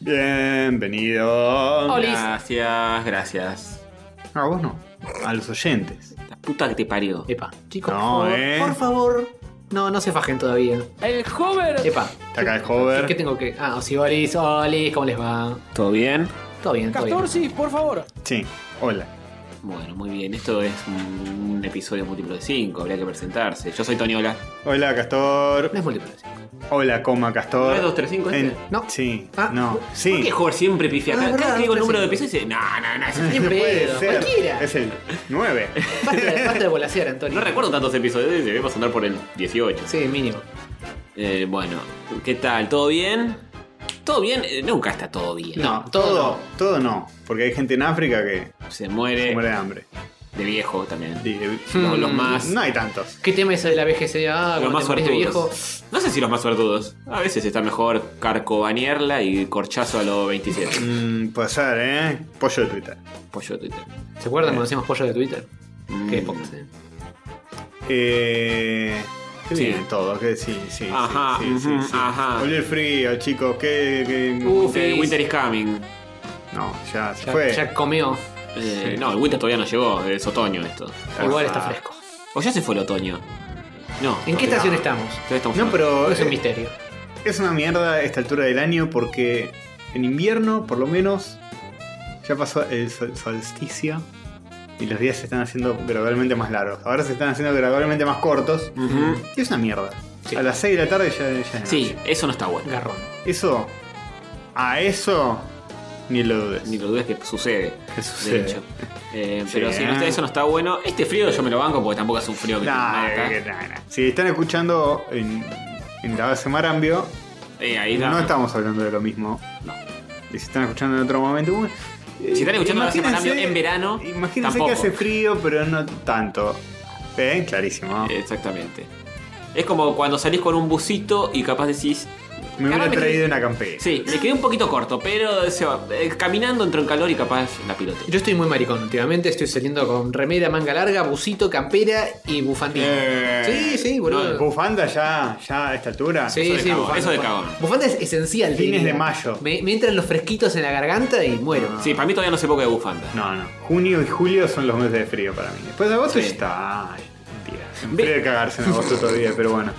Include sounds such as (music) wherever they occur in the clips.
Bienvenido. Olis. Gracias, gracias. No, Ah, a vos no. A los oyentes. La puta que te parió. Epa, chicos, No, por, favor, eh. por favor. No, no se fajen todavía. El joven. Epa. Está acá el ¿Qué, qué hover. tengo que.? Ah, Osiboris, Olis, ¿cómo les va? ¿Todo bien? Todo bien, todo bien. Castor, sí, por favor. Sí. Hola. Bueno, muy bien. Esto es un, un episodio múltiplo de 5. Habría que presentarse. Yo soy Toniola. Hola, Castor. No es múltiplo. sí. Hola, coma, Castor. ¿No es 235 este? En- No. Sí. Ah, no. ¿Por Sí. qué Jorge siempre pifia? Ah, Cada, es cada verdad, que digo el número de sí. episodio dice, no, no, no. (laughs) es- Ni No pedo, cualquiera. Es el 9. Basta de, basta de volasear, Antonio. No recuerdo tantos episodios. Debemos andar por el 18. Sí, mínimo. Eh, bueno, ¿qué tal? ¿Todo bien? ¿Todo bien? Eh, nunca está todo bien. No. todo. Todo no. Porque hay gente en África que Se muere muere de hambre. de viejo también. Y- Los, Eh. los Mm, más... No hay tantos. ¿Qué tema es el de la BGC? Ah, los cuando más te morís de suertudos. viejo. No sé si los más suertudos. A veces está mejor carcobanierla y corchazo a los 27. Mm, puede ser, ¿eh? Pollo de Twitter. Pollo de Twitter. ¿Se acuerdan cuando hacíamos pollo de Twitter? Qué épocas, eh. Eh, qué Sí. bien todo, que sí, sí. Ajá, sí, sí, ujú, sí, sí. ajá. Volvió el frío, chicos, que. que- Uh, Eh, sí. Winter is coming. no, ya se Ya, fue. ya comió. Eh, No, el winter todavía no llegó. Es otoño esto. Igual Ajá. está fresco. O ya se fue el otoño. No. ¿En qué estación todavía no. estamos? Todavía estamos No, en- pero Es un eh, misterio. es una mierda esta altura del año porque en invierno, por lo menos, ya pasó el sol- solsticio y los días se están haciendo gradualmente más largos. Ahora se están haciendo gradualmente más cortos Ujú. y es una mierda. Sí. A las 6 de la tarde ya, ya es de Sí, noche. eso no está bueno. Garrón. Eso, a eso, ni lo dudes. Ni lo dudes que sucede. Que De sucede. hecho. Eh, Sí, pero si no está, ¿eh? eso no está bueno. Este frío yo me lo banco porque tampoco es un frío que te Nah, mata. que- nah, nah. Si están escuchando en, en la base Marambio, Eh, ahí está. no estamos hablando de lo mismo. No. Y si están escuchando en otro momento, bueno, eh, Si están escuchando la base imagínense- Marambio en verano, imagínense tampoco. que hace frío, pero no tanto. ¿Ven? Clarísimo. Eh, Exactamente. Es como cuando salís con un busito y capaz decís. Me capaz hubiera me traído quedé- una campera. Sí, le quedé un poquito corto, pero se va. Eh, caminando entró en calor y capaz la pilote. Yo estoy muy maricón últimamente, estoy saliendo con remera, manga larga, busito, campera y bufandina. Eh. sí, sí, boludo. Bufanda ya, ya a esta altura. Sí, Ah, Eso de sí, cagón, bufanda. eso de cagón. Bufanda es esencial. Fines diría. de mayo. Me, me entran los fresquitos en la garganta y muero. Sí, para mí todavía no se poca de bufanda. No, no. Junio y julio son los meses de frío para mí. Después de agosto Sí. ya está. Ay, mentira. Es un Ve- frío de cagarse en agosto todavía, pero bueno.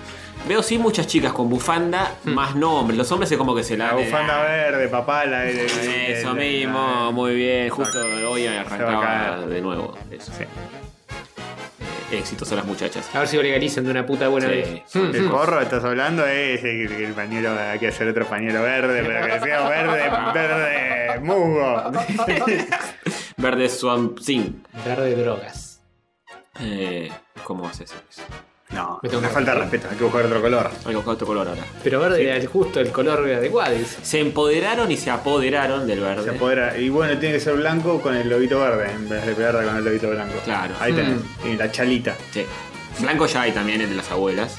Veo sí muchas chicas con bufanda, más no hombres. Los hombres es como que se la. Hmm. La bufanda eh, verde, papá, la de- de- Eso de- de- mismo, muy bien. Justo Exacto. hoy Se va a arrancaba caer. de nuevo. Eso. Sí. Ah, Eh, Éxitos a las muchachas. A ver si lo legalizan de una puta buena Sí. vez. Sí. Mm, El mm. gorro estás hablando es el, el pañuelo, hay que hacer otro pañuelo verde, pero que sea verde, verde, mugo. Verde Swamp Thing. Hablar de drogas. Eh, ¿Cómo haces eso? No, Me tengo una que- falta de respeto, hay que buscar otro color. Hay que buscar otro color ahora. Pero verde era el justo el color adecuado. (laughs) dice. Se empoderaron y se apoderaron del Se verde. apodera. Y bueno, tiene que ser blanco con el lobito verde, en vez de verde con el lobito blanco. Claro. Ahí Mm. tenés, y la chalita. Sí. Blanco ya hay también el de las abuelas.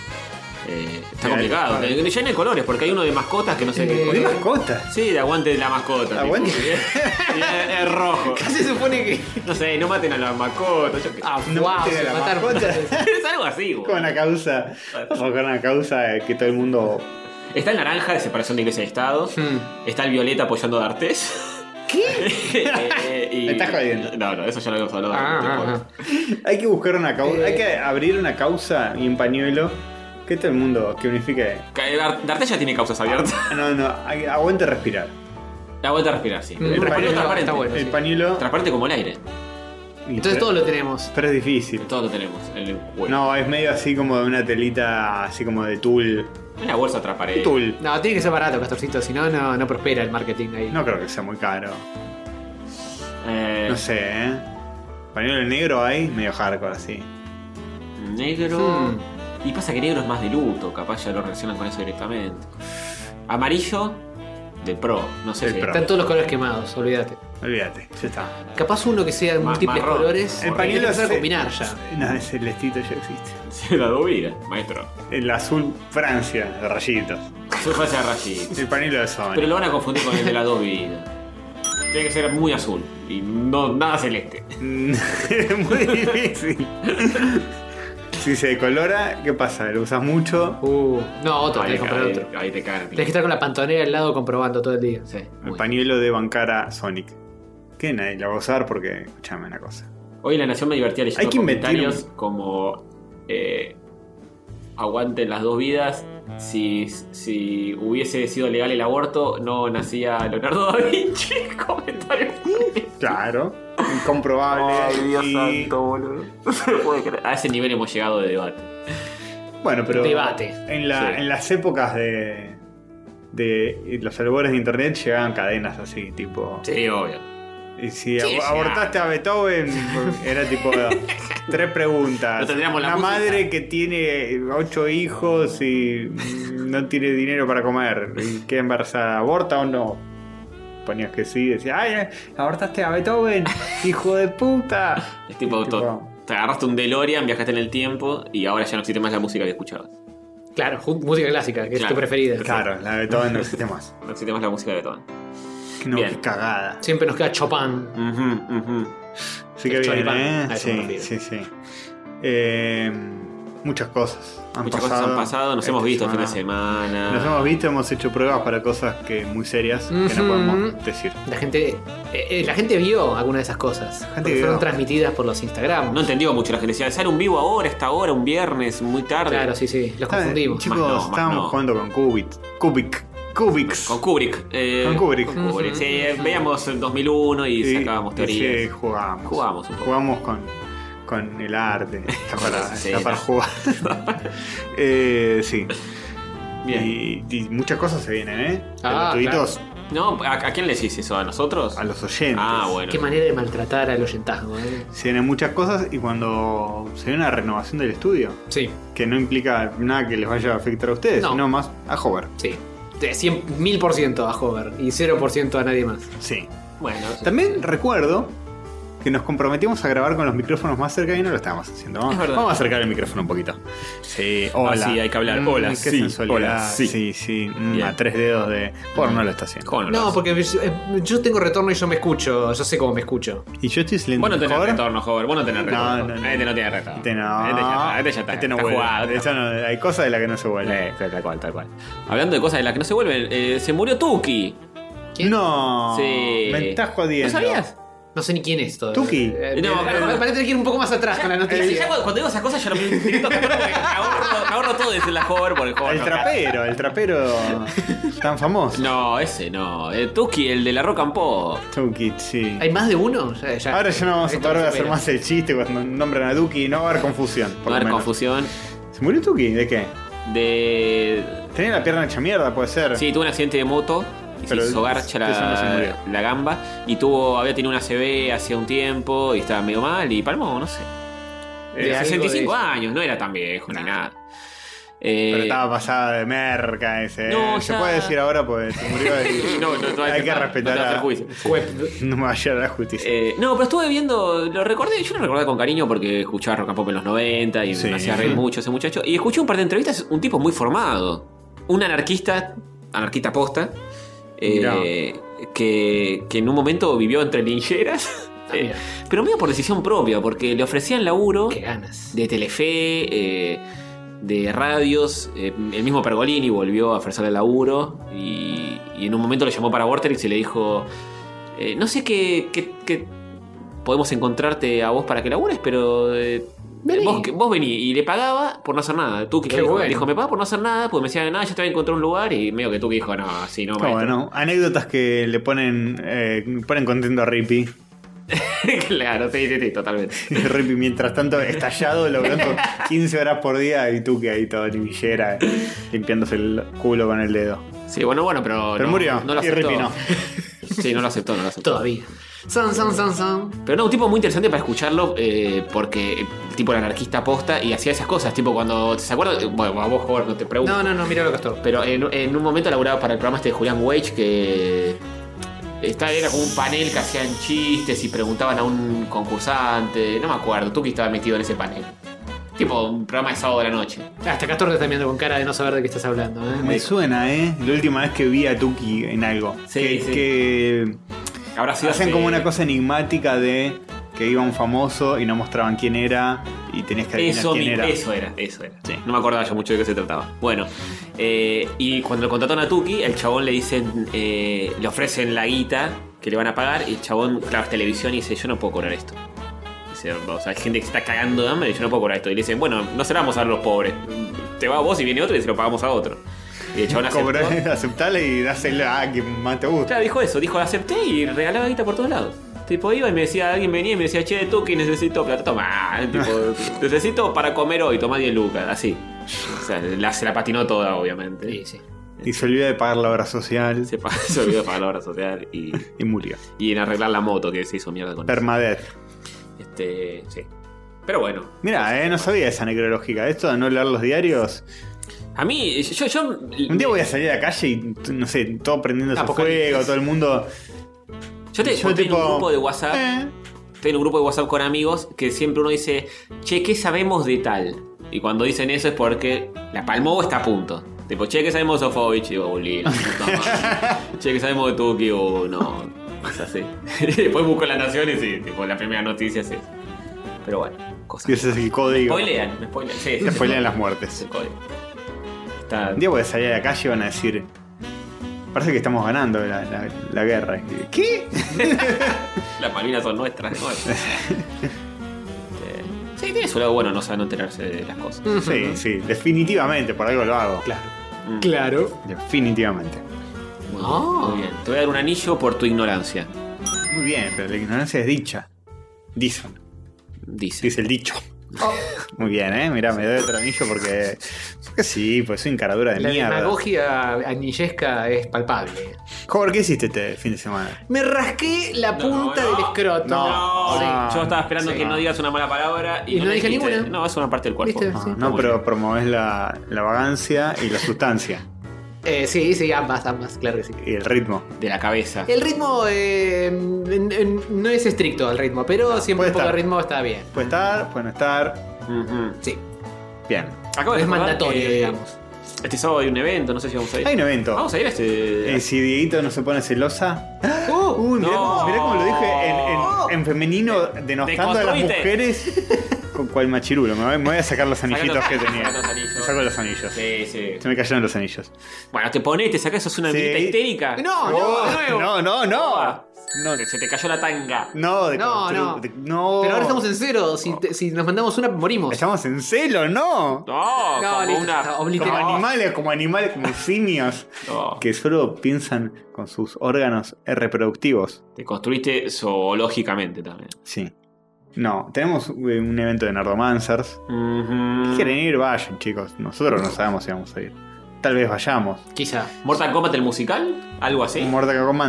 Eh, Ya, está complicado. ya. Eh, Ya no hay colores, porque hay uno de mascotas que no sé qué Eh, ¿De color. mascotas? Sí, de aguante de la mascota. Aguante. tipo. Y eh, es, (laughs) es rojo. Se supone que. No sé, no maten a la mascota. yo qué sé. (laughs) Ah, No wow, te se la mataron. mascota. es algo así, güey. Con la causa, con la causa que todo el mundo... Está el naranja de separación de iglesia y estado. Mm. Hmm. Está el violeta apoyando (laughs) a (laughs) D'Artés. ¿Qué? Me estás jodiendo. No, no, eso ya lo habíamos hablado. Ah, antes, por- ah, ah. Hay que buscar una causa, Eh. hay que abrir una causa y un pañuelo que todo el mundo, que unifique... Que D'Ar- D'Artés ya tiene causas abiertas. No, no, hay- aguante a respirar. La vuelta a respirar, sí. Mm, El pañuelo pañuelo transparente. está bueno. El sí. pañuelo... Transparente como el aire. Entonces todo lo tenemos. Pero es difícil. Todo lo tenemos. en el cuello. No, es medio así como de una telita, así como de tul. Una bolsa transparente. Tul. No, tiene que ser barato, Castorcito, si no, no, no prospera el marketing ahí. No creo que sea muy caro. Eh, No sé, ¿eh? Pañuelo negro ahí, medio hardcore así. Negro. Hmm. Y pasa que negro es más de luto, capaz ya lo relacionan con eso directamente. Amarillo, de pro. No sé Del si. pro. Están todos los colores quemados, olvídate. Olvídate, ya está. Capaz uno que sea de Ma- múltiples marrón. colores. El porque pañuelo hay que empezar se- a combinar ya. No, el celestito ya existe. (laughs) Se la dubida, maestro. El azul Francia, de rayitos. Soy fase de rayito. El pañuelo de Sony. (laughs) Pero lo van a confundir con el de la dos vidas. Tiene que ser muy azul. Y no, nada celeste. Mm, es muy difícil. si se decolora, ¿qué pasa? ¿Lo usas mucho? Uh, no, otro, Ahí, tenés que comprar ahí- otro. ahí te cagan. Tenés que estar con la pantonera al lado comprobando todo el día. Sí, El muy pañuelo de bancara Sonic. Que nadie la va a usar porque, escúchame una cosa. bien. Hoy en La Nación me divertía leyendo Hay que inventar comentarios como... eh, aguanten las dos vidas. Si, si hubiese sido legal el aborto, no nacía Leonardo da Vinci. (laughs) Comentarios. Claro, incomprobable. y- boludo. No se puede creer. A ese nivel hemos llegado de debate. Bueno, pero. Debate. En, la- Sí. en las épocas de. de los albores de internet llegaban cadenas así, tipo. Sí, obvio. Y si Sí, ab- ya. abortaste a Beethoven, era tipo tres preguntas. No tendríamos la Una música. madre que tiene ocho hijos y no tiene dinero para comer. Y queda embarazada, ¿aborta o no? Ponías que sí, decía, ¡ay, abortaste a Beethoven! ¡Hijo de puta! Es tipo, Tipo- to- te agarraste un DeLorean, viajaste en el tiempo y ahora ya no existe más la música que escuchabas. Claro, ju- música clásica, que es Claro. tu preferida. Claro, la de Beethoven no existe más. No existe más la música de Beethoven. Que No, Bien. qué cagada. Siempre nos queda Chopin. Ujú, ujú. Sí que El bien, choripán, ¿eh? a eso me Sí, refiero. sí, sí. Eh, muchas cosas. han Muchas cosas han pasado, nos esta hemos visto el fin de semana. semana. Nos hemos visto, hemos hecho pruebas para cosas que muy serias que Ujú. no podemos decir. La gente, eh, eh, la gente vio alguna de esas cosas. porque vio. fueron transmitidas por los Instagram. No entendió mucho la gente. Decía, sale un vivo ahora, esta hora, un viernes, muy tarde. claro, sí, sí. Los Está bien, confundimos. Chicos, Más no, más estábamos no. jugando con Kubik. Kubik. Kubix. Con Kubrick. eh, Con Kubrick. con Kubrick. Ujú. Sí, eh, veíamos el 2001 y, sacábamos teorías. Sí, jugamos. Jugamos un poco. Jugamos con, con el arte. Está para, (laughs) Sí, está no. para jugar. eh, sí. Bien. Y, y muchas cosas se vienen, ¿eh? Ah, Pelotuditos No, ¿a, a quién le decís eso? ¿A nosotros? a los oyentes. Ah, bueno. Qué manera de maltratar al oyentazgo, ¿eh? Se vienen muchas cosas y cuando se viene una renovación del estudio, Sí, que no implica nada que les vaya a afectar a ustedes, No. sino más a Hover. sí. De 100, 1000% a Hover y 0% a nadie más. Sí. Bueno, sí. También recuerdo que nos comprometimos a grabar con los micrófonos más cerca y no lo estábamos haciendo. Vamos, Es verdad. vamos a acercar el micrófono un poquito. Sí, hola. Ah, sí, hay que hablar. Mm, Hola, qué sí, sensualidad. hola, sí. Sí, sí. Mm, Bien. a tres dedos de. Por no lo está haciendo. Con los- No, porque eh, yo tengo retorno y yo me escucho. Yo sé cómo me escucho. Y yo estoy silencio. Vos no tenés Hover. retorno, Hover. Vos no tenés No, retorno. no, no. Este no tiene retorno. Este no. Este ya está. Este ya está. Este no Está vuelve. jugado, está Este no- hay cosas de las que no se vuelven. Eh, tal cual, tal cual. Hablando de cosas de las que no se vuelven, eh, se murió Tuki. ¿Quién? No. Sí. Me estás ¿No jodiendo. sabías? No sé ni quién es todo. Tuki. Eh, No, eh, pero- me parece que ir un poco más atrás Eh, con la Ya- ya noticia. cuando, cuando digo esas cosas, yo no me intento que ahorro, ahorro todo desde la Hover por el Hover. El trapero, el trapero (laughs) tan famoso. No, ese no. Eh, Tuki, el de la Rock and Pop. Tuki, sí. ¿Hay más de uno? Ya- ya- Ahora ya no vamos a esto poder me hacer supera. más el chiste cuando nombran a Duki y no va a haber confusión. por No lo haber menos. confusión. ¿Se murió Tuki? ¿De qué? De. Tenía la pierna hecha mierda, puede ser. Sí, tuvo un accidente de moto. y Se Pero hizo garcha eso no se murió. la, la gamba. Y tuvo, había tenido una CB hacía un tiempo y estaba medio mal. Y palmó, no sé. Eh, De algo 65 de años, no era tan viejo ni nada. Eh, Pero estaba pasada de merca ese. No, se ya. puede decir ahora pues se murió (laughs) y No, no, no hay que respetar no te a- hace juicio. Web- (laughs) no me va a llegar a la justicia. Eh, no, pero estuve viendo, lo recordé, yo lo recordaba con cariño porque escuchaba rock and pop en los 90 y Sí. me hacía reír mucho ese muchacho. Y escuché un par de entrevistas, un tipo muy formado, un anarquista, anarquista posta, eh, que, que en un momento vivió entre lincheras, Ah, (laughs) mira, pero medio por decisión propia, porque le ofrecían laburo qué ganas. de Telefe, eh, de radios. eh, el mismo Pergolini volvió a ofrecerle laburo y, y en un momento lo llamó para Vorterix y le dijo: eh, No sé qué, qué- qué podemos encontrarte a vos para que labures, pero. eh, Vení. Vos, que- vos vení y le pagaba por no hacer nada. Tú que Qué dijo, bueno. dijo, me pagaba por no hacer nada, porque me decía, nada, yo te voy a encontrar un lugar y medio que tú que dijo, no, así no, No, maestro". bueno, anécdotas que le ponen eh, ponen contento a Rippy. (laughs) claro, sí, sí, sí, totalmente. (laughs) Rippy, mientras tanto, estallado, logrando (laughs) 15 horas por día y tú que ahí todo limillera, limpiándose el culo con el dedo. Sí, bueno, bueno, pero. Pero no- murió, no lo y aceptó. Rippy (laughs) no. Sí, no lo aceptó, no lo aceptó. Todavía. Son, son, son, son. Pero no, un tipo muy interesante para escucharlo eh, porque eh, tipo era anarquista posta y hacía esas cosas. Tipo cuando, ¿se acuerda? Bueno, a vos, Jorge, no te pregunto. No, no, no, mira lo que estoy. Pero en, en un momento laburaba para el programa este de Julián Wage que está, era como un panel que hacían chistes y preguntaban a un concursante. No me acuerdo, Tuki estaba metido en ese panel. Tipo un programa de sábado de la noche. Hasta 14 está viendo con cara de no saber de qué estás hablando, ¿eh? Me suena, ¿eh? La última vez que vi a Tuki en algo. Sí, que, sí. que Ahora sí hacen como una cosa enigmática de que iba un famoso y no mostraban quién era y tenías que adivinar Eso, quién mi- era. eso era, eso era. Sí. No me acordaba yo mucho de qué se trataba. Bueno, eh, y cuando contrataron a Tuki, el chabón le dicen, eh, le ofrecen la guita que le van a pagar y el chabón, claro, es televisión y dice, yo no puedo cobrar esto. Dice, o sea, hay gente que se está cagando de hambre y yo no puedo cobrar esto. Y le dicen, bueno, no se lo vamos a dar a los pobres. Te va a vos y viene otro y se lo pagamos a otro. Y el chabón aceptó. Cobrar, (laughs) aceptale y dáselo a quien más te gusta. Claro, dijo eso, dijo, acepté y regalaba guita por todos lados. Tipo, iba y me decía, alguien venía y me decía, che, tú que necesito plata, toma, (laughs) (laughs) tipo, necesito para comer hoy, toma 10 lucas, así. O sea, la, se la patinó toda, obviamente. Sí, sí. Y se olvidó de pagar la obra social Se, pa- (laughs) se olvidó de pagar la obra social y, y murió. y en arreglar la moto que se hizo mierda con eso. Permadeath. Este, sí. Pero bueno, Mira, eh, no sabía esa necrológica. Esto de no leer los diarios. a mí, yo, yo... Un día voy a salir a la calle y, t- no sé, todo prendiendo su Apocalipsis. fuego, todo el mundo. Yo, te, yo yo estoy en tipo, un grupo de WhatsApp, eh. estoy en un grupo de WhatsApp con amigos que siempre uno dice, che, ¿qué sabemos de tal? Y cuando dicen eso es porque la palmó o está a punto. Tipo, che, ¿qué sabemos de Sofovich? Y digo, "Bolí, la puta madre". Che, ¿qué sabemos de Tuki? O no, es así. (laughs) Después busco las naciones y tipo, la primera noticia es esa. Pero bueno, cosas. Y ese es el código. Spoilean, me spoilean. Sí, Se spoilean las Es muertes. el código. Está... Un día voy a salir a la calle y van a decir. Parece que estamos ganando la, la- la guerra. (laughs) ¿Qué? Las palminas son nuestras. ¿no? Este, sí, tiene su lado bueno, no saben enterarse de las cosas. Sí, sí, definitivamente, por algo lo hago. Claro. Mm. Claro. Definitivamente. Muy, Ah. bien, muy bien. Te voy a dar un anillo por tu ignorancia. Muy bien, pero la ignorancia es dicha. Dicen. Dice. Dice el dicho. Oh. Muy bien, ¿eh? Mirá, me doy otro anillo porque... porque sí, pues soy encaradura de La mierda. demagogia anillesca es palpable. Joder, ¿qué hiciste este fin de semana? Me rasqué la No, punta no. del escroto. No. No, Ah, yo estaba esperando sí. que no digas una mala palabra y, Y no la dije dijiste. ninguna. No, es una parte del cuerpo. ¿Viste? Ah, Sí. no, pero promovés la, la vagancia y la sustancia. Eh, sí, sí, ambas, ambas, claro que sí. y el ritmo. De la cabeza. El ritmo eh, n- n- no es estricto el ritmo, pero puede siempre un poco de estar. ritmo está bien. Puede estar, puede no estar. Ujú. Sí, Bien. Acabo no de es recordar mandatorio, que digamos. Este sábado hay un evento, no sé si vamos a ir. Hay un evento. Vamos a ir a este. Eh, si Dieguito no se pone celosa. Uh, Uy, mirá, no. mirá cómo lo dije en, en- en femenino, denostando a las Deconstruite. mujeres. (laughs) Con cual machirulo. Me voy, me voy a sacar los Saca anillitos los- que tenía. saca los anillos. Me saco los anillos. Sí, sí. Se me cayeron los anillos. Bueno, te ponés, te sacás, sos una Sí. amiguita histérica. No, no, Oh, de nuevo. no, no, no. Ah, No, Se te cayó la tanga. no, de No, constru- no. de- no. Pero ahora estamos en cero. Si, te- si nos mandamos una, morimos. Oh. Estamos en celo, no. No, No, como listo, una. está Como obliterado. animales, como animales, como simios No. que solo piensan con sus órganos eh, reproductivos. Te construiste zoológicamente también. Sí. No, tenemos eh, un evento de Nerdomancers. Ujú. Quieren ir, vayan, chicos. Nosotros no sabemos si vamos a ir. Tal vez vayamos. Quizá. ¿Mortal Kombat el musical? ¿Algo así? Un Mortal Kombat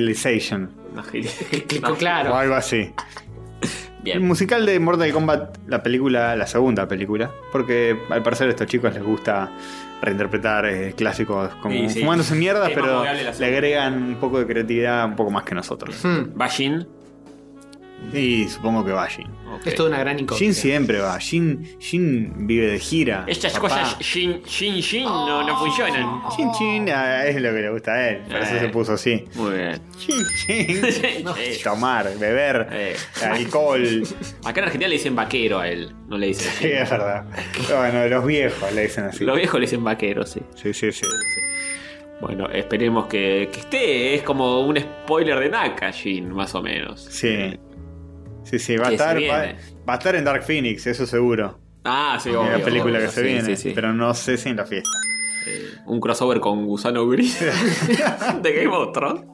Annihilation. No, gil- (laughs) Cl- O Claro. algo así. El Bien. musical de Mortal Kombat, la película, la segunda película. Porque al parecer a estos chicos les gusta reinterpretar eh, clásicos como Sí, sí. fumándose mierda, Es más pero amigable la le segunda. agregan un poco de creatividad, un poco más que nosotros. Hmm, Bashin. Mm. Y supongo que va Jin. Ok. Es toda una gran Jin incógnita. siempre va. Jin, Jin vive de gira. Estas papá. cosas shin, shin, shin no, no funcionan. Chin chin, ah, es lo que le gusta a él. Por eso Eh. se puso así. Muy (laughs) bien. Chin (laughs) chin. Eh, Tomar, beber, eh. (laughs) alcohol. Acá en Argentina le dicen vaquero a él, no le dicen. Sí, es verdad. Bueno, los viejos le dicen así. Los viejos le dicen vaquero, sí. Sí, sí, sí. Bueno, esperemos que, que esté. Es como un spoiler de Naka, Jin, más o menos. Sí. Sí, sí, va a Que se estar. Va, viene. va a estar en Dark Phoenix, eso seguro. Ah, sí, En obvio. la película que obvio, se sí, viene. sí, sí. Pero no sé si en la fiesta. Eh, un crossover con Gusano Gris (laughs) de Game of Thrones.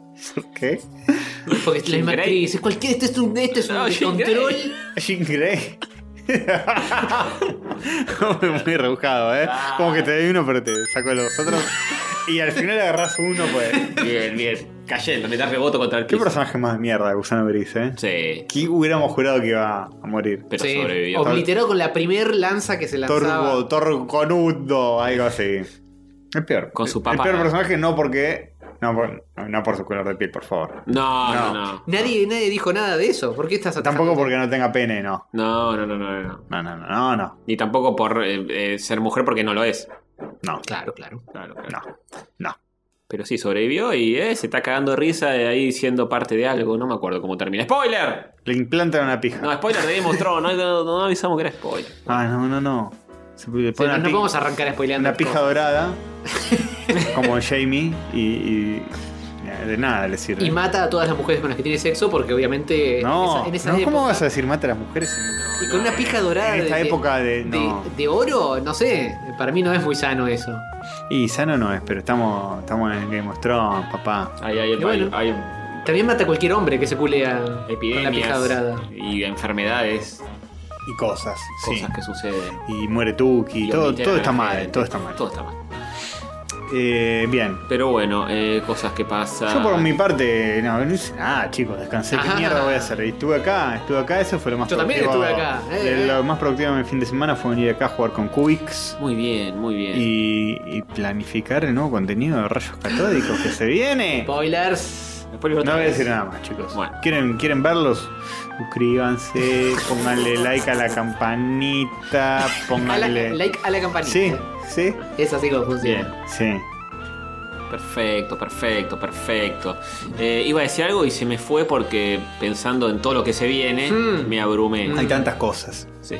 ¿Qué? Porque es la misma Grey. actriz. Es cualquiera. Este es un, este es un No, Jean descontrol. Grey. Jean (laughs) Grey. Muy rebuscado, ¿eh? Como que te doy uno, pero te saco los otros. Y al final agarras uno, pues. (laughs) Bien, bien. Cayendo, le da reboto contra el Qué piso. personaje más de mierda, Gusano Gris, ¿eh? Sí, ¿Qué hubiéramos jurado que iba a morir? pero Sí, sobrevivió. Obliteró con la primer lanza que se lanzaba. Torgo, Torconudo, algo así. Es peor. Con su El papá. peor personaje no porque. No por, no por su color de piel, por favor. No, No. no, no. Nadie, nadie dijo nada de eso. ¿Por qué estás atajando? Tampoco porque no tenga pene, no. No, no, no, no, no. No, no, no, no, no. Ni tampoco por eh, eh, ser mujer porque no lo es. No, Claro, claro. Claro, no, no. Pero sí, sobrevivió y eh, se está cagando de risa de ahí siendo parte de algo. No me acuerdo cómo termina. ¡Spoiler! Le implantan una pija. No, spoiler de Game of Thrones, No, no- no avisamos que era spoiler. ah, no, no, no. Se le Sí, pone no, una, no pi- podemos arrancar spoileando. una pija cosas. dorada. (laughs) como Jamie. Y, y- eh, De nada le sirve. Y mata a todas las mujeres con las que tiene sexo porque obviamente no, en esa, en no, esa ¿cómo época- vas a decir mata a las mujeres? en- Y con una pija dorada En esta de- época de. de, no. de oro, no sé, para mí no es muy sano eso. Y sano no es, pero estamos, estamos en Game of Thrones, papá. Hay, hay, Y bueno. hay- hay También mata a cualquier hombre que se culea con la pija epidemias dorada. y enfermedades, Y cosas. cosas que suceden. Y muere Tuki, Y todo, omiten todo a está la mal, gente. todo está mal. Todo está mal. Eh, bien. Pero bueno, eh, cosas que pasan. Yo por mi parte, no, no hice nada, chicos, descansé. ¿Qué Ajá. mierda voy a hacer? Y Estuve acá, estuve acá, eso fue lo más Yo también productivo. estuve acá, eh, De eh. Lo más productivo de mi fin de semana fue venir acá a jugar con Cubix Muy bien, muy bien. y, y planificar el nuevo contenido de Rayos Catódicos que se (laughs) viene. Spoilers. Después lo No otra voy a vez. decir nada más, chicos. Bueno. ¿Quieren, ¿Quieren verlos? Suscríbanse, pónganle like a la campanita, A la- pónganle. like a la campanita. Sí, sí, Es así como funciona. Bien. sí. Perfecto, perfecto, perfecto. Eh, iba a decir algo y se me fue porque pensando en todo lo que se viene, Mm. me abrumé. Hay tantas cosas. Sí.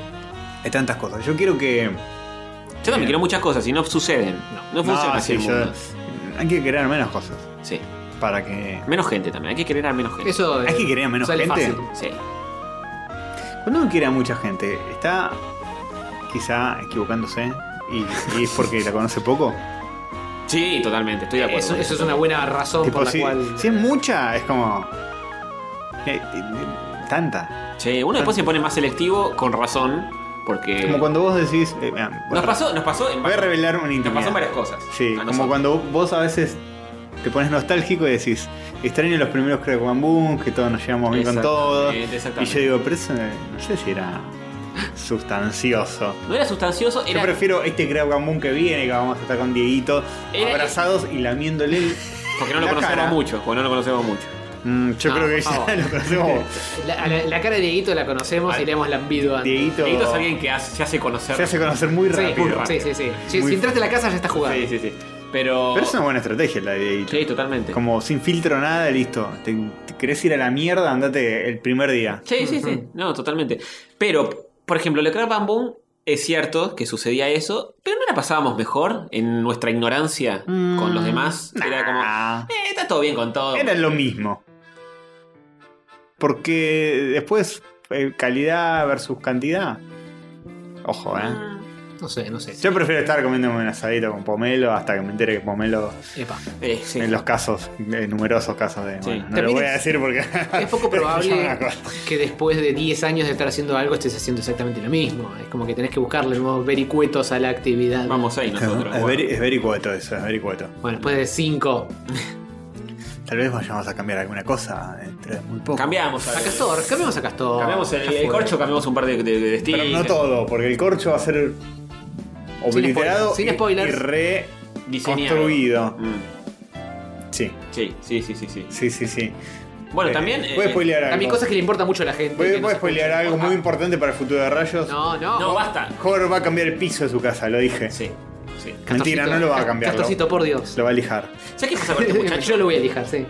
Hay tantas cosas. Yo quiero que. Yo también quiero muchas cosas y no suceden. No, funciona sí, así el yo- mundo. Hay que crear menos cosas. Sí. Para que. Menos gente también, hay que querer a menos gente. Eso Hay que querer a menos sale gente. fácil. Sí. Cuando uno quiere a mucha gente, está quizá equivocándose. Y, y es porque la conoce poco. Sí, totalmente, estoy de acuerdo. Eso, eso es una buena razón Tipo, por la si, cual. eh, Ah, si es mucha, es como. eh, eh, tanta. Sí, uno después se pone más selectivo con razón, porque Como cuando vos decís. eh, mira, voy, nos a- pasó, nos pasó, en- voy a revelar una nos pasó intimidad. varias cosas. Sí, A como nosotros. cuando vos a veces te pones nostálgico y decís, extraño los primeros Crack One Boom, que todos nos llevamos bien con todos. Exactamente, Y exactamente. yo digo, pero eso eh, no sé si era sustancioso. No era sustancioso, Yo era prefiero este Crab Boom que viene, que vamos a estar con Dieguito, Era- abrazados y lamiéndole. el- porque no lo la conocemos cara. mucho, porque no lo conocemos mucho. Mm, yo No, Ah, creo que por ya (laughs) favor. lo conocemos. (laughs) La, a la- la cara de Dieguito la conocemos Al- y le hemos lambido antes. Dieguito, (laughs) Dieguito es alguien que hace- se hace conocer. se hace conocer muy Sí, rápido. sí, sí, sí. Si, Muy- si entraste a la casa ya está jugando. Sí, sí, sí. Pero. Pero es una buena estrategia la de Dieguito. Sí, totalmente. Como sin filtro, nada, listo. Te, te querés ir a la mierda, andate el primer día. Sí, sí, sí. No, totalmente. Pero, por ejemplo, le Crab Bam Boom es cierto que sucedía eso, pero no la pasábamos mejor en nuestra ignorancia Mm, con los demás. Era como. nah. "Eh, está todo bien con todo. Ah, Era lo mismo. Porque después, eh, calidad versus cantidad. Ojo, eh. Ah, No sé, no sé. Yo prefiero estar comiéndome un asadito con pomelo hasta que me entere que pomelo, Epa. Eh, sí. en los casos, en numerosos casos de. Sí. bueno, no lo También voy a es- decir porque. Es (laughs) poco es probable una cosa. que después de 10 años de estar haciendo algo estés haciendo exactamente lo mismo. Es como que tenés que buscarle nuevos vericuetos a la actividad. Vamos ahí nosotros. Es bueno. veri- es vericueto eso, es vericueto. Bueno, después de 5. Tal vez vayamos a cambiar alguna cosa entre muy poco. Cambiamos. A a- Castor, cambiamos a Castor. Cambiamos el, Ya el fue. corcho, cambiamos un par de, de, de Pero estilos. no todo, porque el corcho va a ser obliterado sin y, spoilers. y re Diseñado. construido. Mm, Sí, Sí, sí, sí, sí, sí. sí, sí, sí. Bueno, Eh, también. Voy a eh, spoilear algo. También cosas que le importa mucho a la gente. Voy, que voy no a se spoilear escuchan. algo muy importante para el futuro de Rayos. No, no. No, basta. Jorge va a cambiar el piso de su casa, lo dije. Sí, sí. Castorcito. Mentira, no lo va a cambiar. Lo, Castorcito, por Dios. lo va a lijar. ¿Sabes qué pasa con este muchacho? (laughs) Yo lo voy a lijar, sí.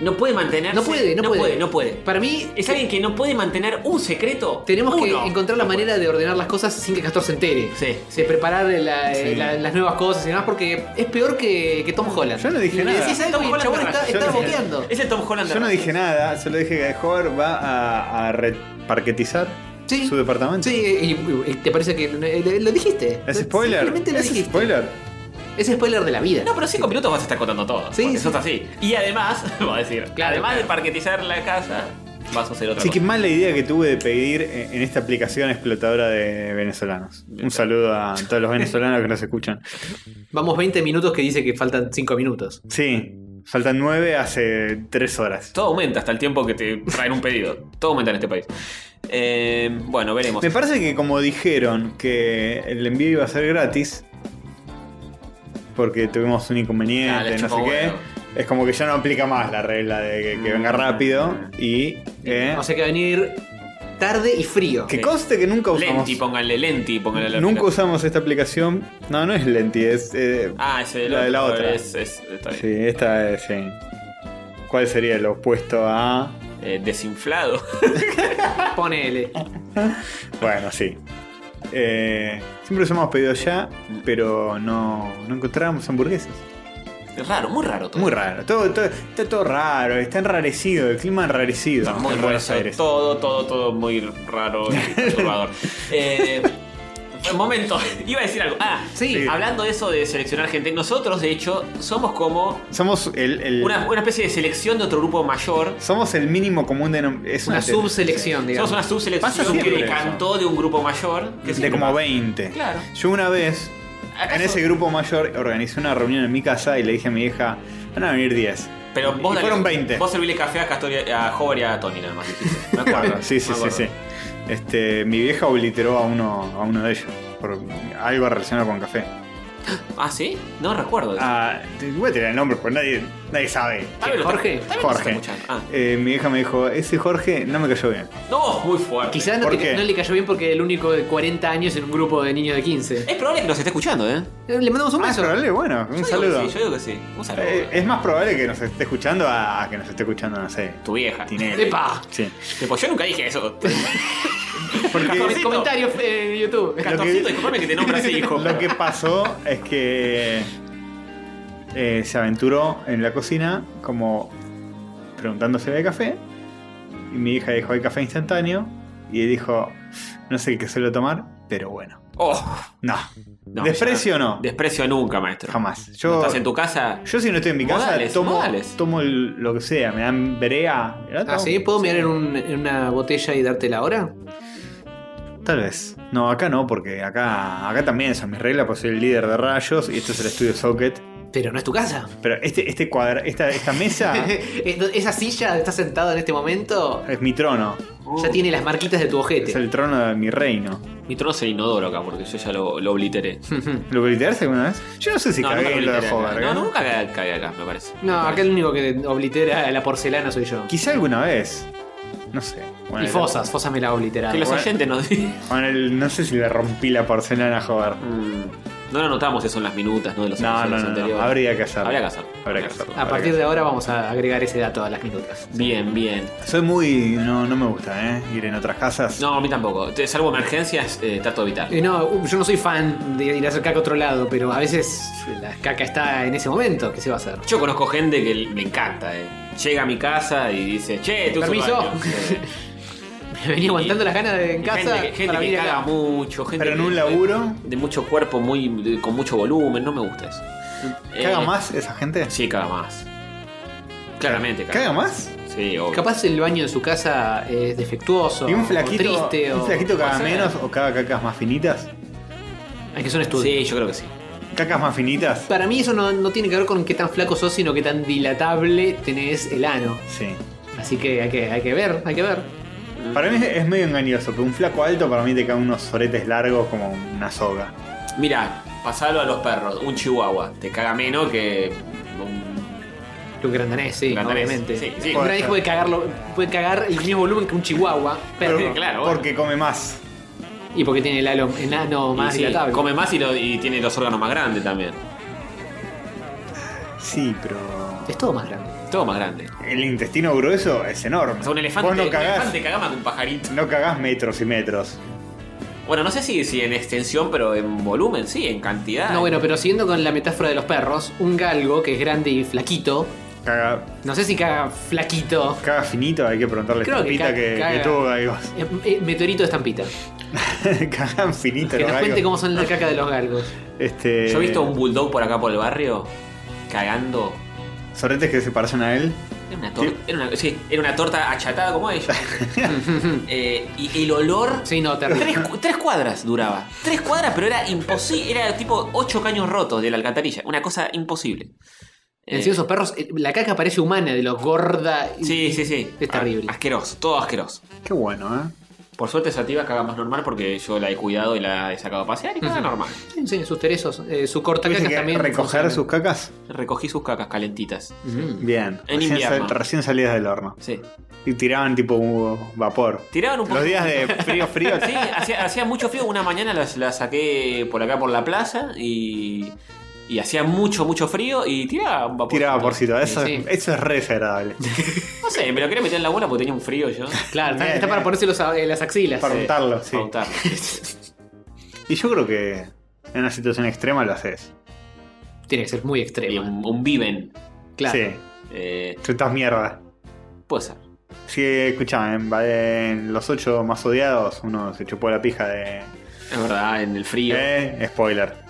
No puede mantenerse. No puede, no, puede. Eh, No puede. Para mí, Es alguien que no puede mantener un secreto. tenemos que Uno. encontrar la manera de ordenar las cosas sin que Castor se entere. Sí. De preparar la- eh, Sí. la- las nuevas cosas y demás, porque es peor que, que Tom Holland. Yo no dije Le nada. decís algo y el Holland chabón de está, Rayos. está Yo no- boqueando. Es el Tom Holland. Yo no dije nada, solo dije que Jorge va a, a reparquetizar Sí. su departamento. Sí, y, y- y te parece que no- eh, lo dijiste. ¿Es spoiler? Simplemente lo ¿Es dijiste. spoiler? Es spoiler de la vida. No, pero cinco minutos vas a estar contando todo. Sí, porque sí. Eso es así. Y además, (laughs) va a decir, Claro, además claro. de parquetizar la casa, vas a hacer otra Así que cosa. mala idea que tuve de pedir eh, en en esta aplicación explotadora de venezolanos. Un saludo a todos los venezolanos que nos escuchan. Vamos 20 minutos que dice que faltan 5 minutos. Sí, faltan nueve hace tres horas. Todo aumenta hasta el tiempo que te traen un pedido. Todo aumenta en este país. Eh, bueno, veremos. Me parece que como dijeron que el envío iba a ser gratis, porque tuvimos un Ah, inconveniente, les no sé chupó qué, huevo. Mm. es como que ya no aplica más la regla de que, que venga rápido y... eh, O sea que va a venir tarde y frío. Que conste que nunca usamos. Lenti, pónganle Lenti, pónganle la Nunca usamos esta aplicación. No, no es Lenti, es. eh, Ah, es el la de la otro, otra. Es, es- está bien. sí, esta es. sí. ¿Cuál sería el opuesto a.? Eh, desinflado. (laughs) Ponele. Bueno, sí. Eh, siempre los hemos pedido ya, pero no, no encontrábamos hamburguesas. Es raro, muy raro todo. Muy raro. Todo, todo- está todo raro, está enrarecido, el clima enrarecido. Muy en bueno, Buenos Aires. Todo, todo, todo muy raro y perturbador. eh, un momento, (laughs) iba a decir algo. Ah, Sí. Sí. hablando de eso de seleccionar gente, nosotros de hecho somos como Somos el, el- una, una especie de selección de otro grupo mayor. somos el mínimo común denominador. Es Una una, subselección, digamos. Somos una Pasa subselección siempre que eso. decantó de un grupo mayor. Que De como 20. Claro. Yo una vez, ¿Acaso- en ese grupo mayor, organizé una reunión en mi casa y le dije a mi hija, van a venir 10. Pero Y vos dale- fueron 20. Vos servíle café a Castor y a Hover y a Tony nada más. (laughs) dijiste. Me Claro, acuerdo, sí, sí, me sí, acuerdo. sí. Este, mi vieja obliteró a uno, a uno de ellos. Por algo relacionado con café. Ah, sí? No recuerdo. Ah, te- voy a tirar el nombre, pues nadie, nadie sabe. Tal vez lo- Jorge? tal vez lo está Jorge. escuchando. Ah. Eh, mi vieja me dijo, ese Jorge no me cayó bien. No, muy fuerte. Quizás no, ¿Por te- qué? no le cayó bien porque era el único de 40 años en un grupo de niños de 15. Es probable que nos esté escuchando, ¿eh? Le mandamos un Ah, es beso. probable, bueno, un Yo digo que saludo. sí, yo digo que sí. Un saludo. Eh, es más probable que nos esté escuchando a, a que nos esté escuchando, no sé, tu vieja. Tinelli. ¡Epa! Sí. Tipo, yo nunca (laughs) dije eso. Porque Comen- Comentarios eh, en YouTube. Castorcito, disculpame que te nombras así, (laughs) hijo. lo que pasó es que eh, se aventuró en la cocina como preguntándose si había café. Y mi hija dijo, hay café instantáneo. Y él dijo, no sé qué suelo tomar, pero bueno. Oh, No, no, desprecio ya. no. Desprecio nunca, maestro. jamás. No Yo, estás en tu casa. yo si no estoy en mi casa, Modales, tomo, modales. tomo el- lo que sea, me dan brea. ¿verdad? Ah, ¿sí? ¿Puedo mirar en, un- en una botella y dártela ahora? Tal vez. No, acá no, porque acá, acá también son mis reglas, pues soy el líder de rayos y esto es el estudio Socket. Pero no es tu casa. Pero este, este cuadra, esta, esta mesa (laughs) (laughs) Es- Esa silla donde estás sentado en este momento es mi trono. ya tiene las marquitas de tu Es ojete. el trono de mi reino. Mi trono es el inodoro acá, porque yo ya lo, lo obliteré. ¿Lo obliteraste alguna vez? Yo no sé si no, nunca cagué en lo de obliteré acá. Hover. No, ¿eh? nunca ca- cagué acá, me parece. Me No, parece. acá el único que oblitera la porcelana soy yo. Quizá alguna vez. No sé. Bueno, Y el- Fosas, Fosas me la ha obliterado. Que los Bueno. oyentes nos digan. bueno, el- no sé si le rompí la porcelana a Hover. Mm, (laughs) No lo notamos eso en las minutas, ¿no? De los No, episodios no, no, no, anteriores. Habría que hacerlo. Habría que hacerlo. Habría que hacerlo. A partir de ahora vamos a agregar ese dato a las minutas. Bien, bien. Soy muy. No, no me gusta, ¿eh? Ir en otras casas. No, a mí tampoco. Te- Salvo emergencias, eh, trato de evitar. Y no, uh, yo no soy fan de ir a hacer caca a otro lado, pero a veces la caca está en ese momento. ¿Qué se va a hacer? Yo conozco gente que le encanta, eh. Llega a mi casa y dice, che, te uso el Permiso. baño". (laughs) Eh, Me (laughs) venía aguantando las ganas de en y casa Gente, que- gente para que venir acá. caga mucho, gente Pero en que- un laburo. De mucho cuerpo, muy de- con mucho volumen, no me gusta eso. ¿Caga Eh, más esa gente? Sí, caga más. Claramente, caga, ¿Caga más? Sí, obvio. Capaz el baño de su casa es defectuoso, ¿Y un o flaquito, triste, un o- flaquito caga puede ser. menos o caga cacas más finitas? Es que son estudios. Sí, yo creo que sí. ¿Cacas más finitas? Para mí eso no, no tiene que ver con qué tan flaco sos, sino qué tan dilatable tenés el ano. Sí. Así que hay que, hay que ver, hay que ver. Para mí es- es medio engañoso, pero un flaco alto para mí te caen unos soretes largos como una soga. Mira, pasalo a los perros. Un chihuahua te caga menos que un Un gran danés, sí, Grandanés, obviamente. sí, sí. Un grandanés puede, cagarlo, puede cagar el mismo volumen que un chihuahua, pero, Pero- claro, bueno. Porque come más. y porque tiene el ano, el ano más Y sí, dilatable. Come más y, lo- y tiene los órganos más grandes también. Sí, pero. Es todo más grande. Todo más grande. El intestino grueso es enorme. O sea, un elefante, Vos no un cagás, elefante caga más que un pajarito. no cagás metros y metros. Bueno, no sé si, si en extensión, pero en volumen, sí, en Ah, cantidad. No, bueno, pero siguiendo con la metáfora de los perros, un galgo que es grande y flaquito, Caga, no sé si caga flaquito, caga finito, hay que preguntarle Creo a que Pita ca- que, que, caga. tuvo (laughs) galgos. eh, eh, meteorito de estampita. Cagan finito que los nos cuente galgos. cómo son la caca de los galgos. (laughs) Este, Yo he visto un bulldog por acá por el barrio cagando. Soretes que se parecen a él. Era una, tor- Sí. era una- sí, era una torta achatada como (laughs) ella. Eh, y el olor. sí, no, terrible. Tres, cu- tres cuadras duraba. Tres cuadras, pero era imposible. Era tipo ocho caños rotos de la alcantarilla. Una cosa imposible. En Eh, sí, esos perros, eh, la caca parece humana, de los gorda. y- Sí, sí, sí. Es terrible. Ah, Asqueroso, todo asqueroso. Qué bueno, ¿eh? Por suerte Sativa caga más normal porque yo la he cuidado y la he sacado a pasear y caga Ujú. normal. Sí, sí, sus teresos, eh, su corta ah. ¿Tuviste caca que también. recoger funcionan. sus cacas? Recogí sus cacas calentitas. Mm. Bien. En recién, invierno. sal- recién salidas del horno. Sí. Y tiraban tipo un vapor. Tiraban un poco. Los días de frío, frío. Sí, hacía, hacía mucho frío. Una mañana la, la saqué por acá por la plaza y. Y hacía mucho, mucho frío y tiraba un vapor. Tiraba vaporcito. ¿eh? Eso, Sí, sí. eso es re desagradable. No sé, me lo quería meter en la bola porque tenía un (laughs) frío yo. Claro, está, Bien, está para bien. ponerse los, eh, las axilas. Para Sí. untarlo, sí. Pautar. Y yo creo que en una situación extrema lo haces. Tiene que ser muy Y extremo. un, un viven. Claro. Sí. Eh, Chutas mierda. puede ser. Sí, escuchame, en, en los ocho más odiados, uno se chupó la pija de. Es verdad, en el frío Eh, spoiler.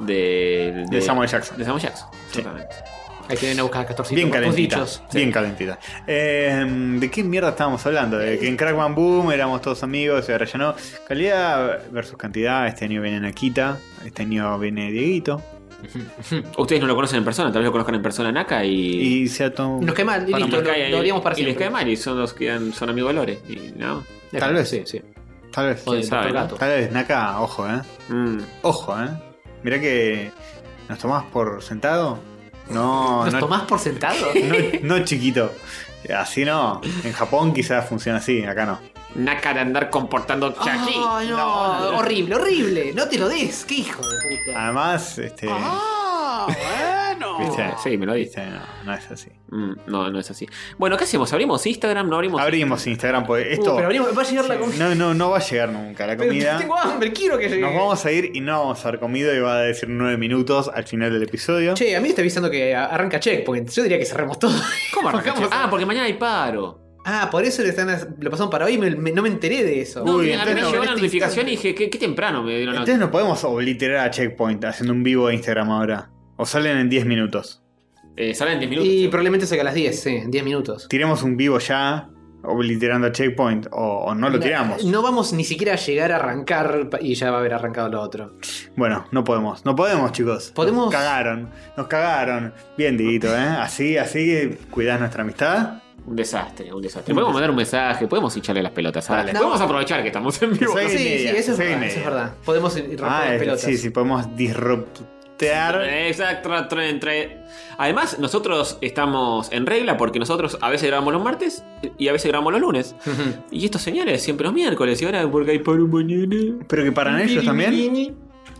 de, De Samuel Jackson. De Samuel Jackson, Sí. exactamente. Ahí tienen a buscar 14 Bien calentita. dichos. Bien calentita. Eh, ¿De qué mierda estábamos hablando? De que en Crackman Boom éramos todos amigos y ahora ya no. Calidad versus cantidad. Este año viene Nakita. Este año viene Dieguito. Ustedes no lo conocen en persona, tal vez lo conozcan en persona Naka y. Y se ha tomado. Nos cae mal, y les listo, lo, cae- lo odiamos para y les siempre. cae mal y son los que eran- son amigos de Lore. Y, ¿no? Tal vez. Sí, sí. Tal vez. O de sabe, Doctor ¿no? Gato. Tal vez, Naka, ojo, eh. Mm. Ojo, eh. Mirá que. ¿Nos tomás por sentado? No, ¿Nos no. tomás (laughs) por sentado? No, no, chiquito. Así no. En Japón quizás funciona así, acá no. Naka de andar comportando Ah, así. Ay, no, No. horrible, horrible. No te lo des, qué hijo de puta. Además, este. Ah, bueno. ¿viste? sí, me lo diste. Viste, No, no es así. Mm, no, no es así. Bueno, ¿qué hacemos? ¿Abrimos Instagram? ¿No abrimos? Abrimos Instagram, porque esto. Uh, pero abrimos- va a llegar la comida. No, no, no va a llegar nunca la comida. Pero tengo hambre, quiero que llegue. Nos vamos a ir y no vamos a haber comido y va a decir nueve minutos al final del episodio. Che, a mí me está avisando que a- arranca check, porque yo diría que cerremos todo. ¿Cómo arrancamos? Arrancamos. Ah, porque mañana hay paro. (laughs) Ah, por eso le están, as- lo pasaron para hoy, me- me- no me enteré de eso. Uy, No, me- a mí entonces me no, llegó en la este notificación y dije, ¿qué, qué temprano me dieron la Entonces no podemos obliterar a Checkpoint haciendo un vivo de Instagram ahora. O salen en 10 minutos. Eh, salen en 10 minutos. Y probablemente salga a las 10, sí, en 10 minutos. Tiremos un vivo ya, obliterando a Checkpoint, o, o no lo tiramos. No vamos ni siquiera a llegar a arrancar pa- y ya va a haber arrancado lo otro. Bueno, no podemos, no podemos, chicos. Podemos- Nos cagaron, nos cagaron. Bien, Didito, ¿eh? Así, así, cuidás nuestra amistad. Un desastre, un desastre. Podemos mandar un mensaje, podemos hincharle las pelotas. ¿sabes? Dale. No. Podemos aprovechar que estamos en vivo. Soy- Seis sí, y media, sí, eso es, seis y verdad, eso media. es verdad. Podemos ir Ah, romper eh, pelotas. sí, sí, podemos disruptear. Exacto, entre, entre- Además, nosotros estamos en regla porque nosotros a veces grabamos los martes y a veces grabamos (laughs) los lunes. Ujú. Y estos señores siempre los miércoles y ahora porque hay paro mañana. Pero que paran ellos también,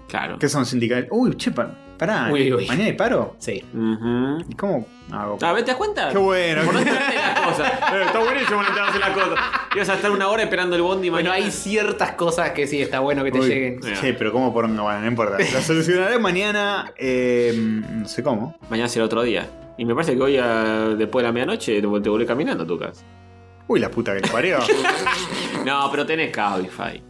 Claro. que son sindicales. Uy, che, pa- pará. Uy, uy. Mañana hay paro. Sí. Ujú. ¿Y ¿Cómo hago? A ver, ¿te das cuenta? Qué bueno. Por no enterarte de las cosas. Eh, Está buenísimo no enterarse de las cosas. Ibas a estar una hora esperando el bondi Bueno, mañana. hay ciertas cosas que sí está bueno que te Uy, (laughs) lleguen. Che, pero ¿cómo por Bueno, no importa. Lo solucionaré mañana. eh, no sé cómo. Mañana será otro día. Y me parece que hoy, ah, después de la medianoche, te, te volvés caminando a tu casa. Uy, la puta que te parió. No, pero tenés Cabify.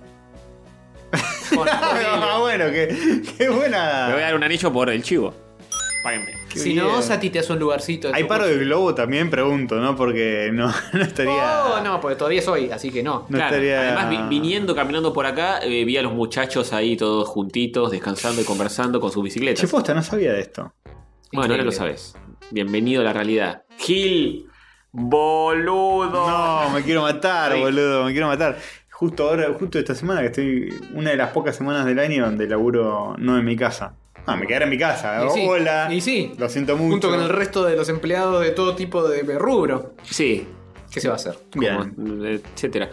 ah, bueno, qué, qué Me voy a buena. dar un anillo por el chivo. Páguenme. Qué Si no, bien. vos a ti te hace un lugarcito. de Hay tu paro coche. de globo también, pregunto, ¿no? Porque no, (laughs) no estaría. Oh, no, porque todavía es hoy, así que no. No Claro, estaría- Además, vi- viniendo, caminando por acá, eh, vi a los muchachos ahí todos juntitos, descansando y conversando con sus Che, bicicletas. posta, no sabía de esto. Bueno, ahora lo Increíble. sabes. Bienvenido a la realidad. Gil, boludo. Oh, No, me quiero matar, Sí. boludo, me quiero matar. Justo ahora, justo esta semana que estoy. Una de las pocas semanas del año donde laburo no en mi casa. Ah, me quedaré en mi casa. Y sí, Hola. y sí. Lo siento mucho. Junto con el resto de los empleados de todo tipo de rubro. Sí, ¿Qué se va a hacer? Bien. como, eh, etcétera.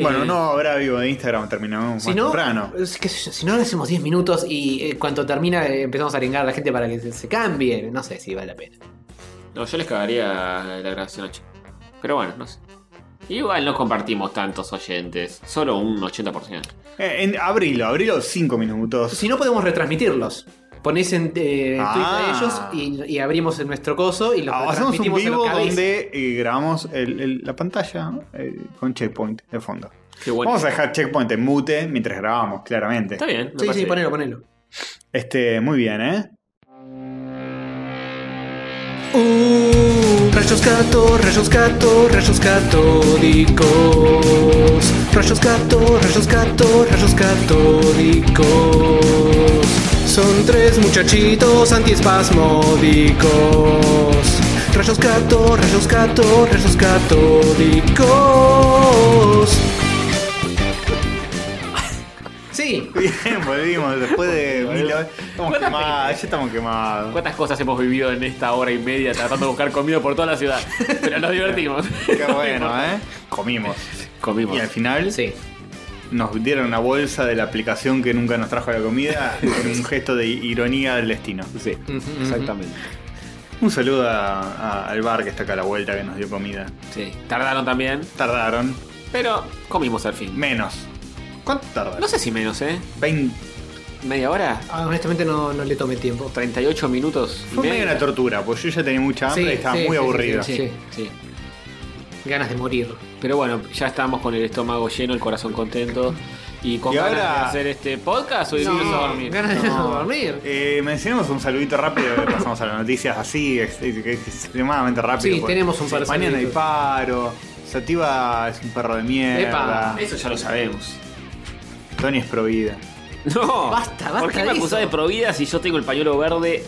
Bueno, Eh, no habrá vivo de Instagram, terminamos Si más no, temprano. es que si no, lo hacemos 10 minutos y eh, cuando termina eh, empezamos a arengar a la gente para que se, se cambie. No sé si vale la pena. No, yo les cagaría la grabación noche. Pero bueno, no sé. Igual no compartimos tantos oyentes, solo un 80%. Eh, en, abrilo, abrilo cinco minutos. Si no, podemos retransmitirlos. Ponéis en eh, Ah. tweet a ellos y, y abrimos en nuestro coso y los Ah, hacemos un retransmitimos en vivo los cabezas. donde eh, grabamos el- el- la pantalla eh, con checkpoint de fondo. Qué bueno. Vamos a dejar checkpoint en mute mientras grabamos, claramente. Está bien, me Sí, parece sí, bien. ponelo, ponelo. Este, muy bien, ¿eh? (laughs) Uh, Mm, rayos gato, rayos gato, rayos catódicos. Rayos gato, rayos gato, rayos catódicos. Son tres muchachitos antiespasmódicos. Rayos gato, rayos gato, rayos catódicos. Sí, Sí. Bien, volvimos después de mil horas. Estamos ¿Cuántas quemados, ya estamos quemados. ¿Cuántas cosas hemos vivido en esta hora y media tratando de buscar comida por toda la (laughs) ciudad? Pero nos divertimos. Qué bueno, ¿eh? Comimos. Comimos. Y al final Sí. nos dieron una bolsa de la aplicación que nunca nos trajo la comida en un gesto de ironía del destino. Sí, Ujú, ujú. exactamente. Un saludo a- a- al bar que está acá a la vuelta que nos dio comida. Sí. Tardaron también, Tardaron pero comimos al fin. menos. ¿Cuánto tardaron? No sé si menos, ¿eh? 20. ¿Media hora? Ah, honestamente no, no le tomé tiempo. ¿38 minutos? y Fue medio media? una tortura, porque yo ya tenía mucha hambre Sí, y estaba sí, muy sí, sí, aburrido. sí, Sí, sí. Ganas de morir. Pero bueno, ya estamos con el estómago lleno, el corazón contento. Y con Y ganas ahora- de hacer este podcast hoy No, vamos a dormir. Ganas de (laughs) No. dormir. Eh, mencionemos un saludito rápido, pasamos a las noticias así, ex- ex- ex- extremadamente rápido. Sí, porque tenemos un par de Mañana hay saluditos. paro, Sativa es un perro de mierda, Epa. Eso ya lo sabemos. Tony es provida. No. Basta, basta ¿Por qué me de eso. acusás de provida si yo tengo el pañuelo verde?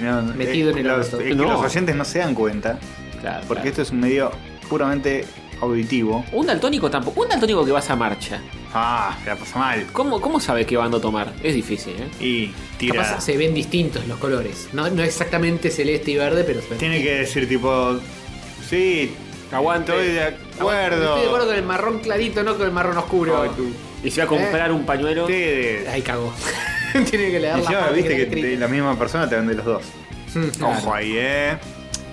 No, eh, Metido en el los, orto. es que No. los oyentes no se dan cuenta, Claro. porque claro. esto es un medio puramente auditivo. Un daltónico tampoco. Un daltónico que vas a marcha. Ah, se la pasa mal. ¿Cómo, cómo sabe qué bando tomar? Es difícil, ¿eh? Y tira. Capaz se ven distintos los colores. No, no exactamente celeste y verde, pero se ven. Tiene que decir tipo, sí, Aguante. estoy de Ah, Estoy de acuerdo acuerdo. con el marrón clarito, no con el marrón oscuro. Ay, tú. Y si va a comprar un pañuelo. Ustedes. Ahí cagó. (laughs) Tiene que leer Y la ya parte viste que está te- la misma persona te vende los dos. escrita. Mm. Ojo ahí, eh.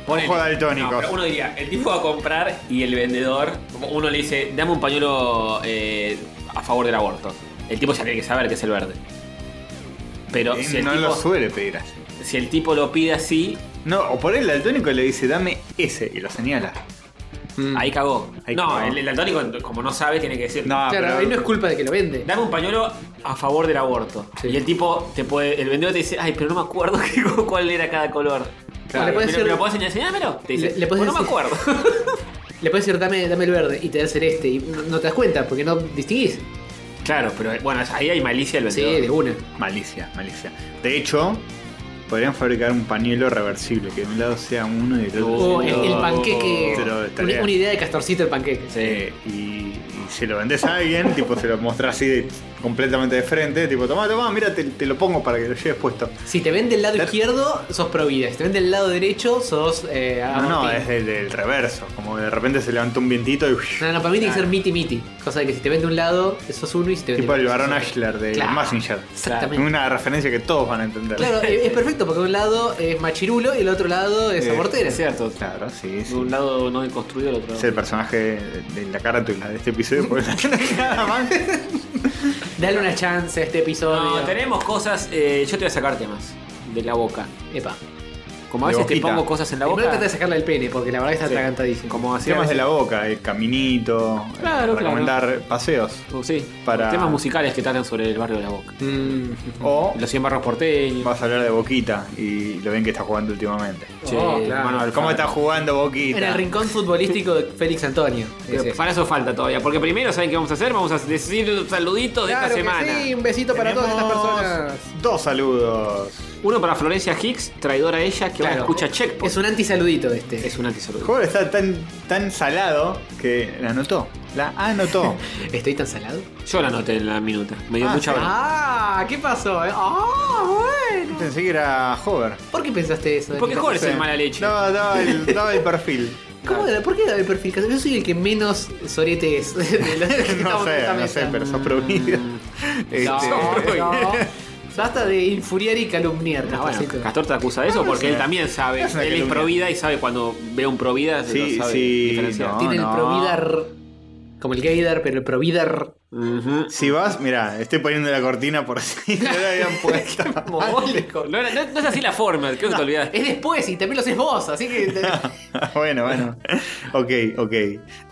Ponele. Ojo daltónicos. No, pero uno diría, el tipo va a comprar y el vendedor, como uno le dice, dame un pañuelo eh, a favor del aborto. El tipo ya tiene que saber que es el verde. Pero Eh, si el, no tipo, lo suele pedir así. si el tipo lo pide así, No, o por el daltónico le dice, dame ese, y lo señala. Mm. ahí cagó. Ahí no, cagó. el, el daltónico, como no sabe, tiene que decir, No, claro, pero- ahí no es culpa de que lo vende. dame un pañuelo a favor del aborto. Sí. Y el tipo te puede, el vendedor te dice, ay, pero no me acuerdo (laughs) qué- cuál era cada color. Claro. Le pero, puedes pero decir- lo puedes enseñar, enseñármelo. Te dice, Le- le puedes "Pues no me decir- acuerdo. (laughs) Le puedes decir dame, dame el verde y te da el celeste y no, no te das cuenta porque no distinguís. claro, pero bueno, ahí hay malicia el Sí, vendedor. de una. Malicia, malicia. De hecho, podrían fabricar un pañuelo reversible, que de un lado sea uno y del otro Oh, O el, sea el otro. panqueque. Pero estaría- Una, una idea de castorcito el panqueque. Eh, y, y se lo vendés a alguien, tipo se lo mostrás así de- completamente de frente, tipo, tomá, tomá, mira, te, te lo pongo para que lo lleves puesto. Si te vende el lado Ter- izquierdo, sos pro vida. Si te vende el lado derecho, sos. Eh, No, Ah, no, amortín. es del, del reverso, como de repente se levantó un vientito y... No, no, para mí tiene que ser miti miti. Cosa de que si te vende un lado, sos uno y si te vende Tipo el otro, varón sos otro. Ashler de Claro. Massinger. Exactamente. Una referencia que todos van a entender. Claro, es es perfecto porque un lado es machirulo y el otro lado es Eh, abortera. Es cierto. Claro, sí, De sí. un lado no construido, del otro Es el personaje de de la carátula de este episodio. porque no hay nada más. Dale una chance a este episodio. No, tenemos cosas. eh, yo te voy a sacar temas de la boca. Epa. Como a De veces te boquita. pongo cosas en la Primero boca. trata de sacarle el pene porque la verdad que está Sí. atragantadísimo. Como así. Temas de la boca, el caminito, eh, Claro, claro. recomendar paseos. Oh, Sí, Para- temas musicales que tratan sobre el barrio de la boca. Mm. O Los 100 barros porteños. vas a hablar de Boquita y lo bien que está jugando últimamente. Che, Oh, claro. Manuel Alfaro. ¿Cómo está jugando Boquita? En el rincón futbolístico de Félix Antonio. Pero Ese. Para eso falta todavía, porque primero, ¿saben qué vamos a hacer? Vamos a decir los saluditos de Claro esta que semana. sí, un besito para todas estas Tenemos personas. Dos saludos. Uno para Florencia Hicks, traidora a ella, que Claro. ahora escucha Checkpoint. Es un antisaludito este. es un antisaludo. El juego está tan, tan salado que la anotó. La (laughs) anotó. ¿Estoy tan salado? Yo la anoté en la minuta. Me dio Ah, mucha sí. bronca. Ah, ¿qué pasó? eh? Ah, bueno. Pensé que era Hover. ¿Por qué pensaste eso? Porque Dani? Jorge es Sí. el mala leche. Daba, daba el, daba el perfil. ¿Cómo era? ¿Por qué era el perfil? Yo soy el que menos sorete (laughs) es. de los que (laughs) No estamos en sé, esta no mesa. Mm. sé, pero sos prohibido. (laughs) Este, No, no. (laughs) Basta de infuriar y calumniar. Ah, bueno, Castorcito. Castor te acusa de eso porque sé. él también sabe. No sé Él qué es lumbre. provida y sabe cuando ve un provida se Sí, lo sabe sí, diferenciar. no. Tiene el providar. Como el gaydar, pero el providar. Ujú. Si vas, mira, estoy poniendo la cortina por si (laughs) no la (laughs) habían puesto. Mogólico. No, era- no- no es así la forma, creo que te olvidaste. Es después y también lo haces vos, así que. (laughs) te- (laughs) bueno, bueno. Ok, ok.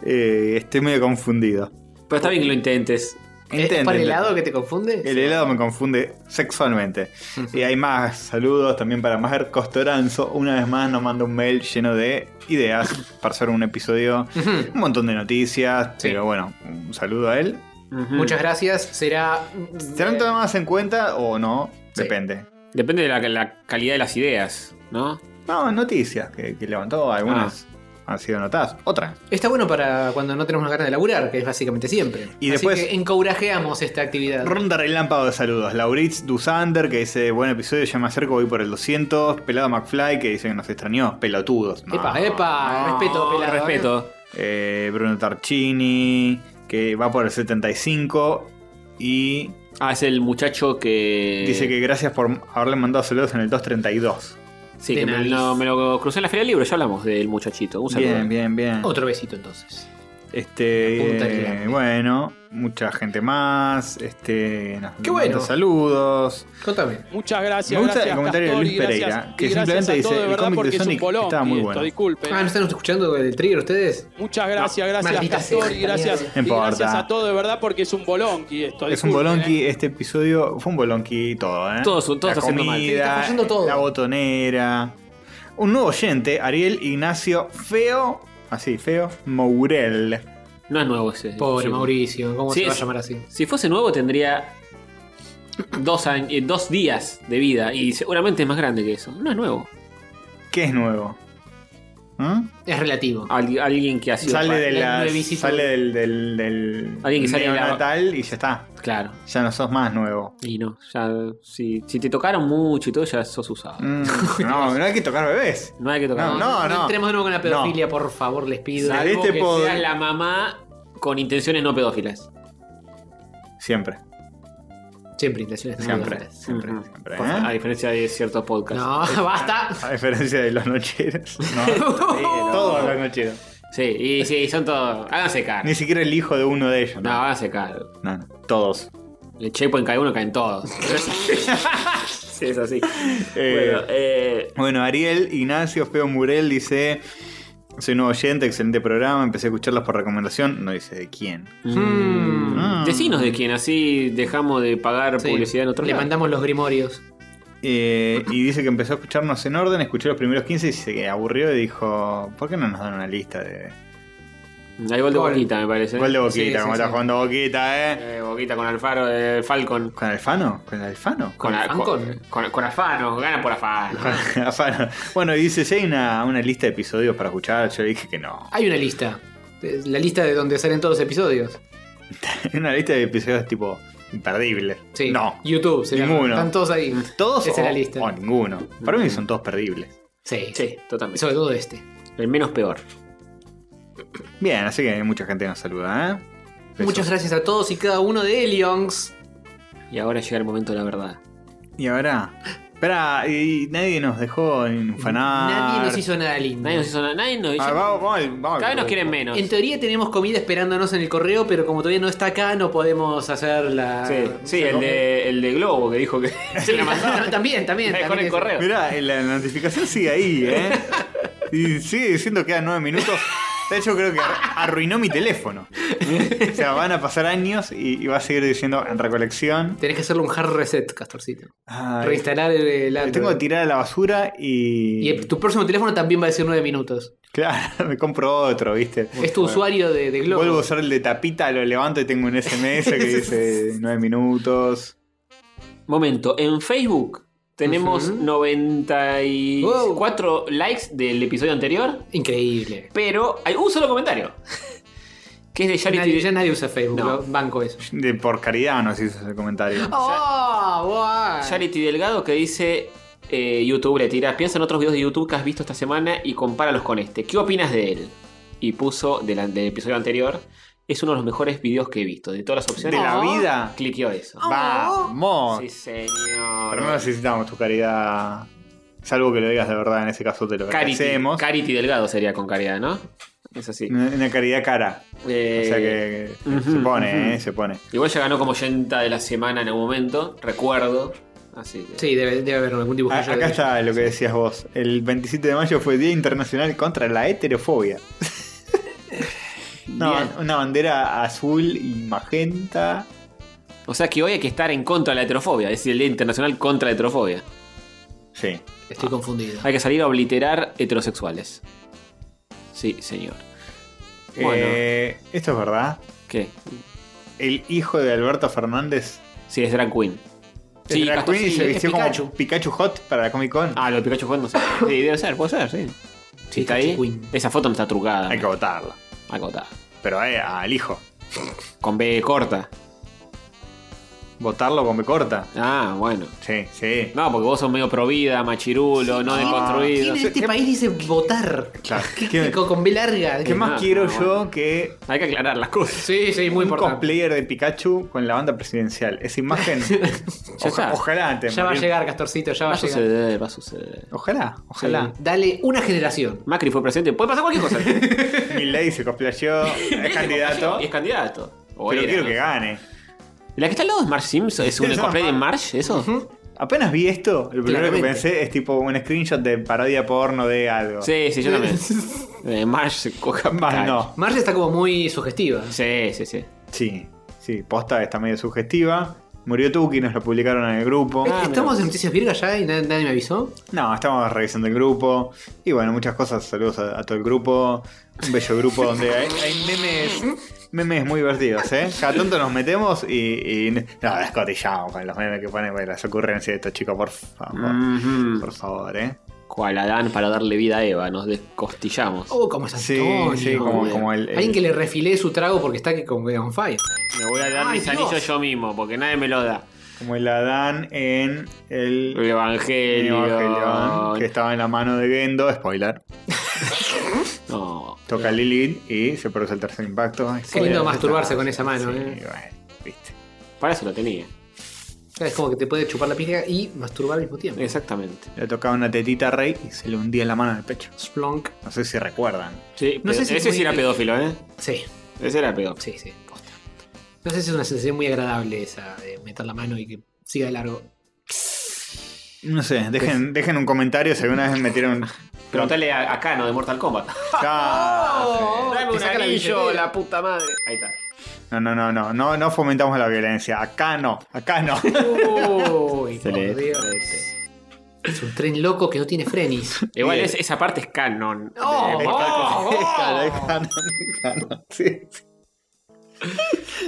Eh, estoy medio confundido. Pero está bien que lo intentes. Eh, ¿Es para el Inténtenlo. helado que te confunde? El helado me confunde (laughs) sexualmente. Y hay más saludos también para Majer Costoranzo. Una vez más nos manda un mail lleno de ideas para hacer un episodio. Ujú. Un montón de noticias. Sí. Pero bueno, un saludo a él. Ujú. Muchas gracias. Será. ¿Serán tomadas en cuenta o no? Sí. Depende. Depende de la, la calidad de las ideas, ¿no? No, noticias que, que levantó algunas. Ah. han sido anotadas. Otra. Está bueno para cuando no tenemos ganas de laburar, que es básicamente siempre. Y Así después- que encourajeamos esta actividad. Ronda relámpago de saludos. Lauritz Dusander, que dice, buen episodio, ya me acerco, voy por el 200. Pelado McFly, que dice que nos extrañó. Pelotudos. No. epa, epa, Ah, respeto, pelado. ¿eh? Respeto. Eh, Bruno Tarchini, que va por el 75. Y Ah, es el muchacho que. dice que gracias por haberle mandado saludos en el 232. Sí, de que me, nariz. no, me lo crucé en la Feria del Libro, ya hablamos del muchachito. Un saludo. Bien, bien, bien. Otro besito entonces. Punta Este, gigante. bueno, mucha gente más. Este, nos Qué bueno. manda Saludos. Contame. Muchas gracias. Me gusta gracias, el comentario de Castor, Luis y gracias- Pereira, que y gracias simplemente a dice, todos, el de verdad, cómic de porque es un Sonic bolón, estaba muy esto, bueno. disculpen. Ah, ¿no están escuchando el trigger ustedes? Muchas gracias, gracias maldita Castor sea, y gracias, mierda. y No gracias importa. a todo de verdad porque es un bolonqui esto. Es un disculpen, bolonqui, eh. este episodio fue un bolonqui todo, ¿eh? Todos- todos la haciendo mal. Está comida, fallando todo. la botonera. Un nuevo oyente, Ariel Ignacio Feo, así, Feo Mourel. No es nuevo ese. Pobre Sí. Mauricio, ¿cómo Sí, se va a es- llamar así? Si fuese nuevo, tendría dos, años, eh, dos días de vida y seguramente es más grande que eso. No es nuevo. ¿Qué es nuevo? ¿Ah? Es relativo. Al- alguien que ha sido. Sale, pa- de el la, nuevecito. sale del, del, del Alguien que sale de la- neonatal y ya está. Claro. Ya no sos más nuevo. Y no, ya. Si, si te tocaron mucho y todo, ya sos usado. (laughs) Mm, no, no hay que tocar bebés. No hay que tocar. No, no. entremos de nuevo con la pedofilia, por favor, les pido. Salí. Salvo Este que pod- seas la mamá con intenciones no pedófilas. Siempre, Siempre intenciones. no siempre, malas. siempre, Ujú. siempre, Por- ¿eh? A diferencia de ciertos podcasts. No, (laughs) basta. A diferencia de los nocheros. (laughs) No, todos los nocheros. Sí, y sí, son todos. Háganse cargo. Ni siquiera el hijo de uno de ellos. No, háganse cargo. no, no, todos. El checkpoint cae uno, (laughs) caen todos. (laughs) sí, es así. Eh, Bueno, eh, Bueno, Ariel Ignacio Feo Murel dice: Soy nuevo oyente, excelente programa. Empecé a escucharlos por recomendación. No dice de quién. Hmm. mm, Decinos de quién, así dejamos de pagar Ah. Sí. publicidad en otro Le lado. mandamos los grimorios. Eh, y dice que empezó a escucharnos en orden. Escuchó los primeros 15 y se aburrió y dijo: ¿Por qué no nos dan una lista de. Hay gol Ah, de Gol. boquita, me parece. Gol de boquita, Sí, sí, como está sí. jugando boquita, eh. Eh, boquita con Alfaro, eh, Falcon. ¿Con Alfano? ¿Con (laughs) Alfano? Con, ¿Con a- Falcon? con- con- con Alfano, gana por Alfano. Con Alfano. Bueno, y dice: Si hay una, una lista de episodios para escuchar, yo dije que no. (laughs) Hay una lista. Es La lista de donde salen todos los episodios. Una lista de episodios tipo imperdible. Sí. No. YouTube, se llama. Ninguno. Están todos Mm. ahí. ¿Todos Esa o, es la lista. Mm. o ninguno? Para mí son todos perdibles. Sí. Sí, totalmente. Sobre todo este. El menos peor. Bien, así que mucha gente nos saluda, ¿eh? Besos. Muchas gracias a todos y cada uno de Elions. Y ahora llega el momento de la verdad. Y ahora. Espera, y nadie nos dejó en fanar. Nadie nos hizo nada lindo. Ah, Nadie nos hizo nada. Nadie nos hizo Ah, vamos, vamos, vamos. Cada vez nos quieren menos. En teoría tenemos comida esperándonos en el correo, pero como todavía no está acá, no podemos hacer la. Sí, sí, el, de, el de Globo que (laughs) dijo que (laughs) se la mandaron. también, también. Mejor también el es- correo. Mirá, eh, la notificación sigue ahí, ¿eh? Y sigue diciendo que quedan nueve minutos. De hecho, creo que ar- arruinó mi teléfono. O sea, van a pasar años y, y va a seguir diciendo en recolección. Tenés que hacerle un hard reset, Castorcito. Ay, Reinstalar el, el lo Android. tengo que tirar a la basura y. Y el- tu próximo teléfono también va a decir 9 minutos. Claro, me compro otro, ¿viste? es tu usuario de, de Globo. Vuelvo a usar el de tapita, lo levanto y tengo un SMS que dice nueve minutos. Momento, en Facebook tenemos Ujú. 94 likes del episodio anterior, Increíble. pero hay un solo comentario. Que es de Nadie- Charity. ya nadie usa Facebook, No. lo- banco eso. De por caridad nos hizo ese comentario. ¡Oh! guau. Charity Delgado que dice. eh, YouTube le tira, piensa en otros videos de YouTube que has visto esta semana y compáralos con este. ¿Qué opinas de él? Y puso del, an- del episodio anterior, es uno de los mejores videos que he visto. De todas las De opciones, la Oh. vida. cliqueó eso. Vamos. Sí, señor. Pero no necesitamos tu caridad. Salvo que lo digas de verdad, en ese caso te lo Carity, agradecemos. Carity Delgado sería con caridad, ¿no? Es así. Una una caridad cara. Mm. Eh, o sea que que ujú, se pone, ujú. eh, se pone. Igual ya ganó como oyenta de la semana en algún momento, recuerdo. Así que. Sí, debe, debe haber algún A- dibujillo. de acá ella. está lo que decías vos. El 27 de mayo fue Día Internacional contra la (laughs) Heterofobia. Una, Bien. ban- una bandera azul y magenta. O sea que hoy hay que estar en contra de la heterofobia, es decir, el Día Internacional contra la heterofobia. Sí. Estoy confundido. Hay que salir a obliterar heterosexuales. Sí, señor. Bueno. Eh, esto es verdad. ¿Qué? El hijo de Alberto Fernández. Sí, es drag queen. es Sí, drag Castor, queen y sí, se es vistió como Pikachu. Pikachu Hot para la Comic Con. Ah, lo de Pikachu Juan no sé. Sí, debe ser, puede ser, sí. Si está ahí, Queen. esa foto no está trucada. Hay que votarla. Acotada. Pero eh, al hijo. Con B corta. Votarlo con B corta. Ah, bueno. Sí, sí. No, porque vos sos medio provida, machirulo, no deconstruido. ¿Quién en este ¿Qué- país dice votar? Claro. ¿Qué- ¿Qué- qué- con, con B larga. ¿Qué más no, quiero no, yo que Hay que aclarar las cosas. Sí, sí, muy un importante. cosplayer de Pikachu con la banda presidencial? Esa imagen. oja- está. ojalá te Ya va a morir. llegar, Castorcito, ya va Va a a llegar. suceder, va a suceder. Ojalá, ojalá. Sí. Dale una generación. Macri fue presidente, puede pasar cualquier (laughs) cosa. Milei se cosplayó, es candidato. Y es candidato. O Pero era, quiero ¿no? que gane. La que está al lado es Marge Simpson, es un Esa cosplay de es Marge, eso. Apenas vi esto, lo primero que Claramente. pensé es tipo un screenshot de parodia porno de algo. Sí, sí, yo (laughs) también. Eh, Marge se (laughs) coja Más no. (laughs) Marge está como muy sugestiva. Sí, sí, sí. Sí, sí, posta está medio sugestiva. Murió Tuki, nos lo publicaron en el Ah, grupo. Est- ¿Estamos en Noticias Virgas ya y na- nadie me avisó? No, estamos revisando el grupo. Y bueno, muchas cosas. Saludos a, a todo el grupo. Un bello (laughs) grupo donde hay, hay memes. Memes muy divertidos, ¿eh? Cada tanto nos metemos y. y no, descotillamos con los memes que ponen con las ocurrencias de estos chicos, por favor. Mm. Ujú. Por favor, ¿eh? Cual Adán para darle vida a Eva, nos descostillamos. Oh, como es Sí, Antonio. sí, como, como el. el- Alguien que le refilé su trago porque está que con on fire. Me voy a dar Ay, mis Dios. anillos yo mismo, porque nadie me lo da. Como el Adán en El el. Evangelio. ¿eh? Evangelion, que estaba en la mano de Gendo, spoiler. No. Toca Lilith y se produce el tercer impacto. Qué lindo masturbarse con esa mano, Sí, ¿eh? bueno, viste. Para eso lo tenía. Es como que te puede chupar la pija y masturbar al mismo tiempo. Exactamente. Le tocaba una tetita a Rey y se le hundía en la mano en el pecho. Splonk. No sé si recuerdan. Sí, No sé pero si ese es sí muy- era pedófilo, ¿eh? Sí, Ese era sí, pedófilo. sí. posta. No sé si es una sensación muy agradable esa de meter la mano y que siga de largo. No sé, dejen, dejen un comentario si alguna vez (laughs) metieron. Preguntale a, a Kano de (laughs) Mortal Kombat. Ah, Dame te un saca la anillo, billetera. la puta madre. Ahí está. sí. No, no, no, no, no, no fomentamos la violencia. Acá no, acá no. Oh. (laughs) (laughs) Uy, por Excelente, Dios. excelente. Es un tren loco que no tiene frenis. Igual es- esa parte es canon. Oh, Eh, oh, Es oh. canon, es canon, es canon. Sí,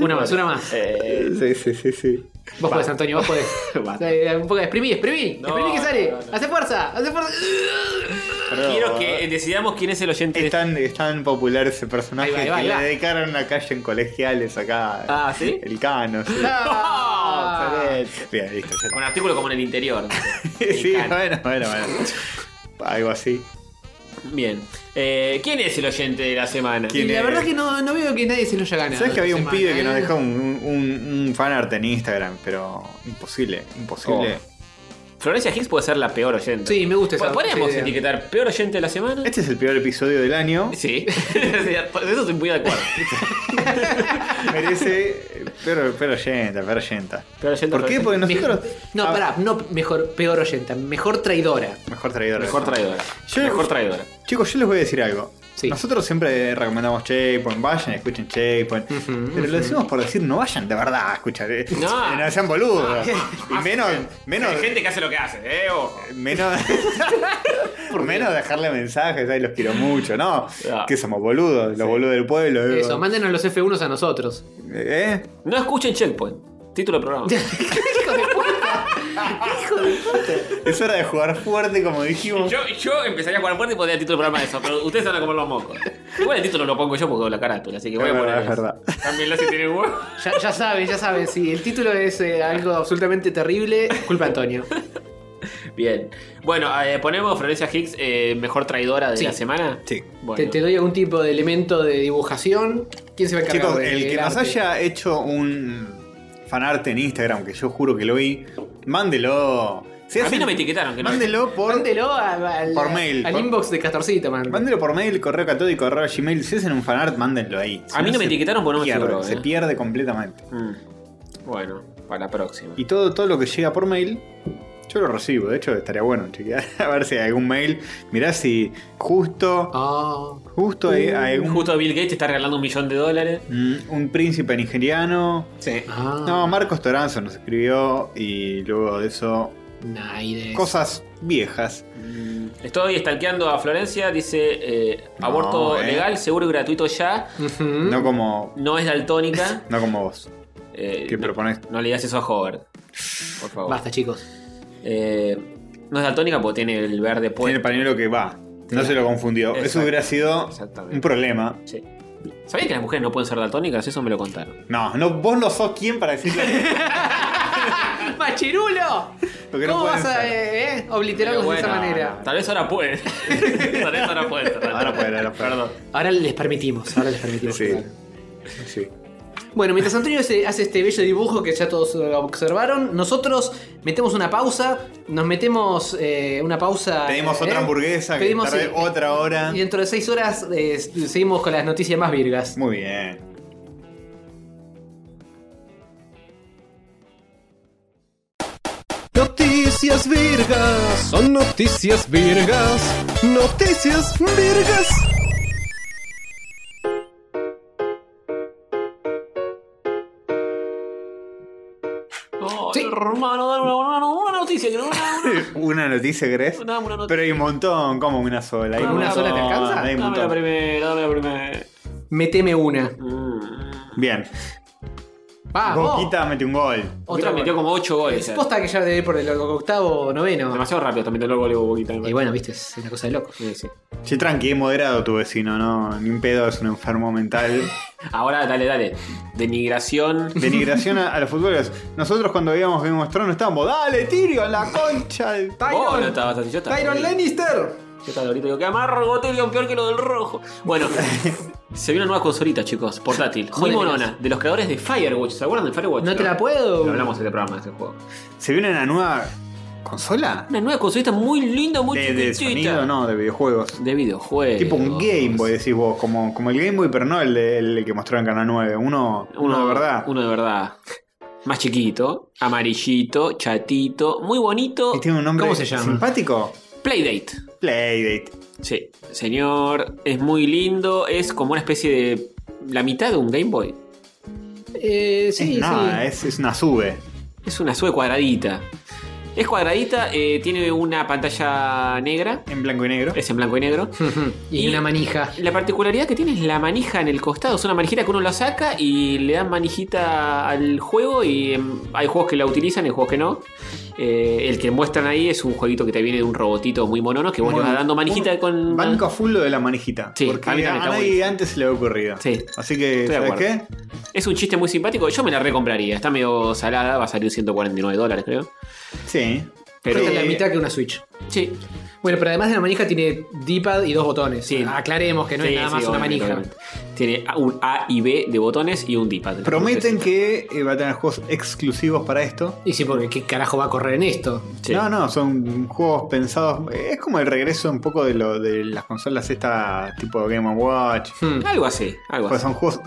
Una más, una más. eh, sí, sí, sí, sí. Vos podés, Antonio, vos (laughs) podés. basta. Dale, Un poco de exprimí, exprimí. No, exprimí que sale. no, no. Hace fuerza, (laughs) hace fuerza. Perdón. Quiero que decidamos quién es el oyente. de- Es tan, es tan popular ese personaje Ahí va, ahí va, que ahí le va. dedicaron una calle en colegiales acá. Ah, ¿sí? (laughs) El cano, sí. Ah. Bien, listo, ya está. Con artículo como en el interior. El (laughs) Sí, canon. bueno, bueno, bueno. Algo así. Bien. Eh, ¿Quién es el oyente de la semana? ¿Quién? Y la es? verdad que no, no veo que nadie se lo haya ganado. ¿Sabes que había un esta pibe semana, que nos eh? dejó un, un, un fanart en Instagram? Pero imposible, imposible. Oh. Florencia Higgs puede ser la peor oyente. Sí, me gusta esa. ¿Podríamos esa idea. etiquetar peor oyente de la semana? Este es el peor episodio del año. Sí. (laughs) Eso estoy muy de acuerdo. Merece. Pero, pero oyenta, pero oyenta. Peor oyente, ¿Por peor qué? oyente. Porque Mejor- nosotros. no, Ah, pará, no mejor, peor oyenta, mejor traidora. Mejor traidor. Mejor traidora. Yo- Mejor traidora. Chicos, yo les voy a decir algo. Sí. Nosotros siempre recomendamos Checkpoint, vayan, escuchen Checkpoint. pero lo decimos por decir, no vayan de verdad a escuchar. eh. No. (laughs) no sean Ah, boludos. y menos. menos Hay gente que hace lo que hace, eh. ojo. Menos. (laughs) por menos dejarle mensajes, ay, los quiero mucho, ¿no? Ah. Que somos boludos, los boludos del pueblo. eh. Eso, mándenos los F1s a (laughs) nosotros. ¿Eh? No escuchen Checkpoint. Título (laughs) del programa. Hijo de puta. Hijo de puta. Es hora de jugar fuerte, como dijimos. Yo, yo empezaría a jugar fuerte y podría título del programa de eso, pero ustedes se van a comer los mocos. Igual el título lo pongo yo porque hago la carátula, así que voy Es a verdad, poner. es verdad. También la si tiene huevo. Ya, ya saben, ya saben, sí. El título es eh, algo absolutamente terrible. Culpa (laughs) de Antonio. Bien. Bueno, eh, ponemos Florencia Higgs, eh, mejor traidora de Sí. la semana. Sí. Bueno. Te, te doy algún tipo de elemento de dibujación. ¿Quién se va a encargar Chicos, de- el que del nos arte? haya hecho un fanart en Instagram, que yo juro que lo vi, mándelo. Si A mí hacen- no me etiquetaron, que no. Mándelo por. Mándelo a- al, Por mail, al por- inbox de Castorcito, man. Mándelo por mail, correo catódico, correo gmail. Si hacen un fanart, mándenlo ahí. Si A mí no me se etiquetaron porque no me pierde, figuró, Se eh. pierde completamente. Mm. Bueno, para la próxima. Y todo, todo lo que llega por mail, yo lo recibo. De hecho, estaría bueno chequear (laughs) a ver si hay algún mail. Mirá si justo, Oh, justo hay, hay algún- Mm. Justo Bill Gates te está regalando un millón de dólares. mm, un príncipe nigeriano. Sí. ah, No, Marcos Toranzo nos escribió y luego de eso, Naides. cosas viejas. Mm. Estoy estanqueando a Florencia, dice eh, No, aborto eh. legal, seguro y gratuito ya. Ujú. No como, No es (laughs) daltónica. no como vos, Eh, que no- propones. No le digas eso a Howard. Por favor. Basta, chicos. Eh, no es daltónica porque tiene el verde Tiene puesto. el pañuelo que va. No se lo confundió. Eso Exacto. hubiera sido Exactamente. un problema. Sí. ¿Sabías que las mujeres no pueden ser daltónicas? Eso me lo contaron. No, no, vos no sos quien para decirle (laughs) ¡Machirulo! lo que no ¿Cómo pueden vas a ser. eh, eh, obliterarlos Bueno, de esa manera? Tal vez (laughs) ahora pueden. tal vez ahora pueden. ser Ahora pueden, ahora daltónicas. pueden. Perdón. Ahora les permitimos, ahora les permitimos. Sí. claro. Sí. Bueno, mientras Antonio se- hace este bello dibujo que ya todos eh, observaron, nosotros metemos una pausa, nos metemos eh, una pausa. Pedimos eh, otra hamburguesa, que pedimos, tarde sí, otra hora. Y dentro de seis horas eh, seguimos con las noticias más virgas. Muy bien. (laughs) Noticias virgas, son noticias virgas, noticias virgas. No, Sí. Oh, hermano, dame una, una- una noticia. que no- Una, Una noticia, ¿crees? una, dame una noticia. Pero hay un montón, como una sola. Hay ¿Con un una montón, sola te alcanza? Hay un Dame la montón. primera, dame la primera. Meteme una. Mm. Bien. Ah, Vamos. Boquita mete un gol. Boquita gol. metió como 8 goles. Es eh. posta que ya debe ir por el octavo o noveno. Demasiado rápido también te lo goleó Boquita. me Y bueno, viste, es una cosa de loco. parece. Sí, sí. Che, tranqui, moderado tu vecino, no. Ni un pedo, es un enfermo (laughs) mental. Ahora, dale, dale. Denigración. Denigración a, a los futboleros. Nosotros cuando veíamos Game of Thrones estábamos, dale, tiro a la concha. del ta-". Vos no estabas así, yo estaba Tyron ahorita. Lannister. Yo estaba ahorita digo, que amargo, Tyrion, peor que lo del rojo. (laughs) Bueno, se vio una nueva consolita, chicos, portátil. Muy Joder, monona, de los creadores de Firewatch. ¿Se acuerdan de Firewatch? No te la puedo. Lo hablamos en el programa de este juego. ¿Se viene una nueva consola? Una nueva consolita muy linda, muy De, de chiquitita. sonido, no, de videojuegos. De videojuegos. Tipo un Game Boy, decís vos, como, como el Game Boy, pero no el, de- el que mostró en Canal 9. Uno, uno, de verdad. Uno de verdad. Más chiquito, amarillito, chatito, muy bonito. Y tiene un nombre ¿Cómo se llama? simpático. Playdate. Playdate. Sí, señor, es muy lindo, es como una especie de la mitad de un Game Boy. Eh, sí, es nada, sí. es, es una sube. Es una sube cuadradita. Es cuadradita, eh, tiene una pantalla negra, En blanco y negro. es en blanco y negro. (laughs) y, Y- una manija. La particularidad que tiene es la manija en el costado, es una manijita que uno la saca y le dan manijita al juego y em, hay juegos que la utilizan y juegos que no. Eh, el que muestran ahí es un jueguito que te viene de un robotito muy monono que vos le Bueno, vas dando manijita un- con... Banco a full lo de la manijita. Sí, porque a a, mí también está nadie buenísimo. antes se le había ocurrido. Sí. Así que, Estoy de ¿sabes qué? Es un chiste muy simpático, yo me la recompraría, está medio salada, va a salir 149 dólares creo. Sí. Pero- eh, Esta es la mitad que una Switch. Sí, Bueno, pero además de la manija tiene D-pad y dos botones. Sí. Aclaremos que no Sí, es nada sí, más una obviamente, manija. obviamente. Tiene a- un A y B de botones y un D-pad. Prometen que eh, va a tener juegos exclusivos para esto. Y sí, porque qué carajo va a correr en esto. Sí. No, no, son juegos pensados. eh, Es como el regreso un poco de lo de las consolas esta tipo Game Watch. Hmm. Algo así, algo Pues así. son juegos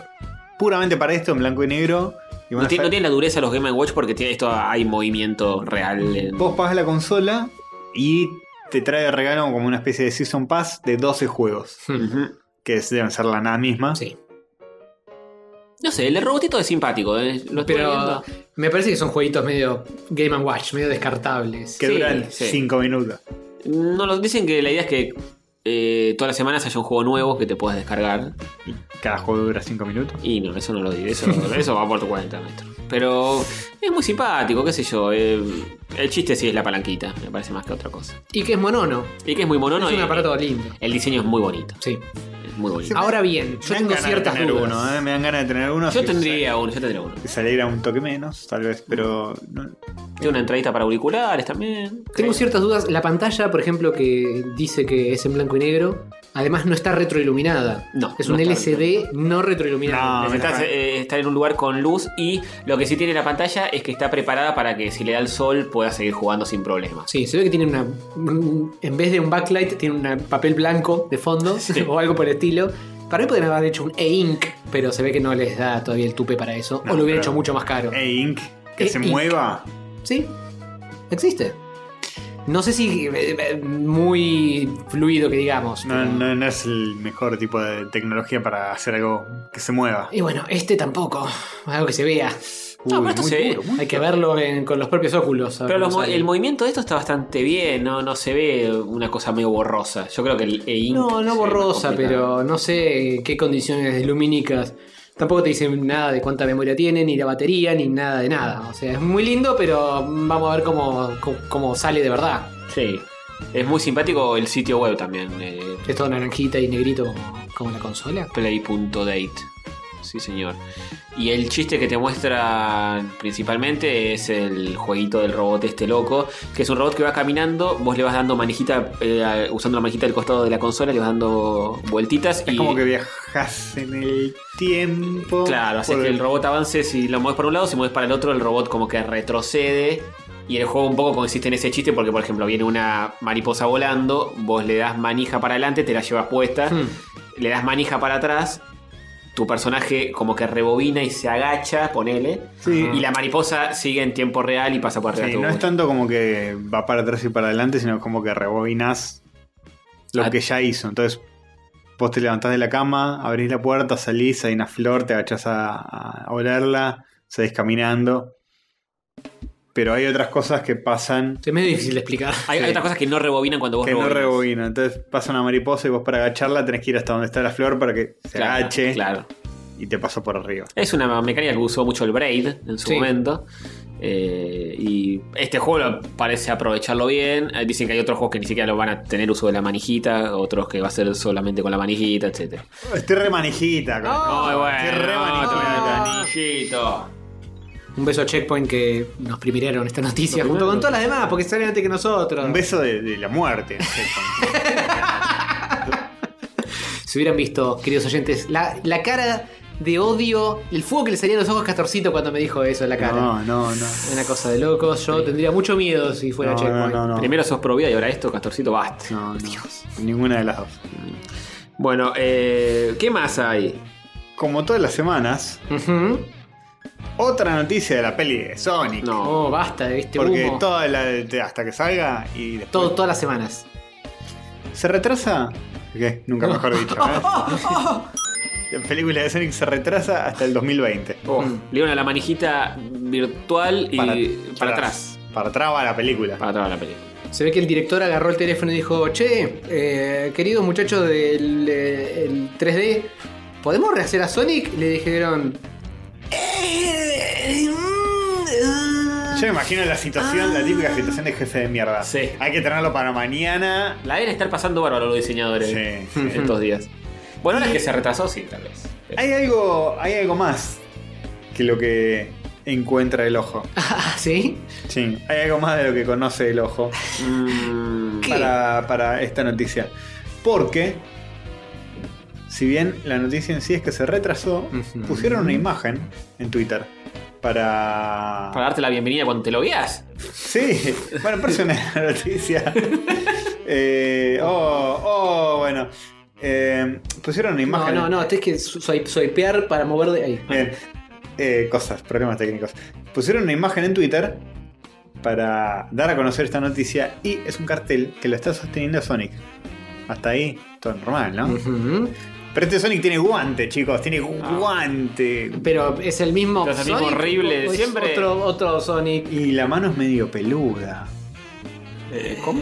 puramente para esto, en blanco y negro. Y van No a tiene, no estar- tiene la dureza de los Game Watch porque tiene esto hay movimiento real. en- Vos pagas la consola y te trae de regalo como una especie de Season Pass de 12 juegos. Ujú. Que es- deben ser la nada misma. Sí. No sé, el robotito es simpático. eh, Lo estoy Pero viendo. me parece que son jueguitos medio Game and Watch, medio descartables. Que Sí, duran sí. 5 minutos. No lo dicen que la idea es que eh, todas las semanas haya un juego nuevo que te puedas descargar. Y cada juego dura 5 minutos. Y no, eso no lo diré, eso, eso va por tu cuenta, maestro. Pero es muy simpático, qué sé yo. eh, el chiste sí es la palanquita, me parece más que otra cosa. Y que es monono. Y que es muy monono. es un y- aparato lindo. El diseño es muy bonito. Sí. Es muy bonito. Ah, Sí, Ahora bien, Me yo dan tengo ganas de ciertas tener dudas. uno, eh, Me dan ganas de tener uno. Yo si tendría uno, yo tendría uno. sal- Si saliera un toque menos, tal vez, pero. no- Tiene una entradita para auriculares también. Tengo creo. ciertas dudas. La pantalla, por ejemplo, que dice que es en blanco y negro, además no está retroiluminada. No, Es no un está LCD no No, retroiluminado. Necesitas me está- eh, estar en un lugar con luz y lo que sí tiene la pantalla es que está preparada para que si le da el sol pueda seguir jugando sin problemas. Sí, se ve que tiene una. En vez de un backlight, tiene un papel blanco de fondo (laughs) o algo por el estilo. Para mí podrían haber hecho un e-ink, pero se ve que no les da todavía el tupe para eso. No, o lo hubiera pero- hecho mucho más caro. E Ink, que E se Ink. mueva. Sí, existe. No sé si eh, eh, muy fluido que digamos. No, pero- no- no es el mejor tipo de tecnología para hacer algo que se mueva. Y bueno, este tampoco. Algo que se vea. No, Uy, pero esto muy se ve. duro, muy Hay que duro. verlo en- con los propios óculos. a ver Pero los cómo mo- sale. el movimiento de esto está bastante bien, no, no se ve una cosa medio borrosa. Yo creo que el e ink No, se ve no más borrosa, complicado. pero no sé qué condiciones lumínicas. Tampoco te dicen nada de cuánta memoria tiene, ni la batería, ni nada de nada. O sea, es muy lindo, pero vamos a ver cómo, cómo- cómo sale de verdad. Sí. Es muy simpático el sitio web también. eh, Es todo naranjita y negrito como, como la consola. Play.date. Sí, señor. Y el chiste que te muestran principalmente es el jueguito del robot este loco, que es un robot que va caminando, vos le vas dando manijita, eh, usando la manijita del costado de la consola, le vas dando vueltitas Es y... como que viajas en el tiempo. Claro, hace por que el- el robot avance, si lo mueves para un lado, si mueves para el otro, el robot como que retrocede. Y el juego un poco consiste en ese chiste porque, por ejemplo, viene una mariposa volando, vos le das manija para adelante, te la llevas puesta, Hmm. le das manija para atrás, tu personaje como que rebobina y se agacha, ponele, Sí. y la mariposa sigue en tiempo real y pasa por arriba Sí, tu- no es tanto como que va para atrás y para adelante, sino como que rebobinas lo Ah. que ya hizo. Entonces, vos te levantás de la cama, abrís la puerta, salís, hay una flor, te agachás a, a olerla, salís caminando. Pero hay otras cosas que pasan Es medio difícil de explicar. Hay, hay otras cosas que no rebobinan cuando vos que no rebobinas. rebobinan. Entonces pasa una mariposa y vos para agacharla tenés que ir hasta donde está la flor para que se Claro, agache Claro. y te pasó por arriba. Es una mecánica que usó mucho el Braid en su Sí. momento. Eh, y este juego lo- parece aprovecharlo bien. Eh, Dicen que hay otros juegos que ni siquiera lo van a tener uso de la manijita, otros que va a ser solamente con la manijita, etc. Estoy re manijita. con- Muy bueno. Estoy re manijita. manijito. Un beso a Checkpoint que nos primiraron esta noticia Nos junto con primaron. todas las demás porque salen antes que nosotros. Un beso de, de la muerte. Si hubieran visto, queridos oyentes, la, la cara de odio, el fuego que le salía a los ojos a Castorcito cuando me dijo eso en la cara. no, no, no. Una cosa de locos. Yo tendría mucho miedo si fuera No, Checkpoint. no, no, no. Primero sos pro vida y ahora esto, Castorcito, basta. No, no. Ninguna de las dos. Bueno, eh, ¿qué más hay? Como todas las semanas, Ujú. otra noticia de la peli de Sonic. No. Oh, basta de este porque humo. toda la, de- hasta que salga y después. Todo- todas las semanas. ¿Se retrasa? ¿Qué? Nunca mejor dicho. (laughs) ¿eh? la película de Sonic se retrasa hasta el 2020. Oh, Le dieron a la manijita virtual y para, atrás. Para atrás va la película. Para atrás de la película. Se ve que el director agarró el teléfono y dijo, che, eh, queridos muchachos del eh, el 3D, ¿podemos rehacer a Sonic? Le dijeron... "Eh, mm, ah". Yo me imagino la situación, la típica situación de jefe de mierda. Ah. Sí. Hay que tenerlo para mañana. La deben estar pasando bárbaro los diseñadores Sí, (laughs) en estos días. Bueno, ahora es que se retrasó, sí, tal vez. Hay algo, hay algo más que lo que encuentra el ojo. Ah, ¿sí? Sí, hay algo más de lo que conoce el ojo Mm, ¿Qué? para, para esta noticia. Porque, si bien la noticia en sí es que se retrasó, Ujú. pusieron una imagen en Twitter para... para darte la bienvenida cuando te lo veas. Sí, bueno, pero es una (laughs) noticia. Eh, oh, oh, bueno. Eh, pusieron una imagen... No, no, no, tenés que su- swipe- swipear para mover de ahí. Bien. Eh, cosas, problemas técnicos. Pusieron una imagen en Twitter para dar a conocer esta noticia y es un cartel que lo está sosteniendo Sonic. Hasta ahí, todo normal, ¿no? Ujú. Pero este Sonic tiene guante, chicos, tiene gu- Ah. guante. Pero es el mismo Pero es el mismo horrible de ¿O es siempre? Otro, otro Sonic. Y la mano es medio peluda. Eh, ¿Cómo?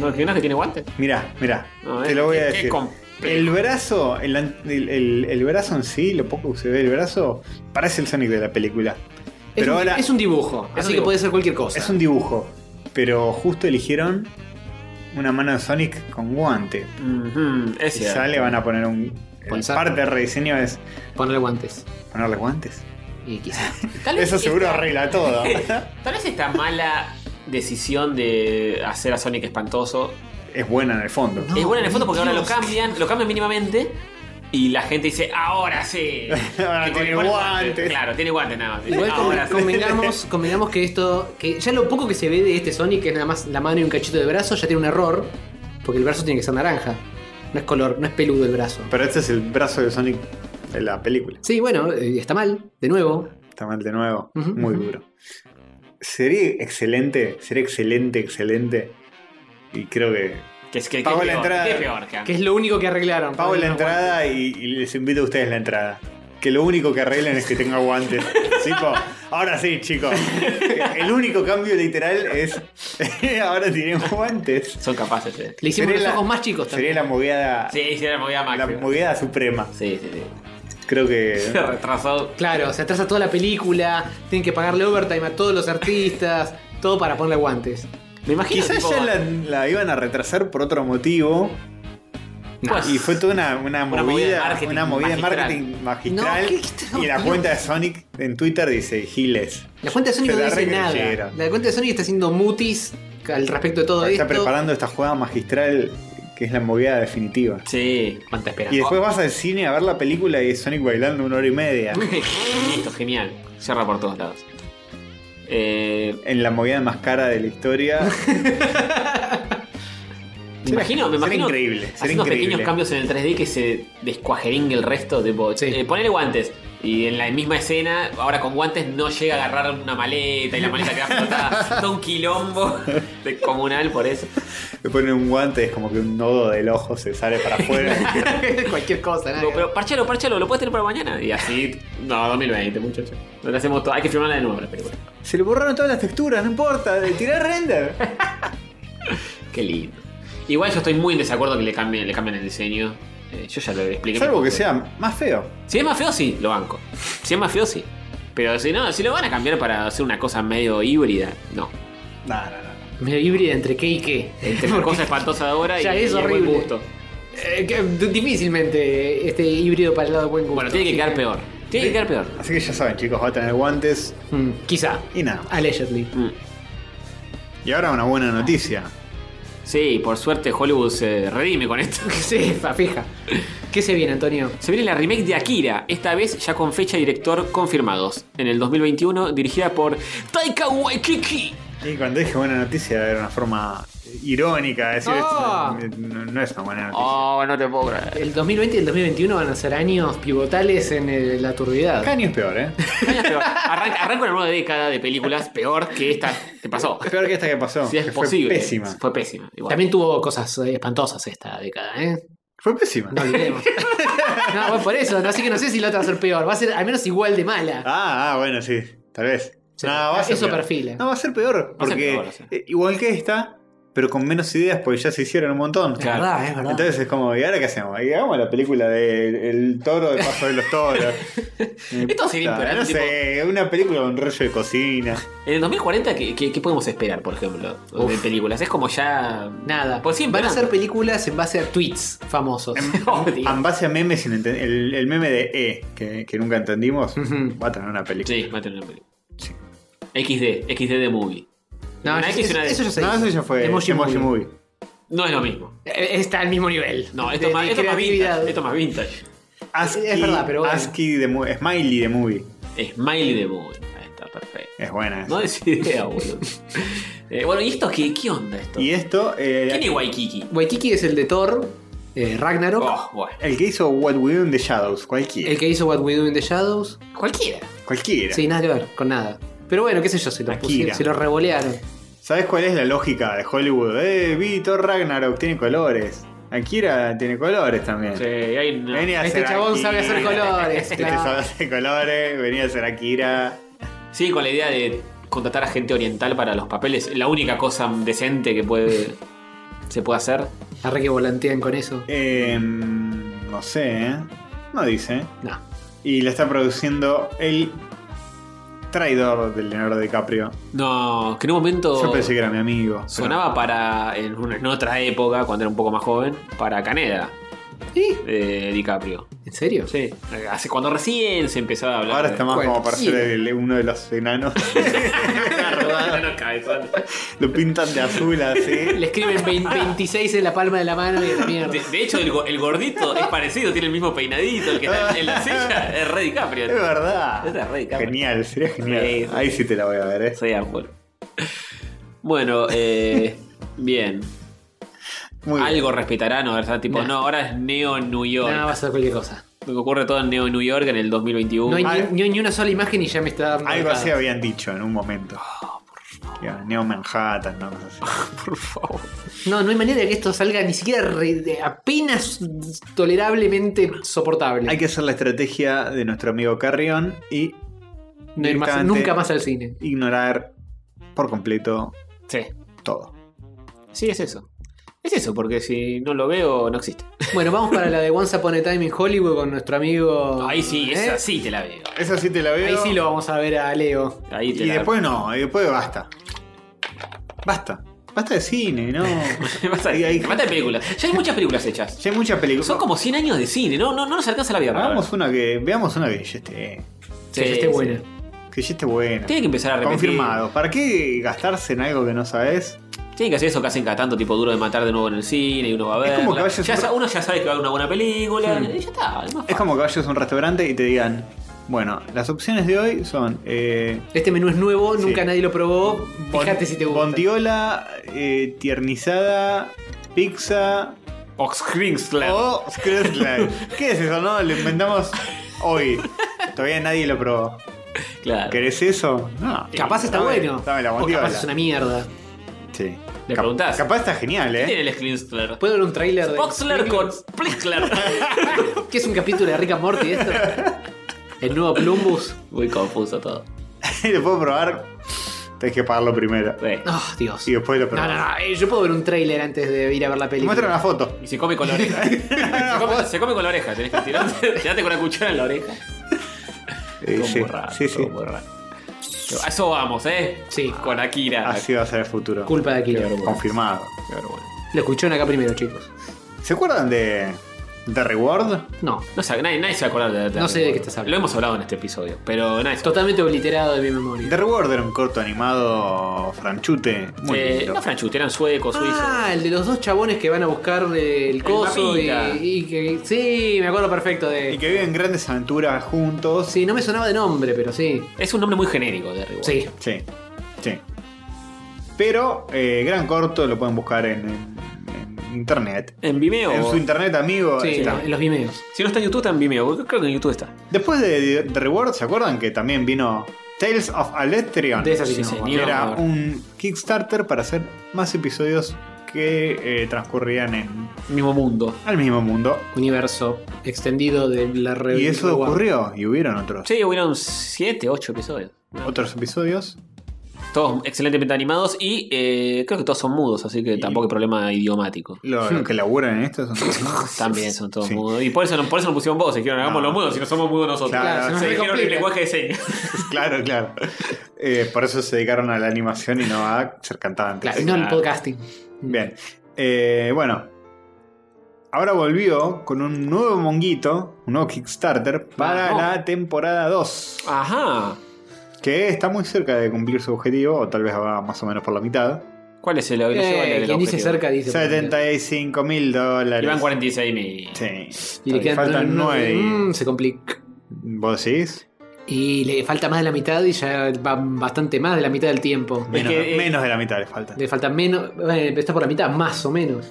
¿No es que no es que tiene guantes? Mirá, mirá, No, te eh, lo voy a qué- qué decir. complejo. El brazo, el, an- el- el- el brazo en sí, lo poco que se ve el brazo, parece el Sonic de la película. Es Pero un- ahora es un dibujo, Ah. un así que dibujo. puede ser cualquier cosa. Es un dibujo, pero justo eligieron una mano de Sonic con guante. Ujú, es Si cierto. sale, van a poner un. Con el saco. parte de rediseño es Ponerle guantes. ponerle guantes. Y quizás. Tal vez Eso seguro esta- arregla (laughs) todo. Tal vez esta mala decisión de hacer a Sonic espantoso es buena en el fondo. es buena Eh, en el mi fondo porque ahora lo Dios. cambian, lo cambian mínimamente. Y la gente dice, ahora sí. (laughs) Ahora Que tiene ponen guantes. Claro, tiene guantes nada más. (laughs) Igual ahora conven- sí. convengamos, convengamos que esto. que ya lo poco que se ve de este Sonic, que es nada más la mano y un cachito de brazo, ya tiene un error. Porque el brazo tiene que ser naranja. No es color, no es peludo el brazo. Pero este es el brazo de Sonic de la película. Sí, bueno, eh, está mal, de nuevo. Está mal de nuevo. Ujú, Muy ujú. duro. Sería excelente, sería excelente, excelente. Y creo que. Que, es que, que Pago es la peor, entrada. que es peor, que- Que es lo único que arreglaron. Pago la Poner unos guantes. entrada y, y les invito a ustedes la entrada. Que lo único que arreglen es que tenga guantes. Tipo, ahora sí, chicos. El único cambio literal es. (laughs) ahora tienen guantes. Son capaces de. Le hicimos Sería los la- ojos más chicos Sería también. la mogueada. Sí, sí, era la movida La máxima. mogueada suprema. Sí, sí, (laughs) sí. Creo que. Retrasado. Claro, se atrasa toda la película, tienen que pagarle overtime a todos los artistas, todo para ponerle guantes. Me imagino. Quizás tipo, ya la, la iban a retrasar por otro motivo. Pues, Y fue toda una, una movida de movida, marketing una movida de magistral. marketing magistral. No, ¿qué- qué- y la no. cuenta de Sonic en Twitter dice Giles. La cuenta de Sony Se no la dice nada. recreyeron. La cuenta de Sony está haciendo mutis al respecto de todo Está esto. preparando esta jugada magistral que es la movida definitiva. Sí. (laughs) ¿Cuánta espera? Y después vas al cine a ver la película y es Sonic bailando una hora y media. Listo, genial. Cierra por todos lados. Eh, En la movida más cara de la historia. me imagino, será me imagino increíble, será haciendo increíble. pequeños cambios en el 3D que se descuajeringue el resto de bots. Sí. poner guantes. Y en la misma escena, ahora con guantes, no llega a agarrar una maleta y la maleta (laughs) queda flotada. Todo un quilombo de comunal por eso. Le ponen un guante, es como que un nodo del ojo se sale para afuera. (laughs) Cualquier cosa, nada. Digo, pero parchalo, parchalo, lo puedes tener para mañana. Y así, no, 2020, muchachos. No lo hacemos todo. Hay que filmarla de nuevo la película. (laughs) se le borraron todas las texturas, no importa, de tirar render. Qué lindo. Igual yo estoy muy en desacuerdo que le cambien, le cambien el diseño. Eh, yo ya lo expliqué. Salvo que Pero- sea más feo. Si es más feo, sí, lo banco. Si es más feo, sí. Pero si no, si lo van a cambiar para hacer una cosa medio híbrida, no. No, no, no. Medio híbrida entre qué y qué. (laughs) Entre una cosa espantosa de ahora y, Ya es y el buen horrible. gusto. Eh, que- difícilmente este híbrido para el lado buen gusto. Bueno, tiene que Así quedar peor. Tiene que quedar peor. Así que ya saben, chicos, va a tener guantes Mm, quizá. y nada. Allegedly. (laughs) Mm. Y ahora una buena noticia. Sí, por suerte Hollywood se redime con esto. (laughs) Sí, fa- fija. ¿Qué se viene, Antonio? Se viene la remake de Akira, esta vez ya con fecha y director confirmados. En el 2021, dirigida por Taika Waititi. Y cuando dije buena noticia era una forma irónica de decir Ah. esto. No, no es una buena noticia. Oh, no te puedo (laughs) creer. El 2020 y el 2021 van a ser años pivotales en el- la turbidad. Acá ni es peor, ¿eh? Arranca, arranca una nueva década de películas peor que esta que (laughs) pasó. peor que esta que pasó. Si es que posible. Fue pésima. Fue pésima. igual. También tuvo cosas eh, espantosas esta década, ¿eh? Fue pésima. (laughs) No olvidemos. no, bueno, por eso, así que no sé si la otra va a ser peor. Va a ser al menos igual de mala. Ah, ah, bueno, sí. Tal vez. Sí. No, va a ser Eso peor. perfila. No, va a ser peor. Va a ser Porque peor, o sea. eh, igual que esta, pero con menos ideas porque ya se hicieron un montón. Claro. verdad, es Entonces es como, ¿y ahora qué hacemos? Y hagamos la película de El toro de paso de los toros. (laughs) Esto sería Puta, imperante, No sé, una película con rollo de (laughs) cocina. En el 2040, ¿qué, qué, qué podemos esperar, por ejemplo? De películas. Es (laughs) como ya. Nada. Por siempre, van a nada. hacer películas en base a tweets famosos. Em, Odio. En base a memes, sin enten- el, el meme de E, que, que nunca entendimos, Ujú. va a tener una película. Sí, va a tener una película. XD, XD de movie. No, Una yo- X y eso, una D. eso ya se No, hizo. eso ya fue Emoji Emoji, Movie. Movie. No es lo mismo. (laughs) Eh, Está al mismo nivel. No, esto de- es más, de esto es más creatividad. vintage. Esto es más vintage. ASCII, es verdad, pero bueno. ASCII de mu- Smiley de Movie. Smiley de movie. Ahí está, perfecto. Es buena. esa. No es (laughs) idea, boludo. Eh, bueno, ¿y esto qué, qué onda esto? Y esto, eh, ¿Quién es Waikiki? Waikiki es el de Thor, eh, Ragnarok, Oh, bueno. el que hizo What We Do in the Shadows, cualquiera. el que hizo What We Do in the Shadows. Cualquiera. Cualquiera. Sí, nada que ver con nada. Pero bueno, qué sé yo, se lo, Akira. pusieron- se lo revolearon. ¿Sabes cuál es la lógica de Hollywood? Eh, Vito Ragnarok tiene colores. Akira tiene colores también. Sí, hay una- Vení a Este hacer chabón Akira. sabe hacer colores, Este claro. sabe hacer colores, venía a hacer Akira. Sí, con la idea de contratar a gente oriental para los papeles. La única cosa decente que puede se puede hacer. Arre que volantean con eso. Eh, no sé, ¿eh? No dice. No. Y la está produciendo el traidor de Leonardo DiCaprio. No, que en un momento Oh. Yo pensé que era mi amigo. pero- sonaba para en, una- en otra época cuando era un poco más joven para Caneda ¿Sí? de DiCaprio. ¿En serio? Sí, hace cuando recién se empezaba a hablar. Ahora está (laughs) más como para ser Cualquiera. el- uno de los enanos. (laughs) Ah, No, cabezón. Lo pintan de azul (laughs) así. Le escriben vein- 26 en la palma de la mano y a la mierda. De, de hecho, el, go- el gordito es parecido, tiene el mismo peinadito, el que está en la (laughs) silla es re DiCaprio. Es verdad. Es de Rey, cabrón. genial, sería genial. Sí, sí. Ahí sí te la voy a ver, ¿eh? Soy árbol. Bueno, eh, bien. Muy bien. Algo respetarán, o sea, tipo, Nah. no, ahora es Neo New York. Nada, va a ser cualquier cosa. Lo que ocurre todo en Neo New York en el 2021. No hay, Algo- ni, no hay ni una sola imagen y ya me está dando. Algo así arcadas. habían dicho en un momento. Ah, Que era Neo Manhattan, ¿no? Cosas así. por favor. No, no hay manera de que esto salga ni siquiera re- de- apenas tolerablemente soportable. Hay que hacer la estrategia de nuestro amigo Carrión y no ir más, directamente- nunca más al cine. ignorar por completo Sí, todo. sí, es eso. Es eso, porque si no lo veo, no existe. Bueno, vamos para la de Once Upon a Time in Hollywood con nuestro amigo. Ahí sí, ¿eh? esa sí te la veo. Esa sí te la veo. Ahí sí lo vamos a ver a Leo. Ahí te Y la después no, y después basta. Basta. Basta de cine, (laughs) ¿no? Basta Hay- hay- de basta de películas. Ya hay muchas películas hechas. Ya hay muchas películas. Son como 100 años de cine, no, no, no nos alcanza la vida. para Hagamos una que. Veamos una que ya esté. Sí, que esté sí. buena. Que ya esté buena. Tiene que empezar a repetir. Confirmado. ¿Para qué gastarse en algo que no sabes? Tiene que hacer eso que hacen cada tanto, tipo duro de matar de nuevo en el cine y uno va a ver. Es como que vayas ya a- sa- Uno ya sabe que va a haber una buena película. Hmm. Y ya está. Es, Es más fácil. como que vayas a un restaurante y te digan. Bueno, las opciones de hoy son. Eh, Este menú es nuevo, Sí. nunca nadie lo probó. bon- Fíjate si te gusta. Bondiola, eh, tiernizada, pizza Oxcringsler. o (laughs) Skrull. ¿Qué es eso, no? Lo inventamos hoy. Todavía nadie lo probó. Claro. ¿Querés eso? No. Capaz está Dame- bueno. Dame la o bondiola. capaz es una mierda. Sí. Le Cap- preguntás. Capaz está genial, ¿Qué ¿eh? tiene el Skrinsler? ¿Puedo ver un tráiler de. Oxler con Plickler. ¿Qué es un capítulo de Rick and Morty esto? El nuevo Plumbus. Muy confuso todo. (laughs) lo puedo probar. Tenés que pagarlo primero. Sí. Oh, Dios. Y después lo No, probás. no, no. eh, Yo puedo ver un tráiler antes de ir a ver la película. Muestra una foto. Y se come con (laughs) la oreja. se, come, se come con la oreja. Tenés que tirarte, tirarte con la cuchara en la oreja. Eh, Todo sí, muy raro, sí, Ah. sí. todo muy raro. A eso vamos, ¿eh? Sí. Con Akira. Así va a ser el futuro. Culpa de Aquilo. Confirmado. Pero bueno. Lo escucharon acá primero, chicos. ¿Se acuerdan de The Reward? No. No sé, nadie, nadie se va a acordar de, No sé de qué estás hablando. Lo hemos hablado en este episodio, pero nadie se Totalmente obliterado de mi The memoria. Reward era un corto animado franchute. Muy Eh, lindo. no franchute, eran suecos, suizos. Ah, el de los dos chabones que van a buscar eh, el coso y, mapita. y que. Sí, me acuerdo perfecto Y de. que viven grandes aventuras juntos. Sí, no me sonaba de nombre, pero sí. Es un nombre muy genérico de Reward. Sí. Sí, sí. Pero, eh, gran corto, lo pueden buscar en, en- en internet. En Vimeo. En su internet, amigo. Sí, Oh, está. en los Vimeos. Si no está en YouTube, está en Vimeo. Creo que en YouTube está. Después de The Reward, ¿se acuerdan que también vino Tales of Alestrion? De esa sí Sí, que no me señor. Que acuerdo. era un Kickstarter para hacer más episodios que eh, transcurrían en Mismo mundo. al mismo mundo. Universo extendido de la red. Y eso ocurrió, y hubieron otros, Sí, hubieron 7, 8 episodios. otros episodios. Todos excelentemente animados y eh, creo que todos son mudos, así que tampoco hay problema idiomático. Lo, lo que laburan en esto son También son todos Sí. mudos. Y por eso, no- por eso no pusieron voz, dijeron hagamos No. los mudos, si no somos mudos nosotros. Claro, Claro, se nos Se dijeron el recomplica. lenguaje de señas. (laughs) Claro, claro. Eh, por eso se dedicaron a la animación y no a ser cantantes. Claro, no el Claro. podcasting. Bien. Eh, bueno. Ahora volvió con un nuevo monguito, un nuevo Kickstarter, para Vamos. Ah. la temporada 2. Ajá. Que está muy cerca de cumplir su objetivo, o tal vez va más o menos por la mitad. ¿Cuál es el Eh, no sé cuál es el quien dice objetivo. cerca dice. 75 mil Y van dólares. 46 mil. Sí. Y le quedan Faltan nueve. Mm, se complica. ¿Vos decís? Y le falta más de la mitad y ya va bastante más de la mitad del tiempo. Menos, que, eh, menos de la mitad le falta. Le falta menos. Bueno, está por la mitad, más o (laughs) menos.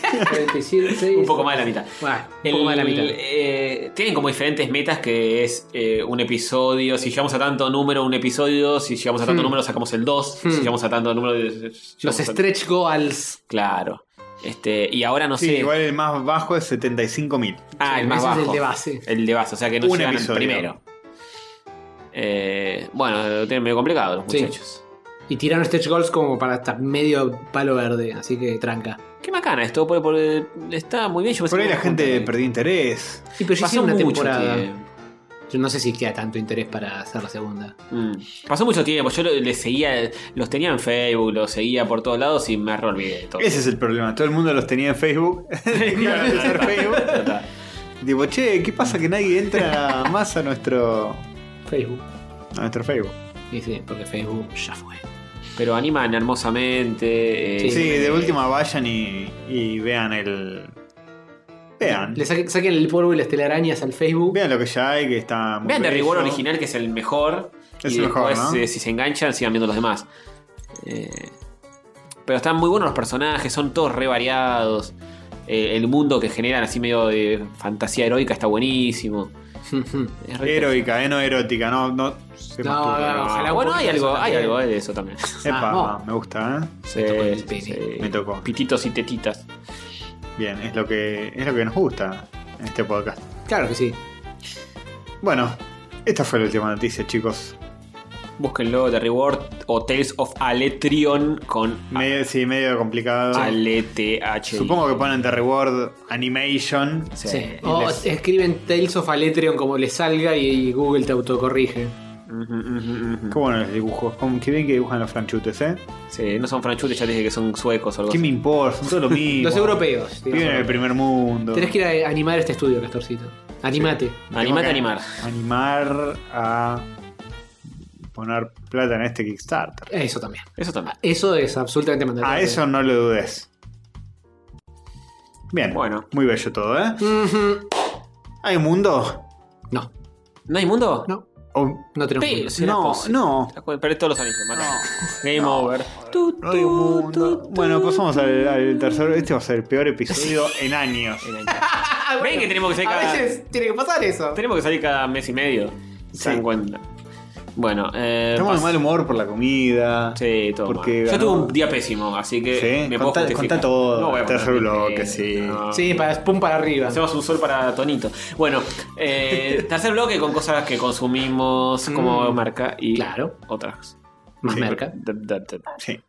47, Un poco más de la mitad. Bueno, un El- poco más de la mitad. eh, tienen como diferentes metas que es eh, un episodio, si llegamos a tanto número, un episodio, si llegamos a tanto Hmm. número, sacamos el 2, Hmm. si llegamos a tanto número... eh, Los llegamos a- stretch goals. Claro. Este, y ahora no sí, sé... igual el más bajo es 75 mil. ah, el más ese es bajo. el de base. El de base, o sea que no Un llegan al episodio. primero. Eh, bueno, lo tienen medio complicado los Sí. muchachos. Y tiraron stretch goals como para hasta medio palo verde, así que tranca. Qué macana esto, porque, porque está muy bien. Yo pensé Por ahí que la iba a gente juntar. perdió interés. Y pero ya Pasó hicieron una mucho temporada. tiempo. Yo no sé si queda tanto interés para hacer la segunda. Mm. Pasó mucho tiempo, yo lo- les seguía, los tenía en Facebook, los seguía por todos lados y me re olvidé de todo. Ese es el problema. Todo el mundo los tenía en (laughs) Facebook. (laughs) Dejaron de usar Facebook. Total. Digo, che, ¿qué pasa que nadie entra más a nuestro, Facebook. a nuestro Facebook? Y sí, porque Facebook ya fue. Pero animan hermosamente. eh, Sí, de eh, última vayan y, y vean el. Vean. Le saque- saquen el polvo y las telarañas al Facebook. Vean lo que ya hay, que está muy Vean de bello. rigor original, que es el mejor. Es y el mejor, después, ¿no? eh, si se enganchan, sigan viendo los demás. Eh, pero están muy buenos los personajes, son todos re variados. Eh, el mundo que generan, así medio de fantasía heroica, está buenísimo. Es re Heroica, eh, no erótica, no, no se masturba. No, no, no. Ah, Ojalá bueno, por hay eso algo, hay también. algo eh, de eso también. Epa, Ah, Vamos. me gusta, ¿eh? Sí, tocó el pene. Me tocó. Pititos y tetitas. Bien, es lo que es lo que nos gusta en este podcast. (laughs) Claro que sí. Bueno, esta fue la última noticia, chicos. Ah. Búsquenlo, The Reward o Tales of Aletrion con Medio, sí, medio complicado. ALETH. Supongo que ponen The Reward Animation. Oh, Sí. O escriben Tales of Aletreon como les salga y, y Google te autocorrige. Ujú, ujú, ujú. Qué bueno los dibujos. Como que bien que dibujan los franchutes, ¿eh? Sí, no son franchutes, ya dije que son suecos o algo ¿Qué me así. importa? Son todos lo mismo. Los europeos. Viven en el digamos. primer mundo. Tenés que ir a animar este estudio, Castorcito. Animate. Tengo Animate que a animar. Animar a poner plata en este Kickstarter. Eso también. Eso también. Eso es absolutamente mandatorio. A eso no lo dudes. Bien. Bueno. Muy bello todo, ¿eh? Ujú. ¿Hay un mundo? No, Ah, ¿No hay mundo? no, ¿O- no tenemos. Pero, mundo. sí, la No, cosa. no. Perdí todos los anillos, mata. Game (laughs) over. No hay un mundo. Bueno, pasamos al, al tercer. Este va a ser el peor episodio en años. En el- (laughs) Ven que tenemos que salir A cada, veces tiene que pasar eso. tenemos que salir cada mes y medio. Sí. Se dan cuenta. Bueno, eh, Estamos de pas- mal humor por la comida. Sí, todo Porque mal. Yo ganó- tuve un día pésimo, así que Sí, me contá- puedo justificar. contá todo, voy a tercer poner- bloque, sí. no. Sí, para, pum para arriba. Hacemos un sol para Tonito. Bueno, (laughs) eh, tercer bloque con cosas que consumimos como Mm, marca y claro. otras. Más Sí, merca. Da- da- da- Sí.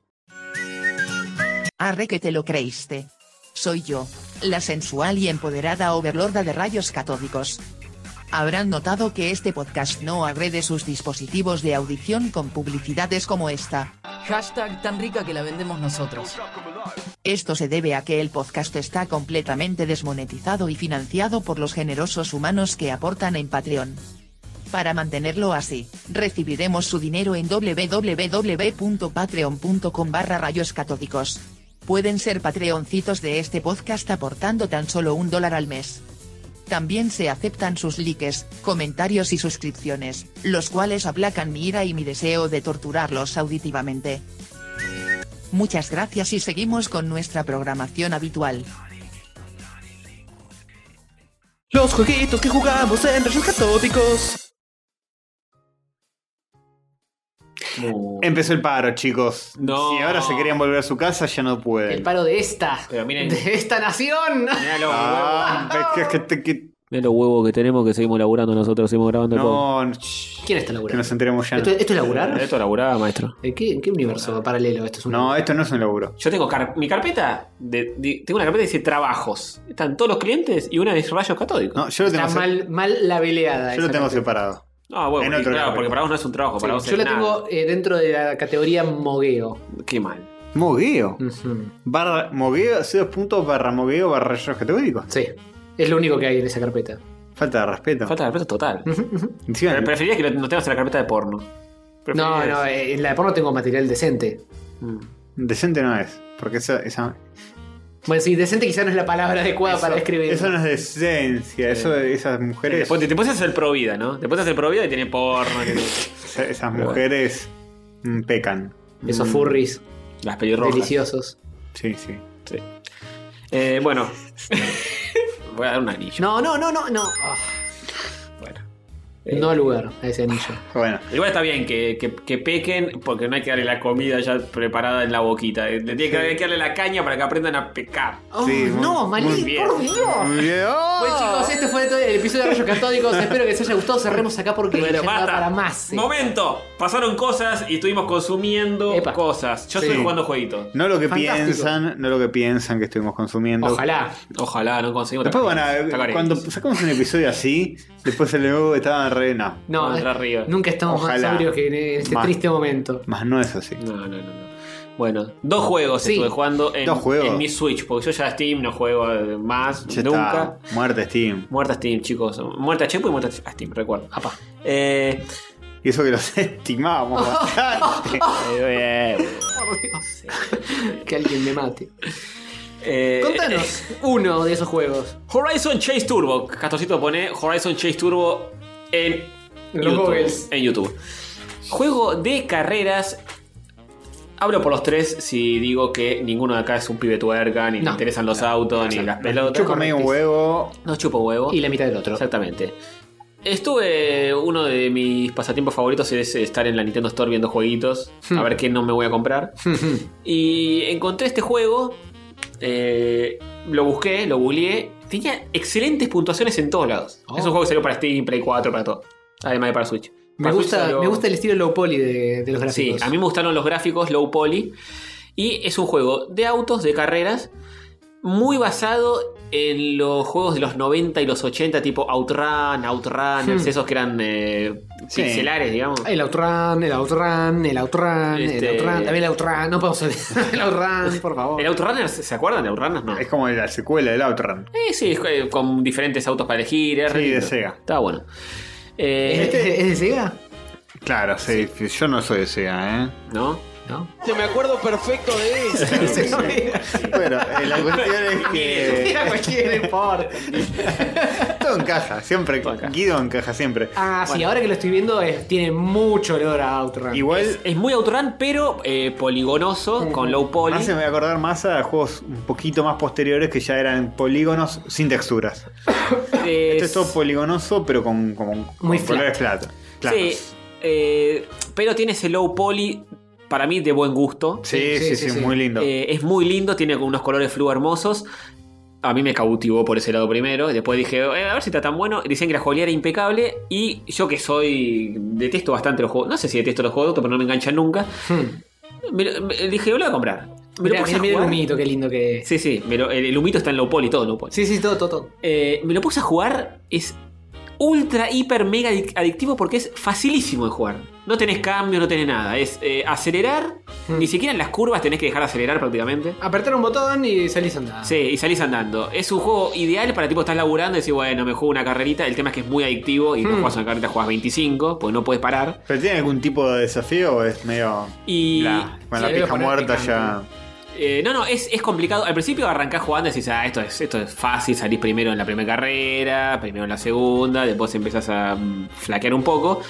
Arre que te lo creíste. Soy yo, la sensual y empoderada overlorda de rayos catódicos. Habrán notado que este podcast no agrede sus dispositivos de audición con publicidades como esta. Hashtag tan rica que la vendemos nosotros. Esto se debe a que el podcast está completamente desmonetizado y financiado por los generosos humanos que aportan en Patreon. Para mantenerlo así, recibiremos su dinero en www.patreon.com barra rayos catódicos. Pueden ser patreoncitos de este podcast aportando tan solo un dólar al mes. También se aceptan sus likes, comentarios y suscripciones, los cuales aplacan mi ira y mi deseo de torturarlos auditivamente. Muchas gracias y seguimos con nuestra programación habitual. Los jueguitos que jugamos en Rayos Catódicos. Mu- Empezó el paro, chicos. No. Si ahora se querían volver a su casa, ya no El pueden. paro de esta. Pero miren- De (laughs) esta nación. Mirá los Ah, es que- es que- que- huevos. Mirá los huevos que tenemos que seguimos laburando nosotros, seguimos grabando el podcast. no, shh, ¿Quién está que laburando? nos enteremos ya. ¿Esto, esto es laburar? Esto laburaba, maestro. ¿En qué, en qué universo paralelo esto es un No, esto no es un laburo. Yo tengo car- mi carpeta, de, de- tengo una carpeta que dice trabajos. Están todos los clientes y una de rayos catódicos. No, yo lo tengo, Está se- mal, mal labeleada. yo lo esa tengo parte. separado. Ah, bueno, En porque, otro claro, lado. porque para vos no es un trabajo, Sí, para vos yo es la nada. tengo eh, dentro de la categoría mogueo. Qué mal. Mogueo. Mm. Ujú. Barra, mogueo, c dos puntos barra mogueo barra rayos católicos. Sí. Es lo único que hay en esa carpeta. Falta de respeto. Falta de respeto total. Ujú, ujú. Encima, Pero preferirías que lo- nos tengas en la carpeta de porno. No, Preferirías- no, eh, en la de porno tengo material decente. Mm. decente no es. Porque esa, esa, Bueno, sí, decente quizás no es la palabra adecuada para describir. eso no es decencia. Eso, esas mujeres. Después te, te puedes hacer pro vida, ¿no? Te puedes hacer pro vida y tiene porno. (laughs) tiene- esa- esas mujeres mm, pecan. Esos furries Las pelirrojas. deliciosos. Sí, sí. Sí. Eh, bueno. (laughs) Voy a dar un anillo. No, no, no, no, no. Ah, Bueno. Eh. No lugar a ese anillo. Bueno. Igual está bien que, que- que pequen porque no hay que darle la comida ya preparada en la boquita. Eh, Le tiene que, hay que darle la caña para que aprendan a pecar. Oh, Sí, muy- no, muy Malí, bien. por Dios. Muy bien. Bueno, chicos, este fue todo el episodio de Rayos Catódicos. Espero que les haya gustado. Cerremos acá porque Bueno, ya no da basta. para más. eh. sí. Momento. Pasaron cosas y estuvimos consumiendo Epa. cosas. Yo Sí. estoy jugando jueguitos. No lo que Fantástico. piensan, no lo que piensan que estuvimos consumiendo. Ojalá. Ojalá no conseguimos. Después van otra cosa. Está a. careta. Cuando sacamos un episodio así, después el nuevo estaba re. No. No, Vamos a entrar arriba. nunca estamos más Ojalá. sobrios que en este Más. triste momento. Más no es así. No, no, no, no. Bueno, dos juegos Sí. estuve jugando en, Dos juegos. en mi Switch, porque yo ya Steam no juego eh, más Ya nunca. está. Muerte Steam. Muerta Steam, chicos. Muerta Chepo y muerta a Steam, recuerdo. Apa. Eh, Y eso que los (laughs) estimamos bastante. (laughs) eh, Por Dios. (laughs) que alguien me mate. eh, Contanos uno de esos juegos. Horizon Chase Turbo. Castorcito pone Horizon Chase Turbo en En los YouTube. Googles. En YouTube. Juego de carreras. Hablo por los tres si digo que ninguno de acá es un pibe tuerca, ni No. le interesan los autos, ni las pelotas. Yo comí un huevo. No chupo huevo. Y la mitad del otro. (laughs) Exactamente. Estuve. Uno de mis pasatiempos favoritos es eh, estar en la Nintendo Store viendo jueguitos, Hmm. a ver qué no me voy a comprar. Y encontré este juego, eh, lo busqué, lo googleé. Tenía excelentes puntuaciones en todos lados. Oh. Es un juego que salió para Steam, Play 4, para todo. Además de para Switch. me, Para Switch gusta, salió- me gusta el estilo low poly de, de los Sí, gráficos. a mí me gustaron los gráficos, low poly. Y es un juego de autos, de carreras. muy basado en los juegos de los 90 y los 80, tipo Outrun, Outrunners, Hmm. esos que eran eh, Sí. pixelares, digamos. El Outrun, el Outrun, el Outrun, Este- el Outrun, también el Outrun, no podemos olvidar (laughs) el Outrun, por favor. ¿El Outrunners? ¿Se acuerdan de Outrunners? No. Es como la secuela del Outrun. Eh, sí, es, eh, con diferentes autos para elegir. era Sí, re lindo. de Sega. Estaba bueno. Eh, ¿Es, este- de- es de Sega? (laughs) Claro, sí, yo no soy de Sega, ¿eh? ¿No? No. Te me acuerdo perfecto de (laughs) eso. Ese no era. Bueno, eh, la cuestión es (laughs) que (laughs) Era cualquier deporte. (laughs) todo encaja, siempre. Todo encaja. Guido encaja siempre. Ah, sí, ahora que lo estoy viendo es- tiene mucho olor a Outrun. Igual, Es muy Outrun, pero eh, poligonoso, con low poly. más se me voy a acordar más a juegos un poquito más posteriores que ya eran polígonos sin texturas. Eh, Esto es todo poligonoso, pero con, con- con Muy flat. colores platos. Sí, eh, pero tiene ese low poly, para mí, de buen gusto. Sí, sí, sí, Sí, sí, sí. muy lindo. Eh, es muy lindo, tiene unos colores flu hermosos. A mí me cautivó por ese lado primero. y Después dije, "Eh, a ver si está tan bueno. Dicen que la joyería era impecable. Y yo que soy. Detesto bastante los juegos. No sé si detesto los juegos de auto, pero no me enganchan nunca. Hmm. Me lo- me- dije, "Lo voy a comprar. Me lo Mirá, mirá, puse a mirá el jugar. humito, qué lindo que es. Sí, sí, me lo- el, el humito está en low poly, todo en low poly. Sí, sí, todo, todo, todo. Eh, me lo puse a jugar, es ultra, hiper, mega adic- adictivo porque es facilísimo de jugar. No tenés cambios, no tenés nada. Es eh, acelerar, Mm. ni siquiera en las curvas tenés que dejar de acelerar prácticamente. Apretar un botón y salís andando. Sí, y salís andando. Es un juego ideal para tipo estás laburando y decís, bueno, me juego una carrerita. El tema es que es muy adictivo y no Mm. juegas una carrerita, juegas 25, pues no puedes parar. ¿Pero tiene algún tipo de desafío o es medio. Y Bla? Bueno, sí, la debe pija poner muerta ya. picante. Eh, no, no, es, es complicado. Al principio arrancás jugando y decís, ah, esto es, esto es fácil, salís primero en la primera carrera, primero en la segunda, después empezás a mm, flaquear un poco.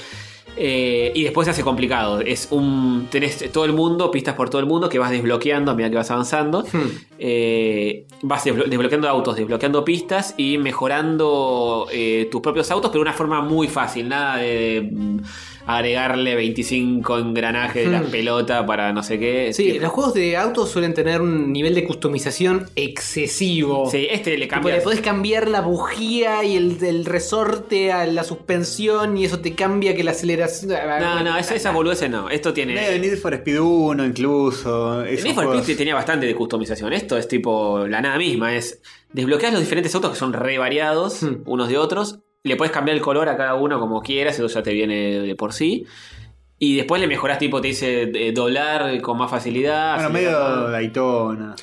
Eh, y después se hace complicado. Es un. tenés todo el mundo, pistas por todo el mundo, que vas desbloqueando a medida que vas avanzando. Hmm. Eh, vas desblo- desbloqueando autos, desbloqueando pistas y mejorando eh, tus propios autos, pero de una forma muy fácil, nada de, mm, agregarle 25 engranajes de la Hmm. pelota para no sé qué. Sí, Tipo- los juegos de autos suelen tener un nivel de customización excesivo. Sí, este le Tipo, cambia. le podés cambiar la bujía y el, el resorte a la suspensión y eso te cambia que la aceleración. Ah, No, no, esa, esa boludez no. Esto Medio de tiene. Need for Speed 1 incluso. esos Eh. Need for juegos. Speed tenía bastante de customización. Esto es tipo la nada misma. Es desbloqueas los diferentes autos que son re variados Hmm. unos de otros. Le puedes cambiar el color a cada uno como quieras. Eso ya te viene de por sí. Y después le mejoras, tipo, te dice eh, doblar con más facilidad. Bueno, acelerar medio más. Daytona.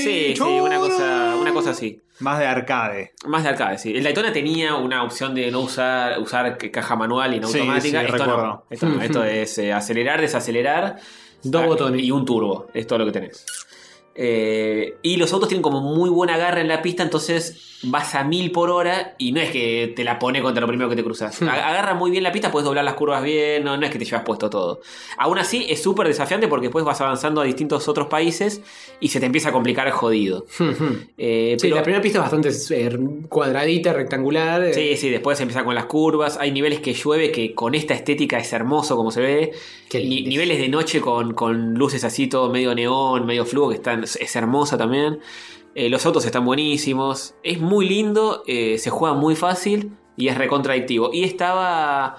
Sí, sí, una cosa, una cosa así. Más de arcade. Más de arcade, sí. El Daytona tenía una opción de no usar, usar ca- caja manual y no Sí, automática. sí, esto recuerdo. no. Esto, no. (laughs) Esto es eh, acelerar, desacelerar. Dos Ah, botones. Y un turbo. Es todo lo que tenés. Eh, y los autos tienen como muy buena garra en la pista, entonces vas a mil por hora y no es que te la pone contra lo primero que te cruzas. Hmm. A- Agarra muy bien la pista, puedes doblar las curvas bien, no, no es que te llevas puesto todo. Aún así, es súper desafiante porque después vas avanzando a distintos otros países y se te empieza a complicar jodido. Hmm, hmm. Eh, Sí, pero- la primera pista es bastante eh, cuadradita, rectangular. eh. Sí, sí, después empieza con las curvas. Hay niveles que llueve que con esta estética es hermoso como se ve. Qué Ni- lindo. niveles de noche con, con luces así, todo medio neón, medio fluo, que están, es hermosa también. Eh, los autos están buenísimos. Es muy lindo, eh, se juega muy fácil y es recontradictivo. Y estaba.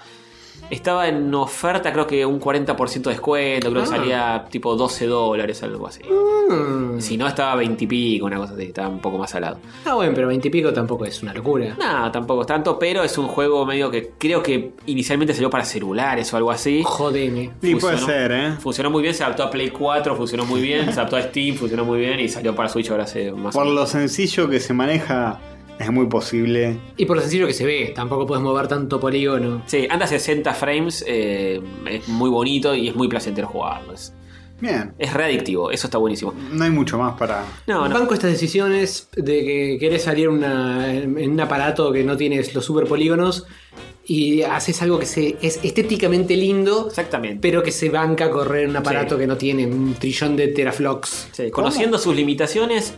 Estaba en oferta, creo que un 40% de descuento, creo que Ah. salía tipo 12 dólares, algo así. Hmm. Si no, estaba 20 y pico, una cosa así, estaba un poco más salado. Ah, bueno, pero 20 y pico tampoco es una locura. No, tampoco es tanto, pero es un juego medio que creo que inicialmente salió para celulares o algo así. Jodeme. Sí, Funcionó. puede ser, ¿eh? Funcionó muy bien, se adaptó a Play 4, funcionó muy bien, se adaptó a Steam, funcionó muy bien y salió para Switch ahora hace más o Por menos. lo sencillo que se maneja, es muy posible. Y por lo sencillo que se ve, tampoco puedes mover tanto polígono. Sí, anda a 60 frames, eh, es muy bonito y es muy placentero jugarlo. Es, Bien, es re adictivo, eso está buenísimo. no hay mucho más para. No, no. Banco estas decisiones de que querés salir una- en un aparato que no tienes los super polígonos y haces algo que se, es estéticamente lindo, Exactamente. pero que se banca correr en un aparato Sí. que no tiene un trillón de teraflops. Sí, conociendo sus limitaciones,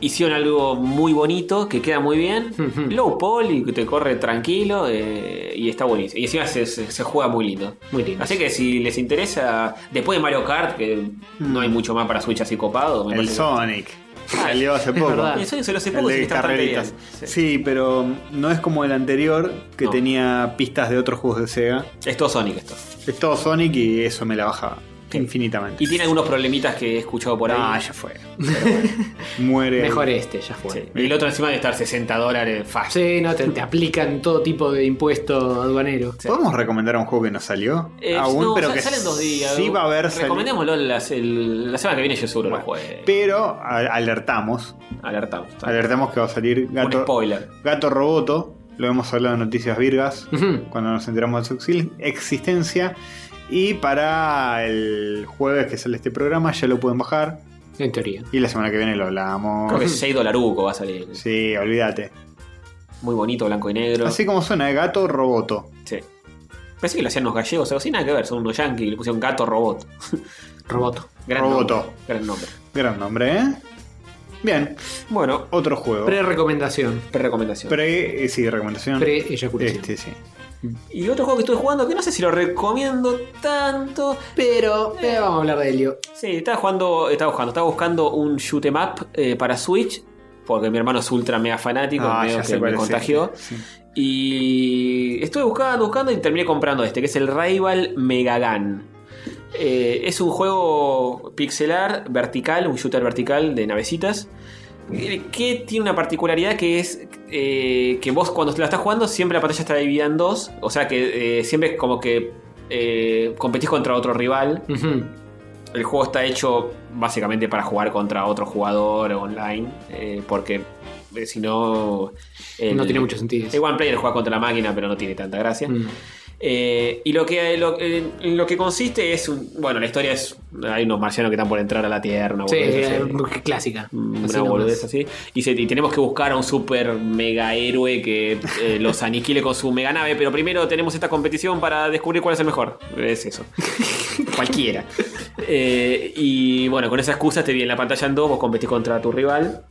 hicieron algo muy bonito, que queda muy bien. Ujú. Low poly, que te corre tranquilo eh, y está buenísimo. Y encima se, se- se juega muy lindo. Muy lindo. Así que si les interesa, después de Mario Kart, que no hay mucho más para Switch así copado. me Mm. El parece que- Sonic. Salió hace es poco. verdad. El Sonic se lo hace El poco, sí, de está bastante carreritas. bien. Sí. pero no es como el anterior que No. tenía pistas de otros juegos de Sega. Es todo Sonic esto. Es todo Sonic y eso me la bajaba. infinitamente. Y tiene algunos problemitas que he escuchado por ahí. Ah, ya fue. Muere. Mejor este, ya fue. Sí. Y el otro encima de estar 60 dólares fácil. Sí, no, te, te aplican todo tipo de impuesto aduanero. ¿Podemos recomendar un juego que no salió? Eh, Aún, no, pero sal- que salen dos días. sí va a haber salido. Recomendémoslo en las- el- la semana que viene, yo seguro lo juegue. Pero a- alertamos. Alertamos. Alertamos que va a salir Un Gato, spoiler. Gato Roboto. Lo hemos hablado en Noticias Virgas. Ujú. Cuando nos enteramos de su exil- existencia. Y para el jueves que sale este programa ya lo pueden bajar. En teoría. Y la semana que viene lo hablamos. Creo que 6 dolaruco va a salir. Sí, olvídate. Muy bonito, blanco y negro. Así como suena, ¿eh? Gato Roboto. Sí. Parece que lo hacían los gallegos, algo así, nada que ver, son unos yankees y le pusieron gato robot. Roboto. Gran Roboto. nombre, gran nombre. Gran nombre, ¿eh? Bien, Bueno, otro juego. Pre-recomendación. recomendación. Pre, eh, sí, recomendación. Pre-eyaculación. este, sí. Y otro juego que estuve jugando, que no sé si lo recomiendo tanto, pero... Eh, vamos a hablar de Helio. Sí, estaba jugando, estaba buscando, estaba buscando un shoot em up eh, para Switch, porque mi hermano es ultra mega fanático, Ah, medio ya sé que cuál me es contagió. este, sí. Y estuve buscando, buscando y terminé comprando este, que es el Rival Megagan. Eh, es un juego pixelar, vertical, un shooter vertical de navecitas. eh, Que tiene una particularidad que es eh, que vos cuando la estás jugando siempre la pantalla está dividida en dos. O sea que eh, siempre es como que eh, competís contra otro rival. Ujú. El juego está hecho básicamente para jugar contra otro jugador online. eh, porque eh, si no... el- No tiene mucho sentido. eso. el One Player juega contra la máquina, pero no tiene tanta gracia. Mm. Eh, y lo que, lo, eh, en lo que consiste es. un- bueno, la historia es. Hay unos marcianos que están por entrar a la Tierra, una Sí, boludez eh, así. clásica. Así Una nomás. boludez así. Y, se- y tenemos que buscar a un super mega héroe que eh, (laughs) los aniquile con su mega nave. Pero primero tenemos esta competición para descubrir cuál es el mejor. (laughs) Es eso. Cualquiera. Eh, y bueno, con esa excusa te viene la pantalla en dos, vos competís contra tu rival.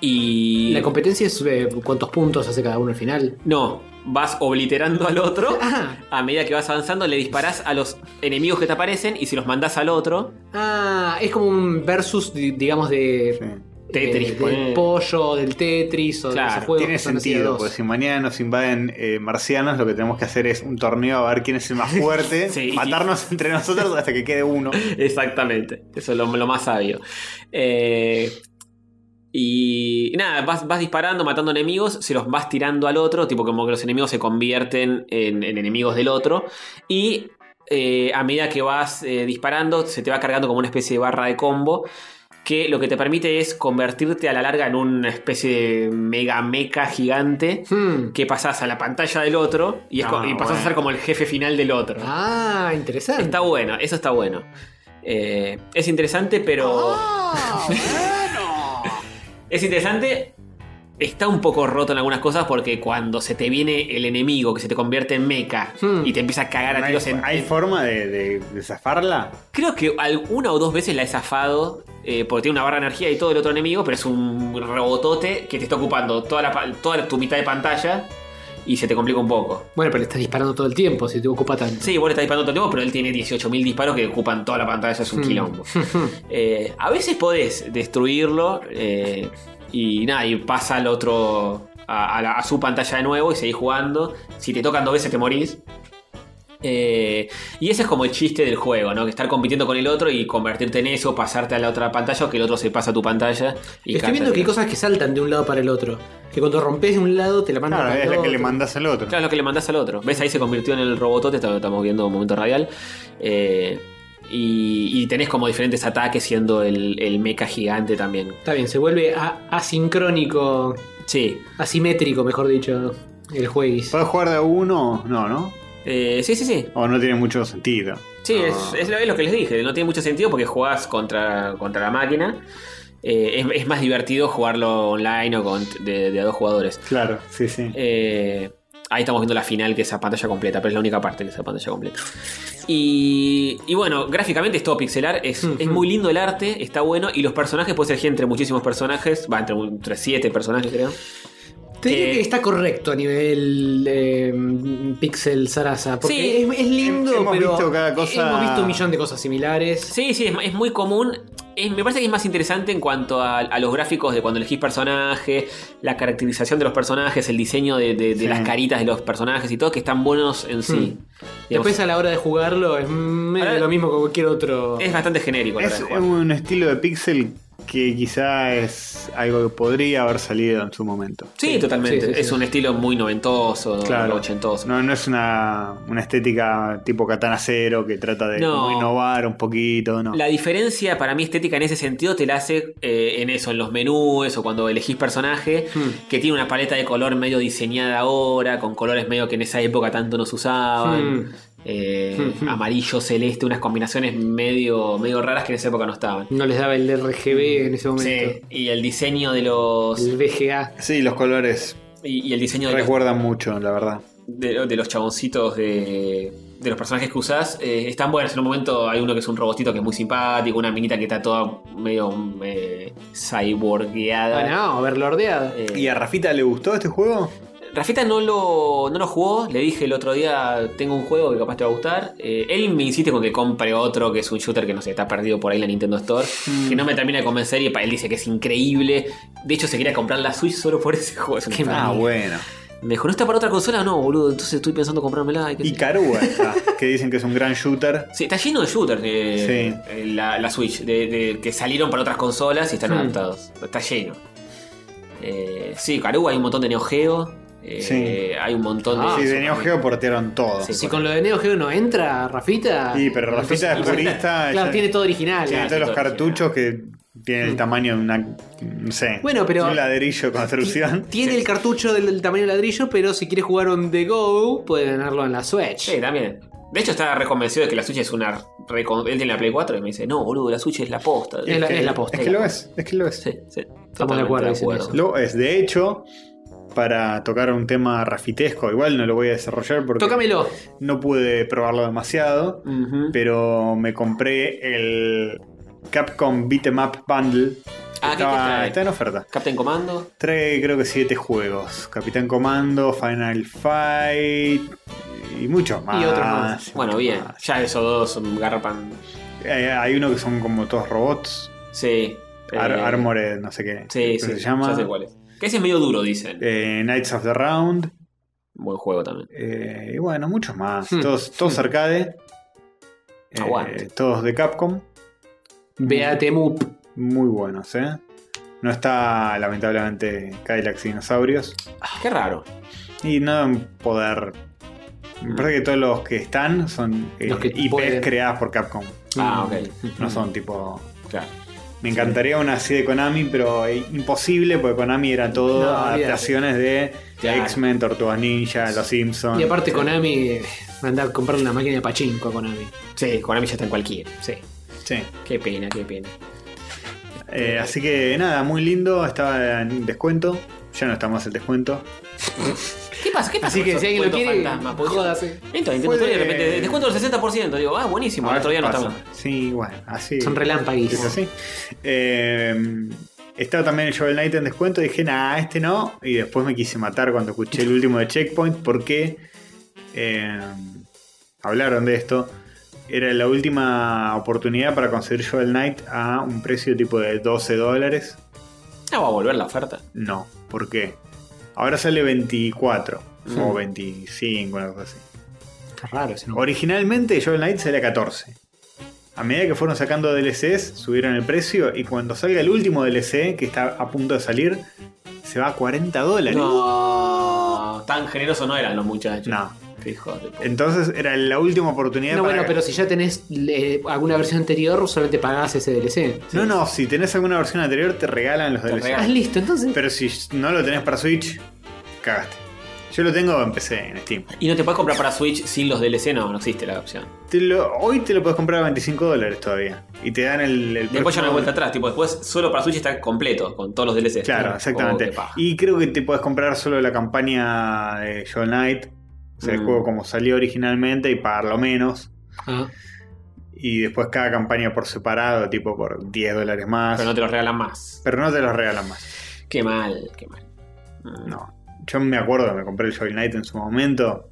Y. La competencia es eh, cuántos puntos hace cada uno al final. No, vas obliterando al otro. Ah. A medida que vas avanzando, le disparás a los enemigos que te aparecen y si los mandás al otro, Ah, es como un versus, di- digamos, de. Sí. de- Tetris, del ponele. pollo, del Tetris o de Claro, esos juegos. Tiene que son así de sentido, pues, dos. porque si mañana nos invaden eh, marcianos, lo que tenemos que hacer es un torneo a ver quién es el más fuerte, (laughs) Sí. matarnos entre nosotros hasta que quede (laughs) uno. Exactamente. Eso es lo, lo más sabio. Eh, y nada, vas, vas disparando, matando enemigos, se los vas tirando al otro, tipo como que los enemigos se convierten en, en enemigos del otro. Y eh, a medida que vas eh, disparando, se te va cargando como una especie de barra de combo. Que lo que te permite es convertirte a la larga en una especie de mega meca gigante. Hmm. Que pasás a la pantalla del otro y, es co- Ah, y pasás bueno. a ser como el jefe final del otro. Ah, interesante. Está bueno, eso está bueno. Eh, es interesante, pero. Ah. es interesante. Está un poco roto en algunas cosas porque cuando se te viene el enemigo que se te convierte en mecha Hmm. y te empieza a cagar a ¿Hay, tiros en. hay forma de, de- de zafarla? Creo que alguna o dos veces la he zafado eh, porque tiene una barra de energía y todo el otro enemigo, pero es un rebotote que te está ocupando toda, la, pa- toda tu mitad de pantalla y se te complica un poco. Bueno, pero le estás disparando todo el tiempo si te ocupa tanto. Sí, vos le estás disparando todo el tiempo, pero él tiene 18.000 disparos que ocupan toda la pantalla, Hmm. es (laughs) un quilombo. Eh, a veces podés destruirlo eh, y nada, y pasa al otro, a, a la- a su pantalla de nuevo y seguís jugando. Si te tocan dos veces te morís. Eh, y ese es como el chiste del juego, ¿no? Que estar compitiendo con el otro y convertirte en eso, pasarte a la otra pantalla o que el otro se pasa a tu pantalla. Y Estoy viendo que hay cosas cosas que saltan de un lado para el otro. Que cuando rompes de un lado te la mandan Claro, para es el la que le otro. mandas al otro. Claro, lo que le mandás al otro. ¿Ves? Ahí se convirtió en el robotote, esto lo estamos viendo en un momento radial. Eh, y, y tenés como diferentes ataques siendo el, el mecha gigante también. Está bien, se vuelve a- asincrónico, Sí. asimétrico, mejor dicho, el jueguis. ¿Puedes jugar de a uno? No, ¿no? Eh, sí, sí, sí. O no tiene mucho sentido. Sí, No. es, es lo, es lo que les dije. No tiene mucho sentido porque jugás contra, contra la máquina. Eh, es, es más divertido jugarlo online o con, de, de a dos jugadores. Claro, sí, sí. Eh, ahí estamos viendo la final, que es a pantalla completa, pero es la única parte que es a pantalla completa. Y, y bueno, gráficamente es todo pixelar, es, Ujú. es muy lindo el arte, está bueno, y los personajes puedes elegir entre muchísimos personajes, va, entre, un- entre siete personajes creo. Te diría que- que está correcto a nivel eh, pixel Sarasa. Porque Sí. es, es lindo, Hemos pero visto cada cosa- hemos visto un millón de cosas similares. Sí, sí, es, es muy común. es- me parece que es más interesante en cuanto a, a los gráficos de cuando elegís personajes, la caracterización de los personajes, el diseño de, de- de Sí. las caritas de los personajes y todo, que están buenos en sí. Digamos, Después a la hora de jugarlo es mm, Ahora- lo mismo que cualquier otro. es bastante genérico. a la hora Es de jugar. un estilo de pixel que quizá es algo que podría haber salido en su momento. Sí, totalmente. Sí, sí, es sí. un estilo muy noventoso, ochentoso. No, no es una, una estética tipo katana cero que trata de No. como innovar un poquito, no. La diferencia para mí estética en ese sentido te la hace eh, en eso, en los menús o cuando elegís personaje, Hmm. que tiene una paleta de color medio diseñada ahora, con colores medio que en esa época tanto no se usaban. Hmm. eh, Hmm, hmm. Amarillo, celeste, unas combinaciones medio, medio raras que en esa época no estaban. No les daba el RGB en ese momento. Sí, y el diseño de los. El VGA. Mm, Sí, los colores Y, y el diseño de los, recuerdan mucho, la verdad. de, de los chaboncitos de, de los personajes que usás eh, están buenos. En un momento hay uno que es un robotito que es muy simpático, una minita que está toda medio eh, cyborgueada. Ah, no, overlordeado. Eh, ¿Y a Rafita le gustó este juego? Rafita no lo, no lo jugó, le dije el otro día, tengo un juego que capaz te va a gustar. Eh, él me insiste con que compre otro, que es un shooter que no sé, está perdido por ahí en la Nintendo Store, que no me termina de convencer y para él dice que es increíble. De hecho, se quería comprar la Switch solo por ese juego. Es una Qué estupidez. Ah, manía. bueno. Me dijo, ¿no está para otra consola? No, boludo, entonces estoy pensando comprármela. Y qué sé Y yo. Karua está, que dicen que es un gran shooter. Sí, está lleno de shooters eh, eh, la, la Switch, de, de- que salieron para otras consolas y están Hmm. adaptados. Está lleno. Eh, sí, Caruga hay un montón de Neo Geo. eh, Sí. Hay un montón de. Ah, sí, Super de Neo Geo portearon todo. Sí. Si con lo de Neo Geo no entra, Rafita. Sí, pero Rafita es entonces- purista. (laughs) Claro, ya- tiene Ah, todo original. tiene sí, todos los todo cartuchos que tienen el Mm. tamaño de una. No sé. Bueno, pero- Un ladrillo de construcción. Tiene el cartucho del, del tamaño del ladrillo, pero si quieres jugar on the go, puede ganarlo en la Switch. Sí, también. De hecho, está reconvencido de que la Switch es una. recon- Él tiene la Play 4 y me dice, no, boludo, la Switch es la posta. Es la- que- es la posta. Es que lo es, es que lo es. Sí, sí. Estamos de acuerdo, totalmente dicen eso. Lo es. De hecho, para tocar un tema rafitesco, igual no lo voy a desarrollar porque Tócamelo. no pude probarlo demasiado, Ujú. pero me compré el Capcom Beat'em Up Bundle. Ah, ¿qué Estaba- te trae? está en oferta. Captain Commando. Trae creo que siete juegos. Capitán Comando, Final Fight y muchos más. otros más. y Bueno, muchos bien. Ah, más. Ya esos dos mm, garpan. Eh, hay uno que son como todos robots. Sí. eh, Ar- Armored, no sé qué. Sí, creo sí. que se llama. Ya sé cuál es. Que ese es medio duro, dicen. Eh, Knights of the Round. Buen juego también. Eh, y bueno, muchos más. Hmm. Ah, Todos, todos arcade. Eh, Aguante. todos de Capcom. Beate Mup. Muy buenos, ¿eh? No está, lamentablemente, Cadillacs y Dinosaurios. Qué raro. Y no en poder. Me parece que todos los que están son eh, Hmm. Los que IPs pueden. creadas por Capcom. Ah, Mm. ok. No son tipo. Claro. Me encantaría una así de Konami, pero eh, imposible porque Konami era todo No, olvídate. adaptaciones de Claro. X-Men, Tortugas Ninja, Los Simpsons. Y aparte Konami, eh, mandar a comprar una máquina de pachinko a Konami. Sí, Konami ya está en cualquiera. Sí. Sí. Qué pena, qué pena. Eh, así que nada, muy lindo, estaba en descuento. Ya no está más el descuento. ¿Qué pasa? ¿Qué pasa? Así que con si alguien lo esos quiere, cuentos fantasma? Porque- jódase. Entra, Nintendo Fue Store y de de- repente descuento del 60%. Digo, ah, buenísimo. El Ahora otro día no pasa. está más. Sí, bueno, así. Son es relámpagos. así. Eh, estaba también el Shovel Knight en descuento. Dije, nah, este no. Y después me quise matar cuando escuché el último de Checkpoint porque eh, hablaron de esto. Era la última oportunidad para conseguir Shovel Knight a un precio tipo de 12 dólares. No va a volver la oferta. No, ¿por qué? Ahora sale 24 o 25, una cosa así. Qué raro ese nombre. Originalmente Shovel Knight salía 14. A medida que fueron sacando DLCs, subieron el precio y cuando salga el último DLC, que está a punto de salir, se va a 40 dólares. No. Tan generoso no eran los muchachos. No. Fíjate. po. Entonces era la última oportunidad No, para- bueno, pero si ya tenés eh, alguna versión anterior, solamente pagás ese DLC. No, no, si tenés alguna versión anterior te regalan los DLCs. regalan. Ah, listo, entonces. Pero si no lo tenés para Switch, cagaste. Yo lo tengo en PC, en Steam. Y no te puedes comprar para Switch sin los DLC, no, no existe la opción. Te lo- hoy te lo puedes comprar a 25 dólares todavía. Y te dan el... el Después ya no hay próximo- vuelta atrás, tipo, después solo para Switch está completo, con todos los DLC. Claro, Oh, exactamente. qué paja. y creo que te puedes comprar solo la campaña de Shovel Knight, o sea, el Mm. juego como salió originalmente y pagarlo menos. Ah, Y después cada campaña por separado, tipo por 10 dólares más. Pero no te los regalan más. Pero no te los regalan más. Qué mal, qué mal. Mm. No. Yo me acuerdo, me compré el Shovel Knight en su momento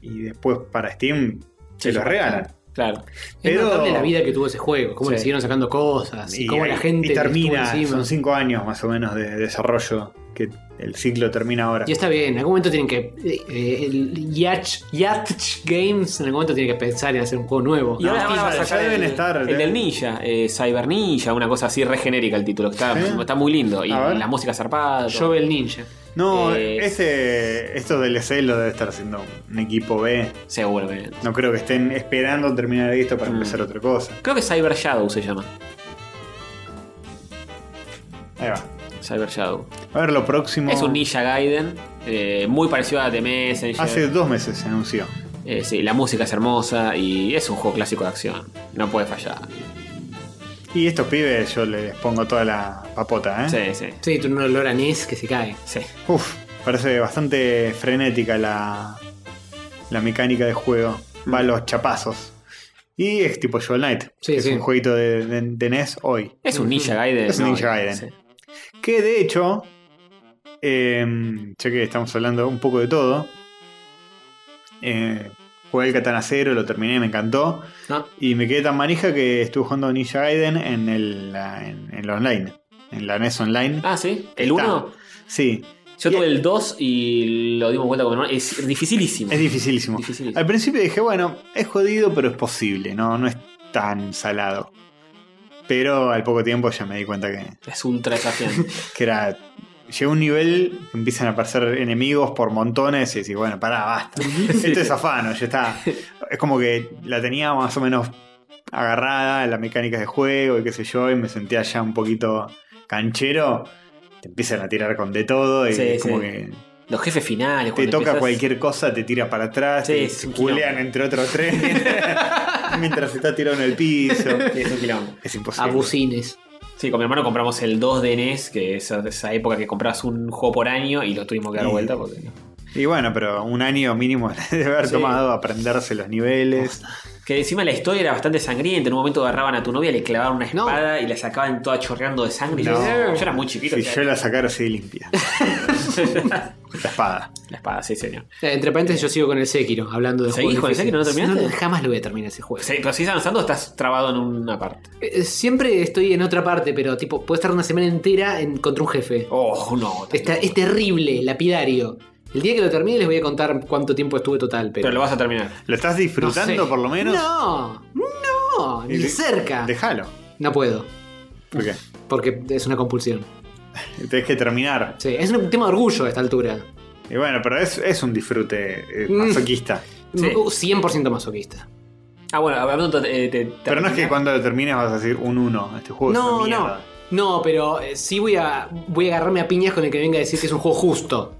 y después para Steam Sí, se los sí. regalan. Claro. Es Pero- notable la vida que tuvo ese juego, cómo le Sí. siguieron sacando cosas, y, cómo la gente y le termina, estuvo encima. son cinco años más o menos de desarrollo, que el ciclo termina ahora. Y está bien, en algún momento tienen que. eh, eh, el Yacht, Yacht Games en algún momento tiene que pensar en hacer un juego nuevo. Y ahora, No, ahora va a ya sacar deben el, estar, el eh. del ninja, eh, Cyber Ninja, una cosa así re genérica el título. que Está, Sí. está muy lindo. Y A ver. la música zarpada. todo. Jovel Ninja. No, Eh, ese, esto DLC lo debe estar haciendo un equipo B. Seguro que. No creo que estén esperando terminar esto para Mm. empezar otra cosa. Creo que Cyber Shadow se llama. Ahí va. Cyber Shadow. A ver, lo próximo. Es un Ninja Gaiden. eh, muy parecido a The Messenger. Hace dos meses se anunció. Eh, sí, la música es hermosa y es un juego clásico de acción. No puede fallar. Y estos pibes yo les pongo toda la papota, ¿eh? Sí, sí. Sí, tiene un olor a anís que se cae. Sí. Uf, parece bastante frenética la, la mecánica de juego. Va a Mm. los chapazos. Y es tipo Shovel Knight. Sí, que es sí. un jueguito de, de- de NES hoy. Es un Ninja Gaiden. Eh, Es un no, Ninja Gaiden. sí. Que de hecho, em, ya que estamos hablando un poco de todo, eh, jugué el Katana Zero, lo terminé, me encantó. ¿no? Y me quedé tan manija que estuve jugando Ninja Gaiden en el, la- en, en el online. En la NES Online. Ah, sí. El Está. 1. Sí, Yo tuve el 2 y lo dimos vuelta con mi hermano. Es dificilísimo. es dificilísimo. Dificilísimo. Al principio dije, bueno, es jodido, pero es posible, no, no es tan salado. Pero al poco tiempo ya me di cuenta que, Es ultra desafiante. que era. Llega un nivel que empiezan a aparecer enemigos por montones y decís, bueno, pará, basta. Esto es afano, ya está. Es como que la tenía más o menos agarrada, las mecánicas de juego y qué sé yo, y me sentía ya un poquito canchero. Te empiezan a tirar con de todo y Sí, es como sí. que Los jefes te finales. cuando toca empezás- cualquier cosa, te tira para atrás, Sí, te es un culean entre otros tres (laughs) mientras está tirado en el piso. Sí, es un quilombo. Es imposible. Abusines. Sí, con mi hermano compramos el 2 de NES, que es esa época que comprabas un juego por año y lo tuvimos que dar Y- vuelta porque no. Y bueno, pero un año mínimo (laughs) de haber Sí. tomado aprenderse los (laughs) niveles. Que encima la historia era bastante sangrienta. En un momento agarraban a tu novia, le clavaban una No. espada y la sacaban toda chorreando de sangre. Y No. yo, yo era muy chiquito. Si o sea, yo la sacara así (laughs) limpia. la espada. La espada, sí, señor. Eh, Entre paréntesis, yo sigo con el Sekiro, hablando de ¿Seguís juegos con el difíciles. Sekiro? ¿No terminaste? jamás lo voy a terminar ese juego. Sí, pero si estás avanzando, estás trabado en una parte. Eh, Siempre estoy en otra parte, pero tipo, puedo estar una semana entera en- contra un jefe. Oh, no. Está- es terrible, lapidario. El día que lo termine les voy a contar cuánto tiempo estuve total, pero. Pero lo vas a terminar. ¿Lo estás no disfrutando sé. por lo menos? No, no, Y ni de- cerca. Déjalo. No puedo, ¿Por qué? porque es una compulsión. Tenés que terminar. Sí, es un tema de orgullo a esta altura. Y bueno, pero es, es un disfrute eh, Mm. masoquista. Sí. 100% masoquista. Ah, bueno, hablando de. Pero no es que cuando lo termines vas a decir un 1. Este juego es No, una no. mierda. No, pero eh, sí voy a, voy a agarrarme a piñas con el que venga a decir que es un juego justo.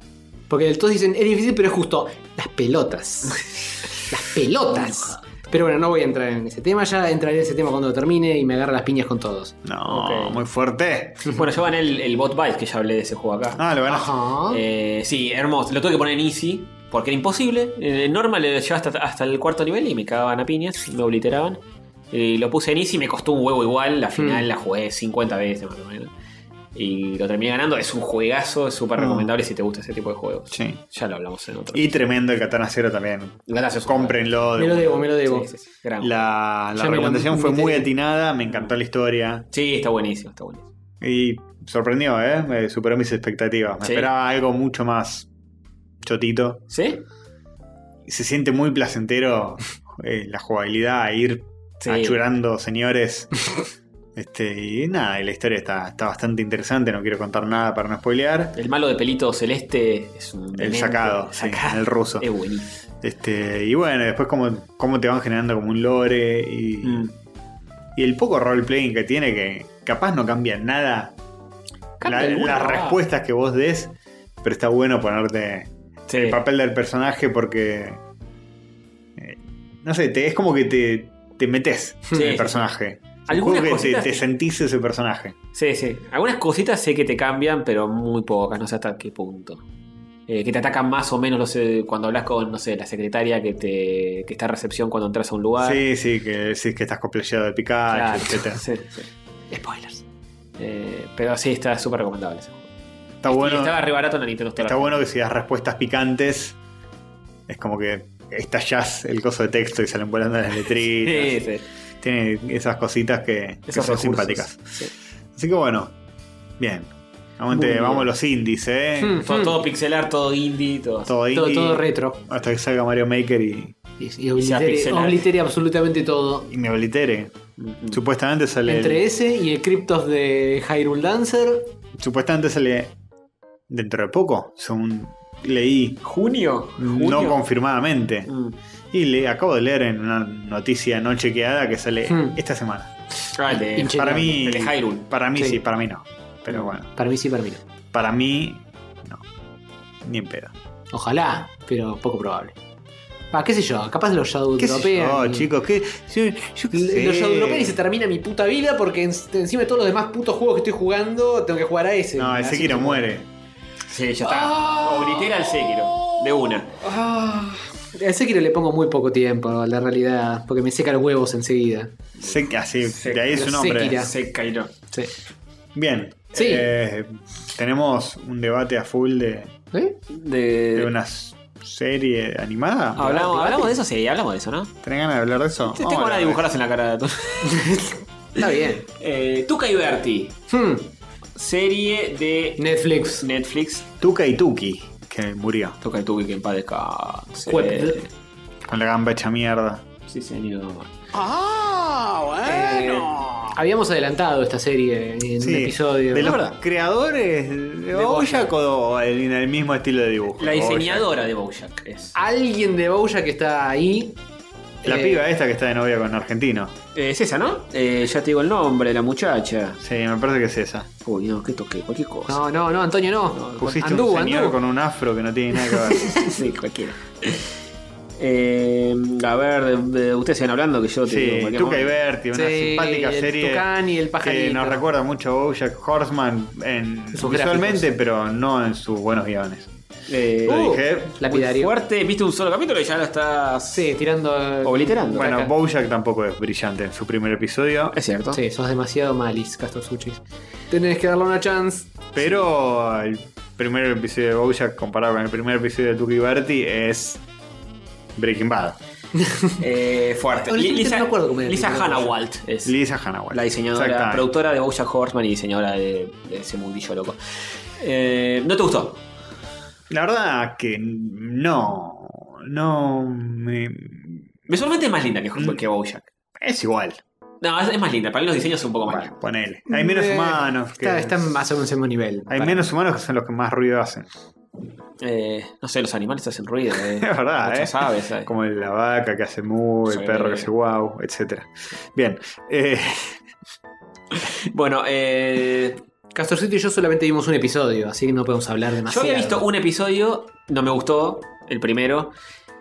Porque todos dicen, es difícil, pero es justo. Las pelotas. Las pelotas. Pero bueno, no voy a entrar en ese tema. Ya entraré en ese tema cuando lo termine y me agarra las piñas con todos. No, Ok. muy fuerte. Bueno, yo gané el, el Bot Bite, que ya hablé de ese juego acá. Ah, lo ganaste. Ajá. Eh, sí, hermoso. Lo tuve que poner en Easy. Porque era imposible. En normal le llevaba hasta, hasta el cuarto nivel y me cagaban a piñas, me obliteraban. Y lo puse en Easy, me costó un huevo igual. La final Mm. la jugué 50 veces más o menos. Y lo terminé ganando. Es un juegazo, es súper Ah. recomendable si te gusta ese tipo de juegos. Sí. Ya lo hablamos en otro. Y tremendo el Katana Cero también. Gracias. Cómprenlo. de me lo vuelta. debo, me lo debo. Sí, sí, sí. Gran juego. La, la Ya me lo recomendación fue metí. muy atinada, me encantó la historia. Sí, está buenísimo, está buenísimo. Y sorprendió, ¿eh? Me superó mis expectativas. Me Sí. esperaba algo mucho más chotito. ¿Sí? Y Se siente muy (laughs) placentero eh, la jugabilidad, ir Sí. achurando (laughs) señores. este, y nada, y la historia está, está bastante interesante, no quiero contar nada para no spoilear. El malo de pelito celeste es un. El demente. sacado, sí, Sacado. Eh. el ruso. Es buenísimo. Este, y bueno, después cómo, cómo te van generando como un lore y, Mm. y el poco roleplaying que tiene que capaz no cambia nada Cambia la- alguna, las va. respuestas que vos des, pero está bueno ponerte Sí. el papel del personaje porque. eh, no sé, te- es como que te, te metes Sí. en el personaje. Es un Algunas juego que te, cositas te que- sentís ese personaje. Sí, sí. Algunas cositas sé que te cambian, pero muy pocas, no sé hasta qué punto. Eh, que te atacan más o menos los, eh, cuando hablas con, no sé, la secretaria que te que está en recepción cuando entras a un lugar. Sí, sí, que decís que estás complejado de Pikachu, Claro. (laughs) etcétera. Sí, sí. Spoilers. Eh, pero sí, está súper recomendable ese juego. Está y bueno, estaba re barato en la Nintendo Store. está bueno que si das respuestas picantes, es como que estallás el coso de texto y salen volando las Sí, letritas. sí. Tiene esas cositas que, que Esos son recursos. simpáticas. Sí. Así que bueno, bien. Vamos, Muy bien. vamos a los indies, ¿eh? Hmm. Todo, todo pixelar, todo indie, todo. Todo Todo, indie. todo retro. Hasta que salga Mario Maker y, Y, y oblitere, pixelar. oblitere absolutamente todo. y me oblitere. Ujú. Supuestamente sale. Entre ese y el Cryptos de Hyrule Dancer. Supuestamente sale dentro de poco, según leí. ¿Junio? No ¿Junio? confirmadamente. Mm. Y le acabo de leer en una noticia no chequeada que sale Hmm. esta semana. Ah, el de- Pinche- Sí, para no, mí. el de Hyrule. Para mí sí. Sí. para mí no. Pero bueno, Para mí sí, para mí no. para mí no. Ni en pedo. Ojalá, pero poco probable. Ah, qué sé yo, capaz los Shadow ¿Qué sé European. yo, y- chicos? ¿Qué? Yo, yo qué sé. Los Shadow European y se termina mi puta vida porque en- encima de todos los demás putos juegos que estoy jugando, tengo que jugar a ese. No, el Así Sekiro que- muere. Sí, ya está. O gritera al Sekiro. De una. Ah, al Sekiro le pongo muy poco tiempo, la realidad, porque me seca los huevos enseguida. Sek- así, Sek- de ahí su los nombre. Sekira. Sekiro. Sí. Bien. Sí. Eh, tenemos un debate a full de, ¿Eh? de De una s- serie animada. Hablamos, hablamos de eso, sí, hablamos de eso, ¿no? ¿Tenés ganas de hablar de eso? Te- Vamos Tengo a ganas de hablar dibujarlas en la cara de todos. (coughs) Está bien. eh, Tuca y Berti, Hmm, serie de Netflix. Netflix. de Tuca y Tuki, que murió. Tuca y Tuca, que en paz descanse. Cuep- Con la gamba hecha mierda. Sí, señor. Ah, Eh, bueno. Eh, Habíamos adelantado esta serie en Sí, un episodio. De los verdad. creadores de Bojack o el- en el mismo estilo de dibujo. La Bojack. diseñadora de Bojack es. Alguien de Bouya que está ahí. La eh, piba esta que está de novia con argentino. Eh, es esa, ¿no? Eh, ya te digo el nombre, la muchacha. Sí, me parece que es esa. Uy, no, que toqué, cualquier cosa. No, no, no, Antonio, no. Pusiste Andú, un señor Andú. con un afro que no tiene nada que ver. (laughs) sí, cualquiera. Eh, a ver, de- de- ustedes siguen hablando que yo te digo Sí, cualquier Tuca y momento. Berti, una Sí, simpática el serie. Tucán y el que pajarito. nos recuerda mucho a Bojack Horseman en, Sus visualmente, pero no en sus buenos guiones. Eh, Lo uh, dije. Lapidario. fuerte, viste un solo capítulo y ya lo estás Sí, tirando. eh, obliterando. Bueno, acá. Bojack tampoco es brillante en su primer episodio, es cierto. Sí, sos demasiado malis, Castro Suchis. Tenés que darle una chance. pero el primer episodio de Bojack comparado con el primer episodio de Tuca y Berti es Breaking Bad. Eh, fuerte. Honestamente, Lisa, no me acuerdo cómo era el Lisa título de Hannawalt es Lisa Hannaway. la diseñadora, Exactamente. productora de Bojack Horseman y diseñadora de, de ese mundillo loco. Eh, ¿No te gustó? La verdad que no. No. me- Visualmente es más linda que, Mm. que Bojack. es igual. No, es, es más linda. Para mí los diseños son un poco más Bueno, lindos. ponele. Hay menos Eh, humanos. Que, Está, está más o menos en el mismo nivel. hay Para- menos humanos que son los que más ruido hacen. (laughs) Eh, no sé, los animales hacen ruido. eh. Es verdad, Muchas ¿eh? aves, eh. (laughs) Como la vaca que hace mu, el Sí. perro que hace guau, etc. Bien. eh, (laughs) Bueno, eh, Castorcito y yo solamente vimos un episodio, así que no podemos hablar Yo demasiado. había visto un episodio, no me gustó, el primero.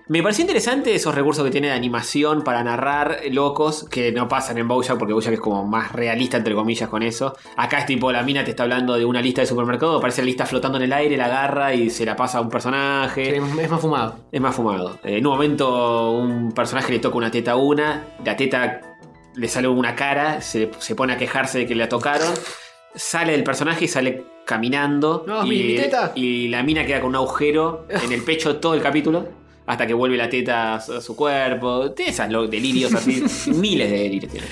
Me pareció interesante esos recursos que tiene de animación para narrar locos que no pasan en Bojack porque Bojack es como más realista entre comillas con eso. Acá es tipo la mina te está hablando de una lista de supermercado, aparece la lista flotando en el aire, la agarra y se la pasa a un personaje. Sí, Es más fumado. Es más fumado. Eh, En un momento un personaje le toca una teta a una, la teta le sale una cara, se, se pone a quejarse de que la tocaron, sale del personaje y sale caminando. No, y, mi- mi teta. y la mina queda con un agujero en el pecho todo el capítulo, hasta que vuelve la teta a su, a su cuerpo. Tiene esas lo- (laughs) delirios así, miles de delirios tiene.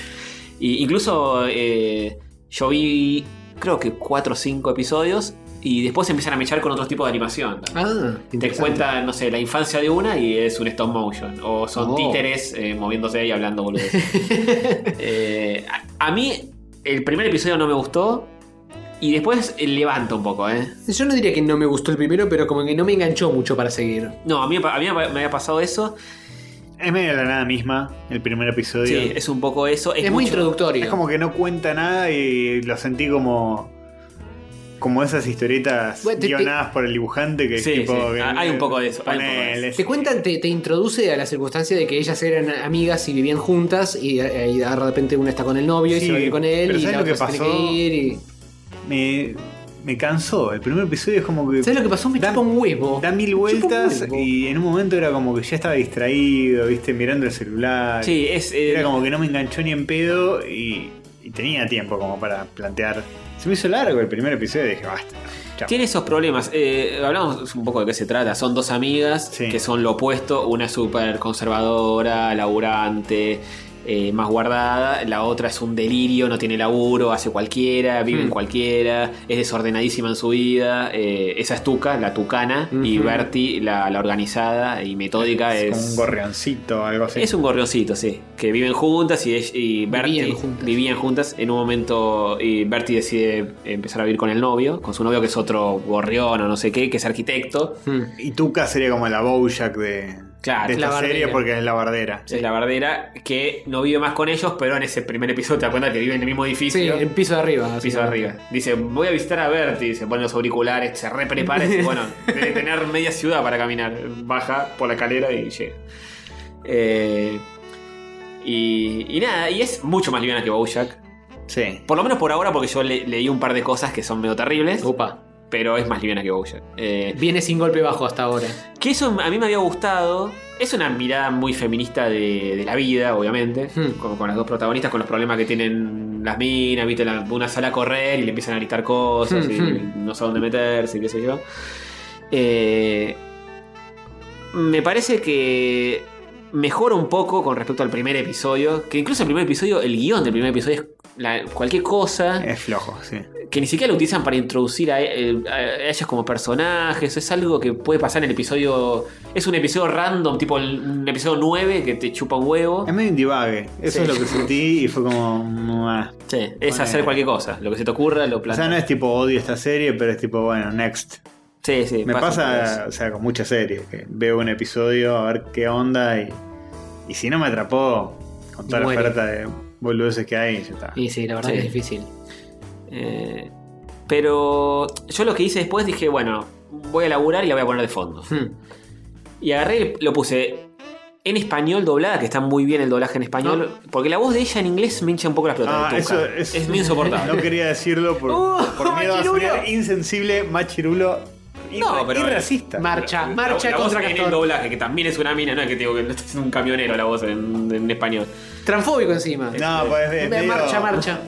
Y incluso eh, yo vi creo que 4 o 5 episodios y después empiezan a mechar con otros tipos de animación. también. Ah, Te interesante. cuenta, no sé, la infancia de una y es un stop motion. O son Oh. títeres eh, moviéndose y hablando (laughs) boludeces. Eh, a, a mí, el primer episodio no me gustó. Y después eh, levanta un poco, ¿eh? Yo no diría que no me gustó el primero, pero como que no me enganchó mucho para seguir. No, a mí, a mí me había pasado eso. es medio la nada misma, el primer Sí, episodio. es, es un poco eso. Es, Es, muy mucho- introductorio. como que no cuenta nada y lo sentí como. Como esas historietas Bueno, te- te- guionadas por el dibujante que Sí, tipo. sí, Ah, que- hay un poco de eso, hay un poco de Ponele, Te cuentan, te, te introduce a la circunstancia de que ellas eran amigas y vivían juntas y, eh, y de repente una está con el novio y Sí, se va a ir con él pero y ¿sabes la lo que otra se tiene pasó? que ir y... me, me cansó. El primer episodio es como que. ¿Sabes lo que pasó? Me Da- chupa un huevo. Da mil Me chupa un vueltas huevo. y en un momento era como que ya estaba distraído, viste, mirando el celular. Sí, es. eh, Era como que no me enganchó ni en pedo y, y tenía tiempo como para plantear. Se me hizo largo el primer episodio y dije, basta. Chao. Tiene esos problemas. Eh, hablamos un poco de qué se trata. Son dos amigas Sí. que son lo opuesto. Una es súper conservadora, laburante, eh, más guardada. La otra es un delirio, no tiene laburo, hace cualquiera, vive en Mm. cualquiera, es desordenadísima en su vida. Eh, esa es Tuca, la tucana, y Ujú. Berti, la, la organizada y metódica, Es es. como un gorrioncito, algo así. Es un gorrioncito, sí. Que viven juntas y, ella- y Bertie Vivían vivían juntas. juntas. En un momento, y Bertie decide empezar a vivir con el novio, con su novio que es otro gorrión o no sé qué, que es arquitecto. Mm. Y Tuca sería como la Bojack de, Claro, de es esta la serie bardera. porque es la bardera. Es la bardera que no vive más con ellos, pero en ese primer episodio te das cuenta que vive en el mismo Sí, edificio. el piso de arriba. piso de arriba. Dice, voy a visitar a Bertie. Se pone los auriculares, se reprepara. y (laughs) dice, bueno, debe tener media ciudad para caminar. Baja por la escalera y llega. Eh, y, y nada, y es mucho más liviana que Bojack. Sí. Por lo menos por ahora, porque yo le- leí un par de cosas que son medio terribles, Opa. pero es más liviana que Bojack. Eh, Viene sin golpe bajo hasta ahora. que eso a mí me había gustado. Es una mirada muy feminista de, de la vida, obviamente. Hmm. Como con las dos protagonistas, con los problemas que tienen las minas, viste, La- una sala a correr y le empiezan a gritar cosas Hmm, y hmm. no sabe dónde meterse, y qué sé yo. Eh, me parece que mejora un poco con respecto al primer episodio. Que incluso el primer episodio, el guión del primer episodio es la- cualquier cosa Es flojo, sí. que ni siquiera lo utilizan para introducir a, eh, a ellas como personajes. Es algo que puede pasar en el episodio. Es un episodio random, tipo el- un episodio 9 que te chupa un huevo. Es medio un divague. Eso Sí. es lo que sentí y fue como. "Mua". Sí, es Ponele. hacer cualquier cosa, lo que se te ocurra, O sea, lo no planteas. es tipo odio esta serie, pero es tipo, bueno, next. sí, sí, Me por pasa, eso. o sea, con muchas series, que veo un episodio a ver qué onda y, y si no me atrapó, con toda la Muere. oferta de boludeces que hay, ya está. Y sí, la verdad Sí. que es difícil. Eh, pero yo lo que hice después dije, bueno, voy a laburar y la voy a poner de fondo. Hmm. Y agarré, y lo puse en español doblada, que está muy bien el doblaje en español, porque la voz de ella en inglés me hincha un poco las pelotas. Ah, de Tuca. eso es- es (laughs) muy insoportable. No quería decirlo por, Uh, por miedo a machirulo. sonar insensible, machirulo y, No, pero- y racista. Marcha, La- marcha la voz contra en Castor. el doblaje, que también es una mina, no es que te digo que no es un camionero la voz en, en español. Transfóbico encima. No, pues es medio Eh, marcha, marcha.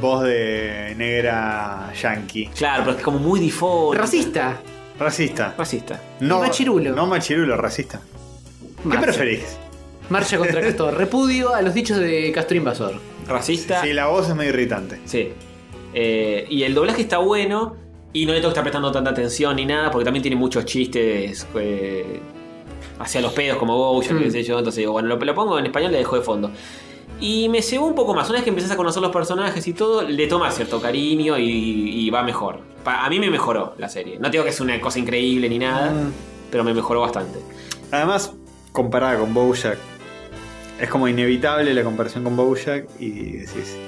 Voz de negra yankee. Claro, pero es como muy default. Racista. Racista. Racista. No, machirulo. No machirulo, racista. ¿Qué Marcha. preferís? (laughs) Marcha contra Castor. Repudio a los dichos de Castor Invasor. Racista. Si la voz es medio irritante. Sí. Eh, y el doblaje está bueno y no le tengo que estar prestando tanta atención ni nada, porque también tiene muchos chistes eh, hacia los pedos como Bowser, Mm. qué sé yo. Entonces digo, bueno, lo, lo pongo en español y le dejo de fondo. Y me cebó un poco más. Una vez que empezás a conocer los personajes y todo, le toma cierto cariño y, y va mejor. Pa- a mí me mejoró la serie. No digo que es una cosa increíble ni nada, pero me mejoró bastante. Además, comparada con Bojack, es como inevitable la comparación con Bojack y decís,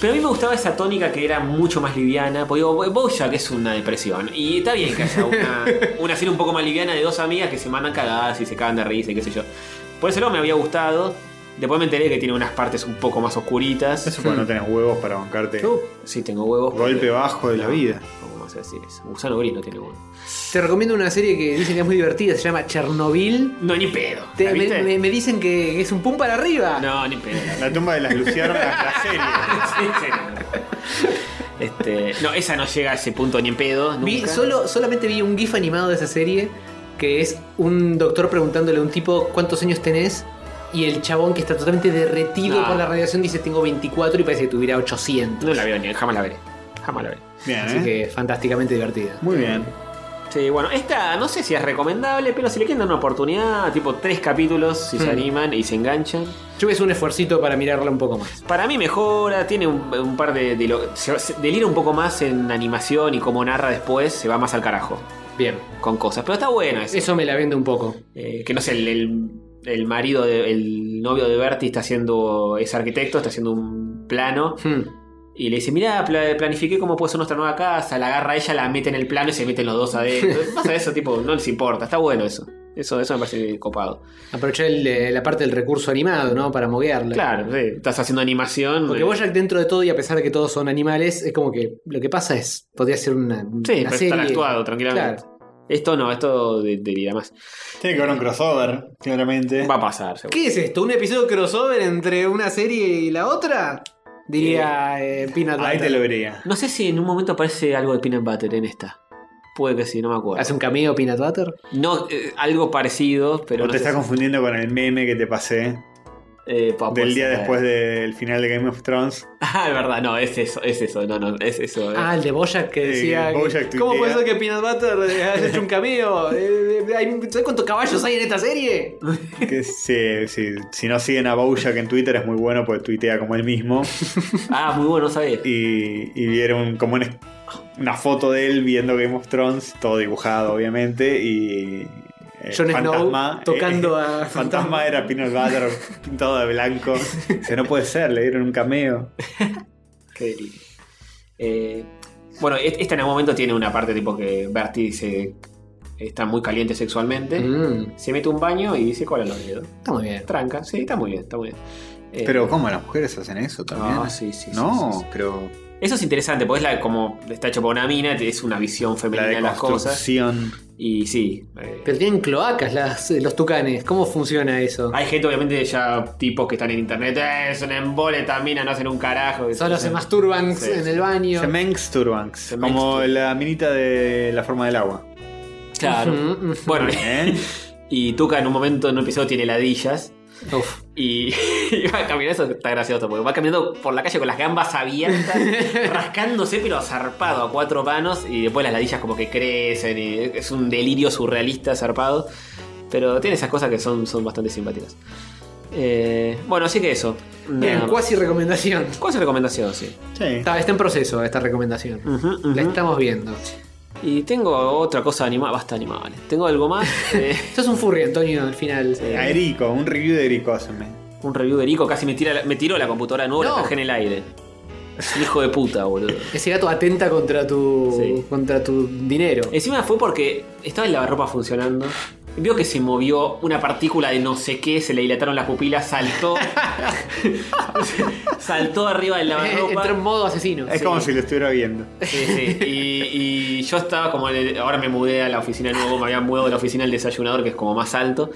Pero a mí me gustaba esa tónica que era mucho más liviana. Porque digo, Bojack es una depresión. Y está bien que (laughs) haya una, una serie un poco más liviana de dos amigas que se mandan cagadas y se cagan de risa y qué sé yo. Por eso no me había gustado. Después me enteré que tiene unas partes un poco más oscuritas. Mm. eso cuando no tenés huevos para bancarte Hmm. Uh, sí, tengo huevos. golpe bajo de la No, vida. ¿Cómo vas a decir eso? Gusano Gris no tiene huevos. Te recomiendo una serie que dicen que es muy divertida, se llama Chernobyl. No, ni pedo. Te- ¿La me, viste? me- me dicen que es un pum para arriba. No, ni pedo. La tumba de las luciérnagas, la (laughs) (laughs) serie. Sí, sí, no. Este, no, esa no llega a ese punto ni en pedo. Nunca. Vi- solo, solamente vi un GIF animado de esa serie que es un doctor preguntándole a un tipo cuántos años tenés y el chabón que está totalmente derretido Ah. por la radiación dice tengo 24 y parece que tuviera 800. No la veo ni, jamás la veré. Jamás la veré. Bien, Así ¿eh? que fantásticamente divertida. eh, Muy bien. Sí, bueno, esta no sé si es recomendable, pero si le quieren dar una oportunidad, tipo tres capítulos, si se Hmm. animan y se enganchan. Yo hice un esfuercito para mirarla un poco más. Para mí mejora, tiene un, un par de... de lo- se- se delira un poco más en animación y cómo narra después, se va más al carajo Bien, con cosas. Pero está bueno eso. eso me la vende un poco. Eh, que no sé, el, el- el marido, de- el novio de Bertie está haciendo, es arquitecto, está haciendo un plano. Hmm. Y le dice, mirá, pla- planifiqué cómo puede ser nuestra nueva casa. La agarra ella, la mete en el plano y se meten los dos adentro. Pasa eso, tipo, no les importa. Está bueno eso. Eso, eso me parece copado. Aprovechar el, eh, la parte del recurso animado, ¿no? Para moguearla. Claro, sí, estás haciendo animación. Porque eh, Bojack dentro de todo, y a pesar de que todos son animales, es como que lo que pasa es, podría ser una, eh, Sí, una pero serie. estar actuado tranquilamente. Esto no, esto de- delira más. Tiene que haber un crossover, claramente. Va a pasar, seguro. ¿Qué es esto? ¿Un episodio crossover entre una serie y la otra? Diría eh, Peanut Ahí Butter. te lo vería. No sé si en un momento aparece algo de Peanut Butter en esta. Puede que sí, no me acuerdo. ¿Hace un cameo Peanut Butter? No, eh, algo parecido, pero. o no te sé estás si- confundiendo con el meme que te pasé eh, pa- del pues, día eh, después del final de Game of Thrones. (laughs) Ah, es verdad, no, es eso, es eso, no, no, es eso. eh. Ah, el de Bojack que Eh, decía. que, Bojack tuitea. ¿Cómo puede ser que Peanut Butter eh, haya hecho un (laughs) cameo? Eh, eh, hay- ¿Sabes cuántos caballos hay en esta serie? (laughs) Que sí, sí. Si no siguen a Bojack en Twitter es muy bueno porque tuitea como él (laughs) mismo. Ah, muy bueno, sabía. Y, y vieron como un- una foto de él viendo Game of Thrones, todo dibujado obviamente, y... eh, Jon Snow Fantasma, (laughs) tocando eh, a. Fantasma era Peanut Butter pintado de blanco. Dice, no puede ser, le dieron un cameo. Qué delirio. Eh, bueno, et- esta en algún momento tiene una parte tipo que Bertie dice está muy caliente sexualmente. (laughs) Mm, Se mete un baño y se cola los dedos. está muy bien. Tranca, sí, está muy bien, está muy bien. Eh, Pero ¿cómo las mujeres hacen eso también? no, sí, sí, sí, no, sí, sí. pero Eso es interesante, porque es la, como está hecho por una mina, es una visión la femenina de las cosas. deconstrucción. Y sí, eh, Pero tienen cloacas las, eh, los tucanes. ¿Cómo funciona eso? hay gente obviamente ya tipos que están en internet, "Eh, es una embole, esta mina, no hacen un carajo. Solo se masturban Sí. en el baño. Se mengsturbans, Semengs como Turbangs. la minita de la forma del agua. Claro. Ujú, ujú. Bueno, ¿Eh? y Tuca en un momento, en un episodio, tiene ladillas. Uf. Y, (laughs) y va caminando, eso está gracioso, porque va caminando por la calle con las gambas abiertas, rascándose, pero zarpado a cuatro manos, y después las ladillas como que crecen, y es un delirio surrealista zarpado. Pero tiene esas cosas que son, son bastante simpáticas. Eh, bueno, así que eso. Bien, Nada más. cuasi recomendación. ¿Cuál es la recomendación? Sí. Sí. Está, está en proceso esta recomendación. Mm. Ujú, ujú. La estamos viendo. Y tengo otra cosa animada, basta animales. Tengo algo más. eh, Esto es un furry, Antonio, al final. A Erico, un review de Erico, hazme. un review de Rico casi me, tira, la- me tiró la computadora de nuevo, No. la dejé en el aire. Es un hijo de puta, boludo. Ese gato atenta contra tu. Sí. contra tu dinero. Encima fue porque estaba el lavarropa funcionando. Vio que se movió una partícula de no sé qué, se le dilataron las (laughs) pupilas, saltó. saltó arriba del Eh, lavarropa. Entró en modo asesino. Es Sí. como si lo estuviera viendo. Sí, sí. Y, y yo estaba como. en el- ahora me mudé a la oficina nuevo, me había mudado de la oficina al desayunador, que es como más alto.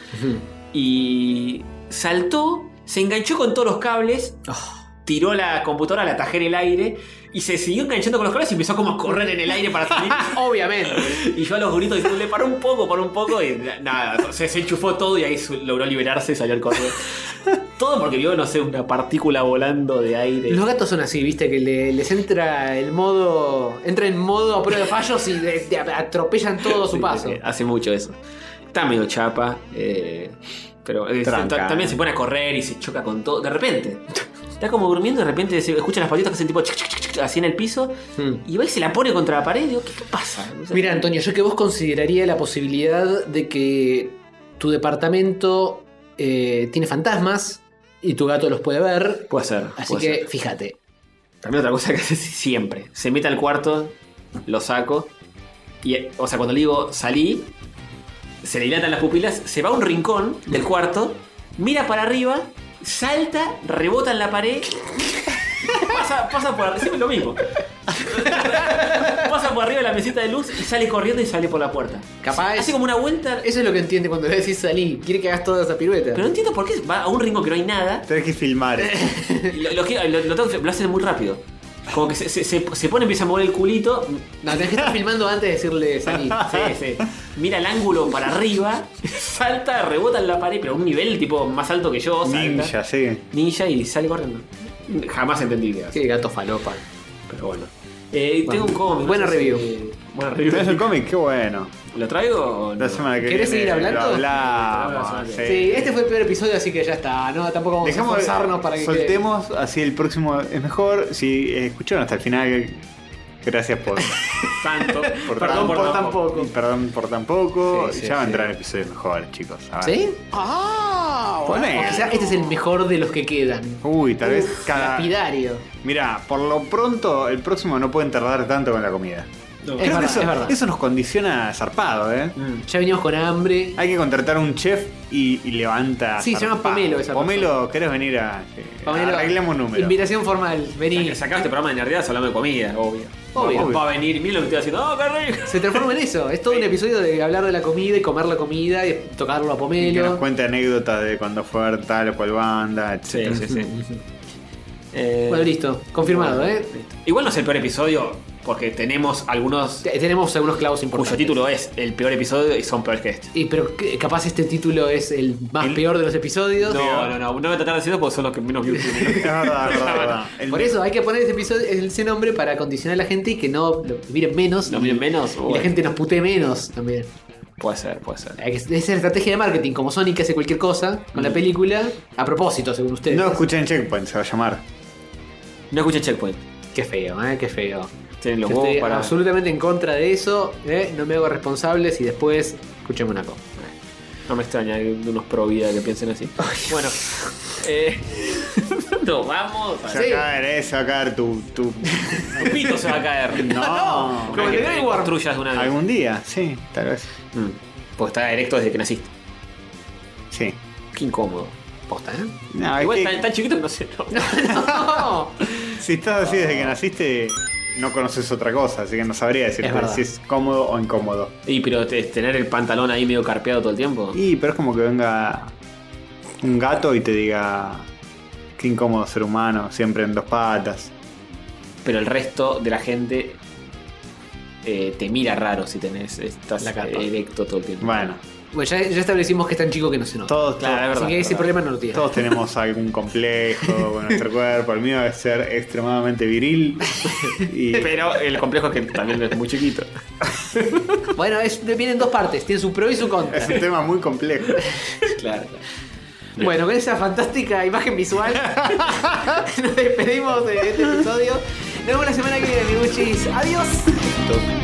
Y saltó, se enganchó con todos los cables. Tiró la computadora, la tajé en el aire y se siguió enganchando con los cables y empezó como a correr en el aire para salir. (laughs) Obviamente. (laughs) Y yo a los gritos diciéndole, para un poco, para un poco, y na- nada, se, se enchufó todo y ahí su- logró liberarse y salió (laughs) al correo. todo porque vio, no sé, una partícula volando de aire. Los gatos son así, viste, que le- les entra el modo. entra en modo a prueba de fallos y de- de- atropellan todo a su Sí, paso. eh, hace mucho eso. Está medio chapa, eh, pero eh, Tranca. ta- también se pone a correr y se choca con todo. De repente, está como durmiendo y de repente se escuchan las patitas que hacen tipo chic, chic, chic, chic, así en el piso Mm. y va y se la pone contra la pared. Digo, ¿qué, qué pasa? O sea, Mira, Antonio, yo que vos consideraría la posibilidad de que tu departamento eh, tiene fantasmas y tu gato los puede ver. Puede ser. Así puede que ser. fíjate. También otra cosa que hace (laughs) siempre. Se mete al cuarto, lo saco. Y, o sea, cuando le digo salí, se le dilatan las pupilas, se va a un rincón del cuarto, mira para arriba, salta, rebota en la pared, pasa, pasa por arriba, lo mismo. pasa por arriba de la mesita de luz y sale corriendo y sale por la puerta. Capaz Hace es- como una vuelta. Eso es lo que entiende cuando le decís salí. Quiere que hagas toda esa pirueta. Pero no entiendo por qué va a un rincón que no hay nada. Tenés que filmar. Y Lo, lo quiero- lo- lo tengo que- lo hacen muy rápido. Como que se, se- se- se pone, empieza a mover el culito. No, tenés que estar filmando antes de decirle salí. Sí, sí. Mira el ángulo para arriba, (laughs) salta, rebota en la pared, pero a un nivel tipo más alto que yo. salta. Ninja, sí. Ninja y sale corriendo. Jamás entendí que Qué gato falopa. pero bueno. Eh, Bueno. Tengo un cómic. Buena sé si- review. (laughs) Buena ¿Tenés el review. cómic? Qué bueno. ¿Lo traigo o no? La semana que ¿Querés viene seguir hablando? lo hablamos, Sí. Sí. sí. este fue el primer episodio, así que ya está. No, tampoco vamos a Dejamos forzarnos para que. soltemos, así el próximo es mejor. Si eh, escucharon hasta el final, gracias (laughs) por, Tanto. por Perdón por, tan tampoco. poco. Perdón por tan poco. Sí, sí, ya va a sí. entrar episodios mejores, chicos. A ver. ¿Sí? Ah, bueno. Poné. O sea, este es el mejor de los que quedan. Uy, tal vez cada. Lapidario. Mira, por lo pronto el próximo no pueden tardar tanto con la comida. Es Creo verdad, que eso, es verdad. eso nos condiciona zarpado, ¿eh? Mm. Ya venimos con hambre. Hay que contratar un chef y, y levanta. Sí, se llama zarpado. Pomelo esa Pomelo, ¿querés venir a. eh, Pamela, arreglamos un número. Invitación formal, vení. Saca- Sacaba este programa de nerdeadas hablando de comida, obvio. Obvio. Va a venir Milo que estoy haciendo. ¡Oh, qué rico! (laughs) Se transforma en eso. Es todo un episodio de hablar de la comida y comer la comida y tocarlo a Y que nos pomelo. cuente anécdotas de cuando fue a ver tal o cual banda, (laughs) etc. sí, sí. Eh, Bueno, listo. Confirmado, bueno, ¿eh? Igual no es el peor episodio, Porque tenemos algunos Te- Tenemos algunos clavos importantes. cuyo título es El peor episodio y son peores que este. Y pero que- capaz este título es el más El- peor de los episodios. No, no, no, no voy a tratar de decirlo porque son los que menos views Es (laughs) tienen. verdad, es verdad, es verdad. (laughs) El- Por eso hay que poner ese episodio, ese nombre para condicionar a la gente y que no lo miren menos. ¿Lo y- miren menos? Y Bueno. la gente nos putee menos también. Puede ser, puede ser. Hay que esa es la estrategia de marketing, como Sonic hace cualquier cosa con Mm. la película, a propósito, según ustedes. No escuché en Checkpoint, se va a llamar. No escuché Checkpoint. Qué feo, eh, qué feo. Tienen los Yo huevos estoy para. absolutamente en contra de eso, eh, no me hago responsable si después escuchemos una cosa. No me extraña hay unos pro vida que piensen así. Bueno, eh, (laughs) nos vamos. Se va Sí. a caer, eh, se va a caer tu. (laughs) tu... Tu pito se va a caer. No. Como que Como te el War. construyas de una vez. Algún día, sí, tal vez. Mm. Porque está directo desde que naciste. Sí. Qué incómodo. Posta, (laughs) ¿eh? No, es Igual que tan, tan chiquito que no sé. no. No. si estás así desde que naciste, no conoces otra cosa, así que no sabría decirte Es verdad. si es cómodo o incómodo. Y pero te- tener el pantalón ahí medio carpeado todo el tiempo. Y pero es como que venga un gato y te diga qué incómodo ser humano, siempre en dos patas. Pero el resto de la gente eh, te mira raro si tenés. Estás La capa. erecto todo el tiempo. Bueno, Bueno, ya, ya establecimos que es tan chico que no se nota. todos, Claro, es todos, Así verdad, que ese verdad. problema no lo tiene. todos tenemos algún complejo con nuestro cuerpo. El mío es ser extremadamente viril. (laughs) Y Pero el complejo es que también es muy chiquito. Bueno, es, viene en dos partes, tiene su pro y su contra. es un tema muy complejo. (laughs) Claro, claro. Bueno, con esa fantástica imagen visual, (laughs) nos despedimos de este episodio. Nos vemos la semana que viene, mi Adiós. Entonces,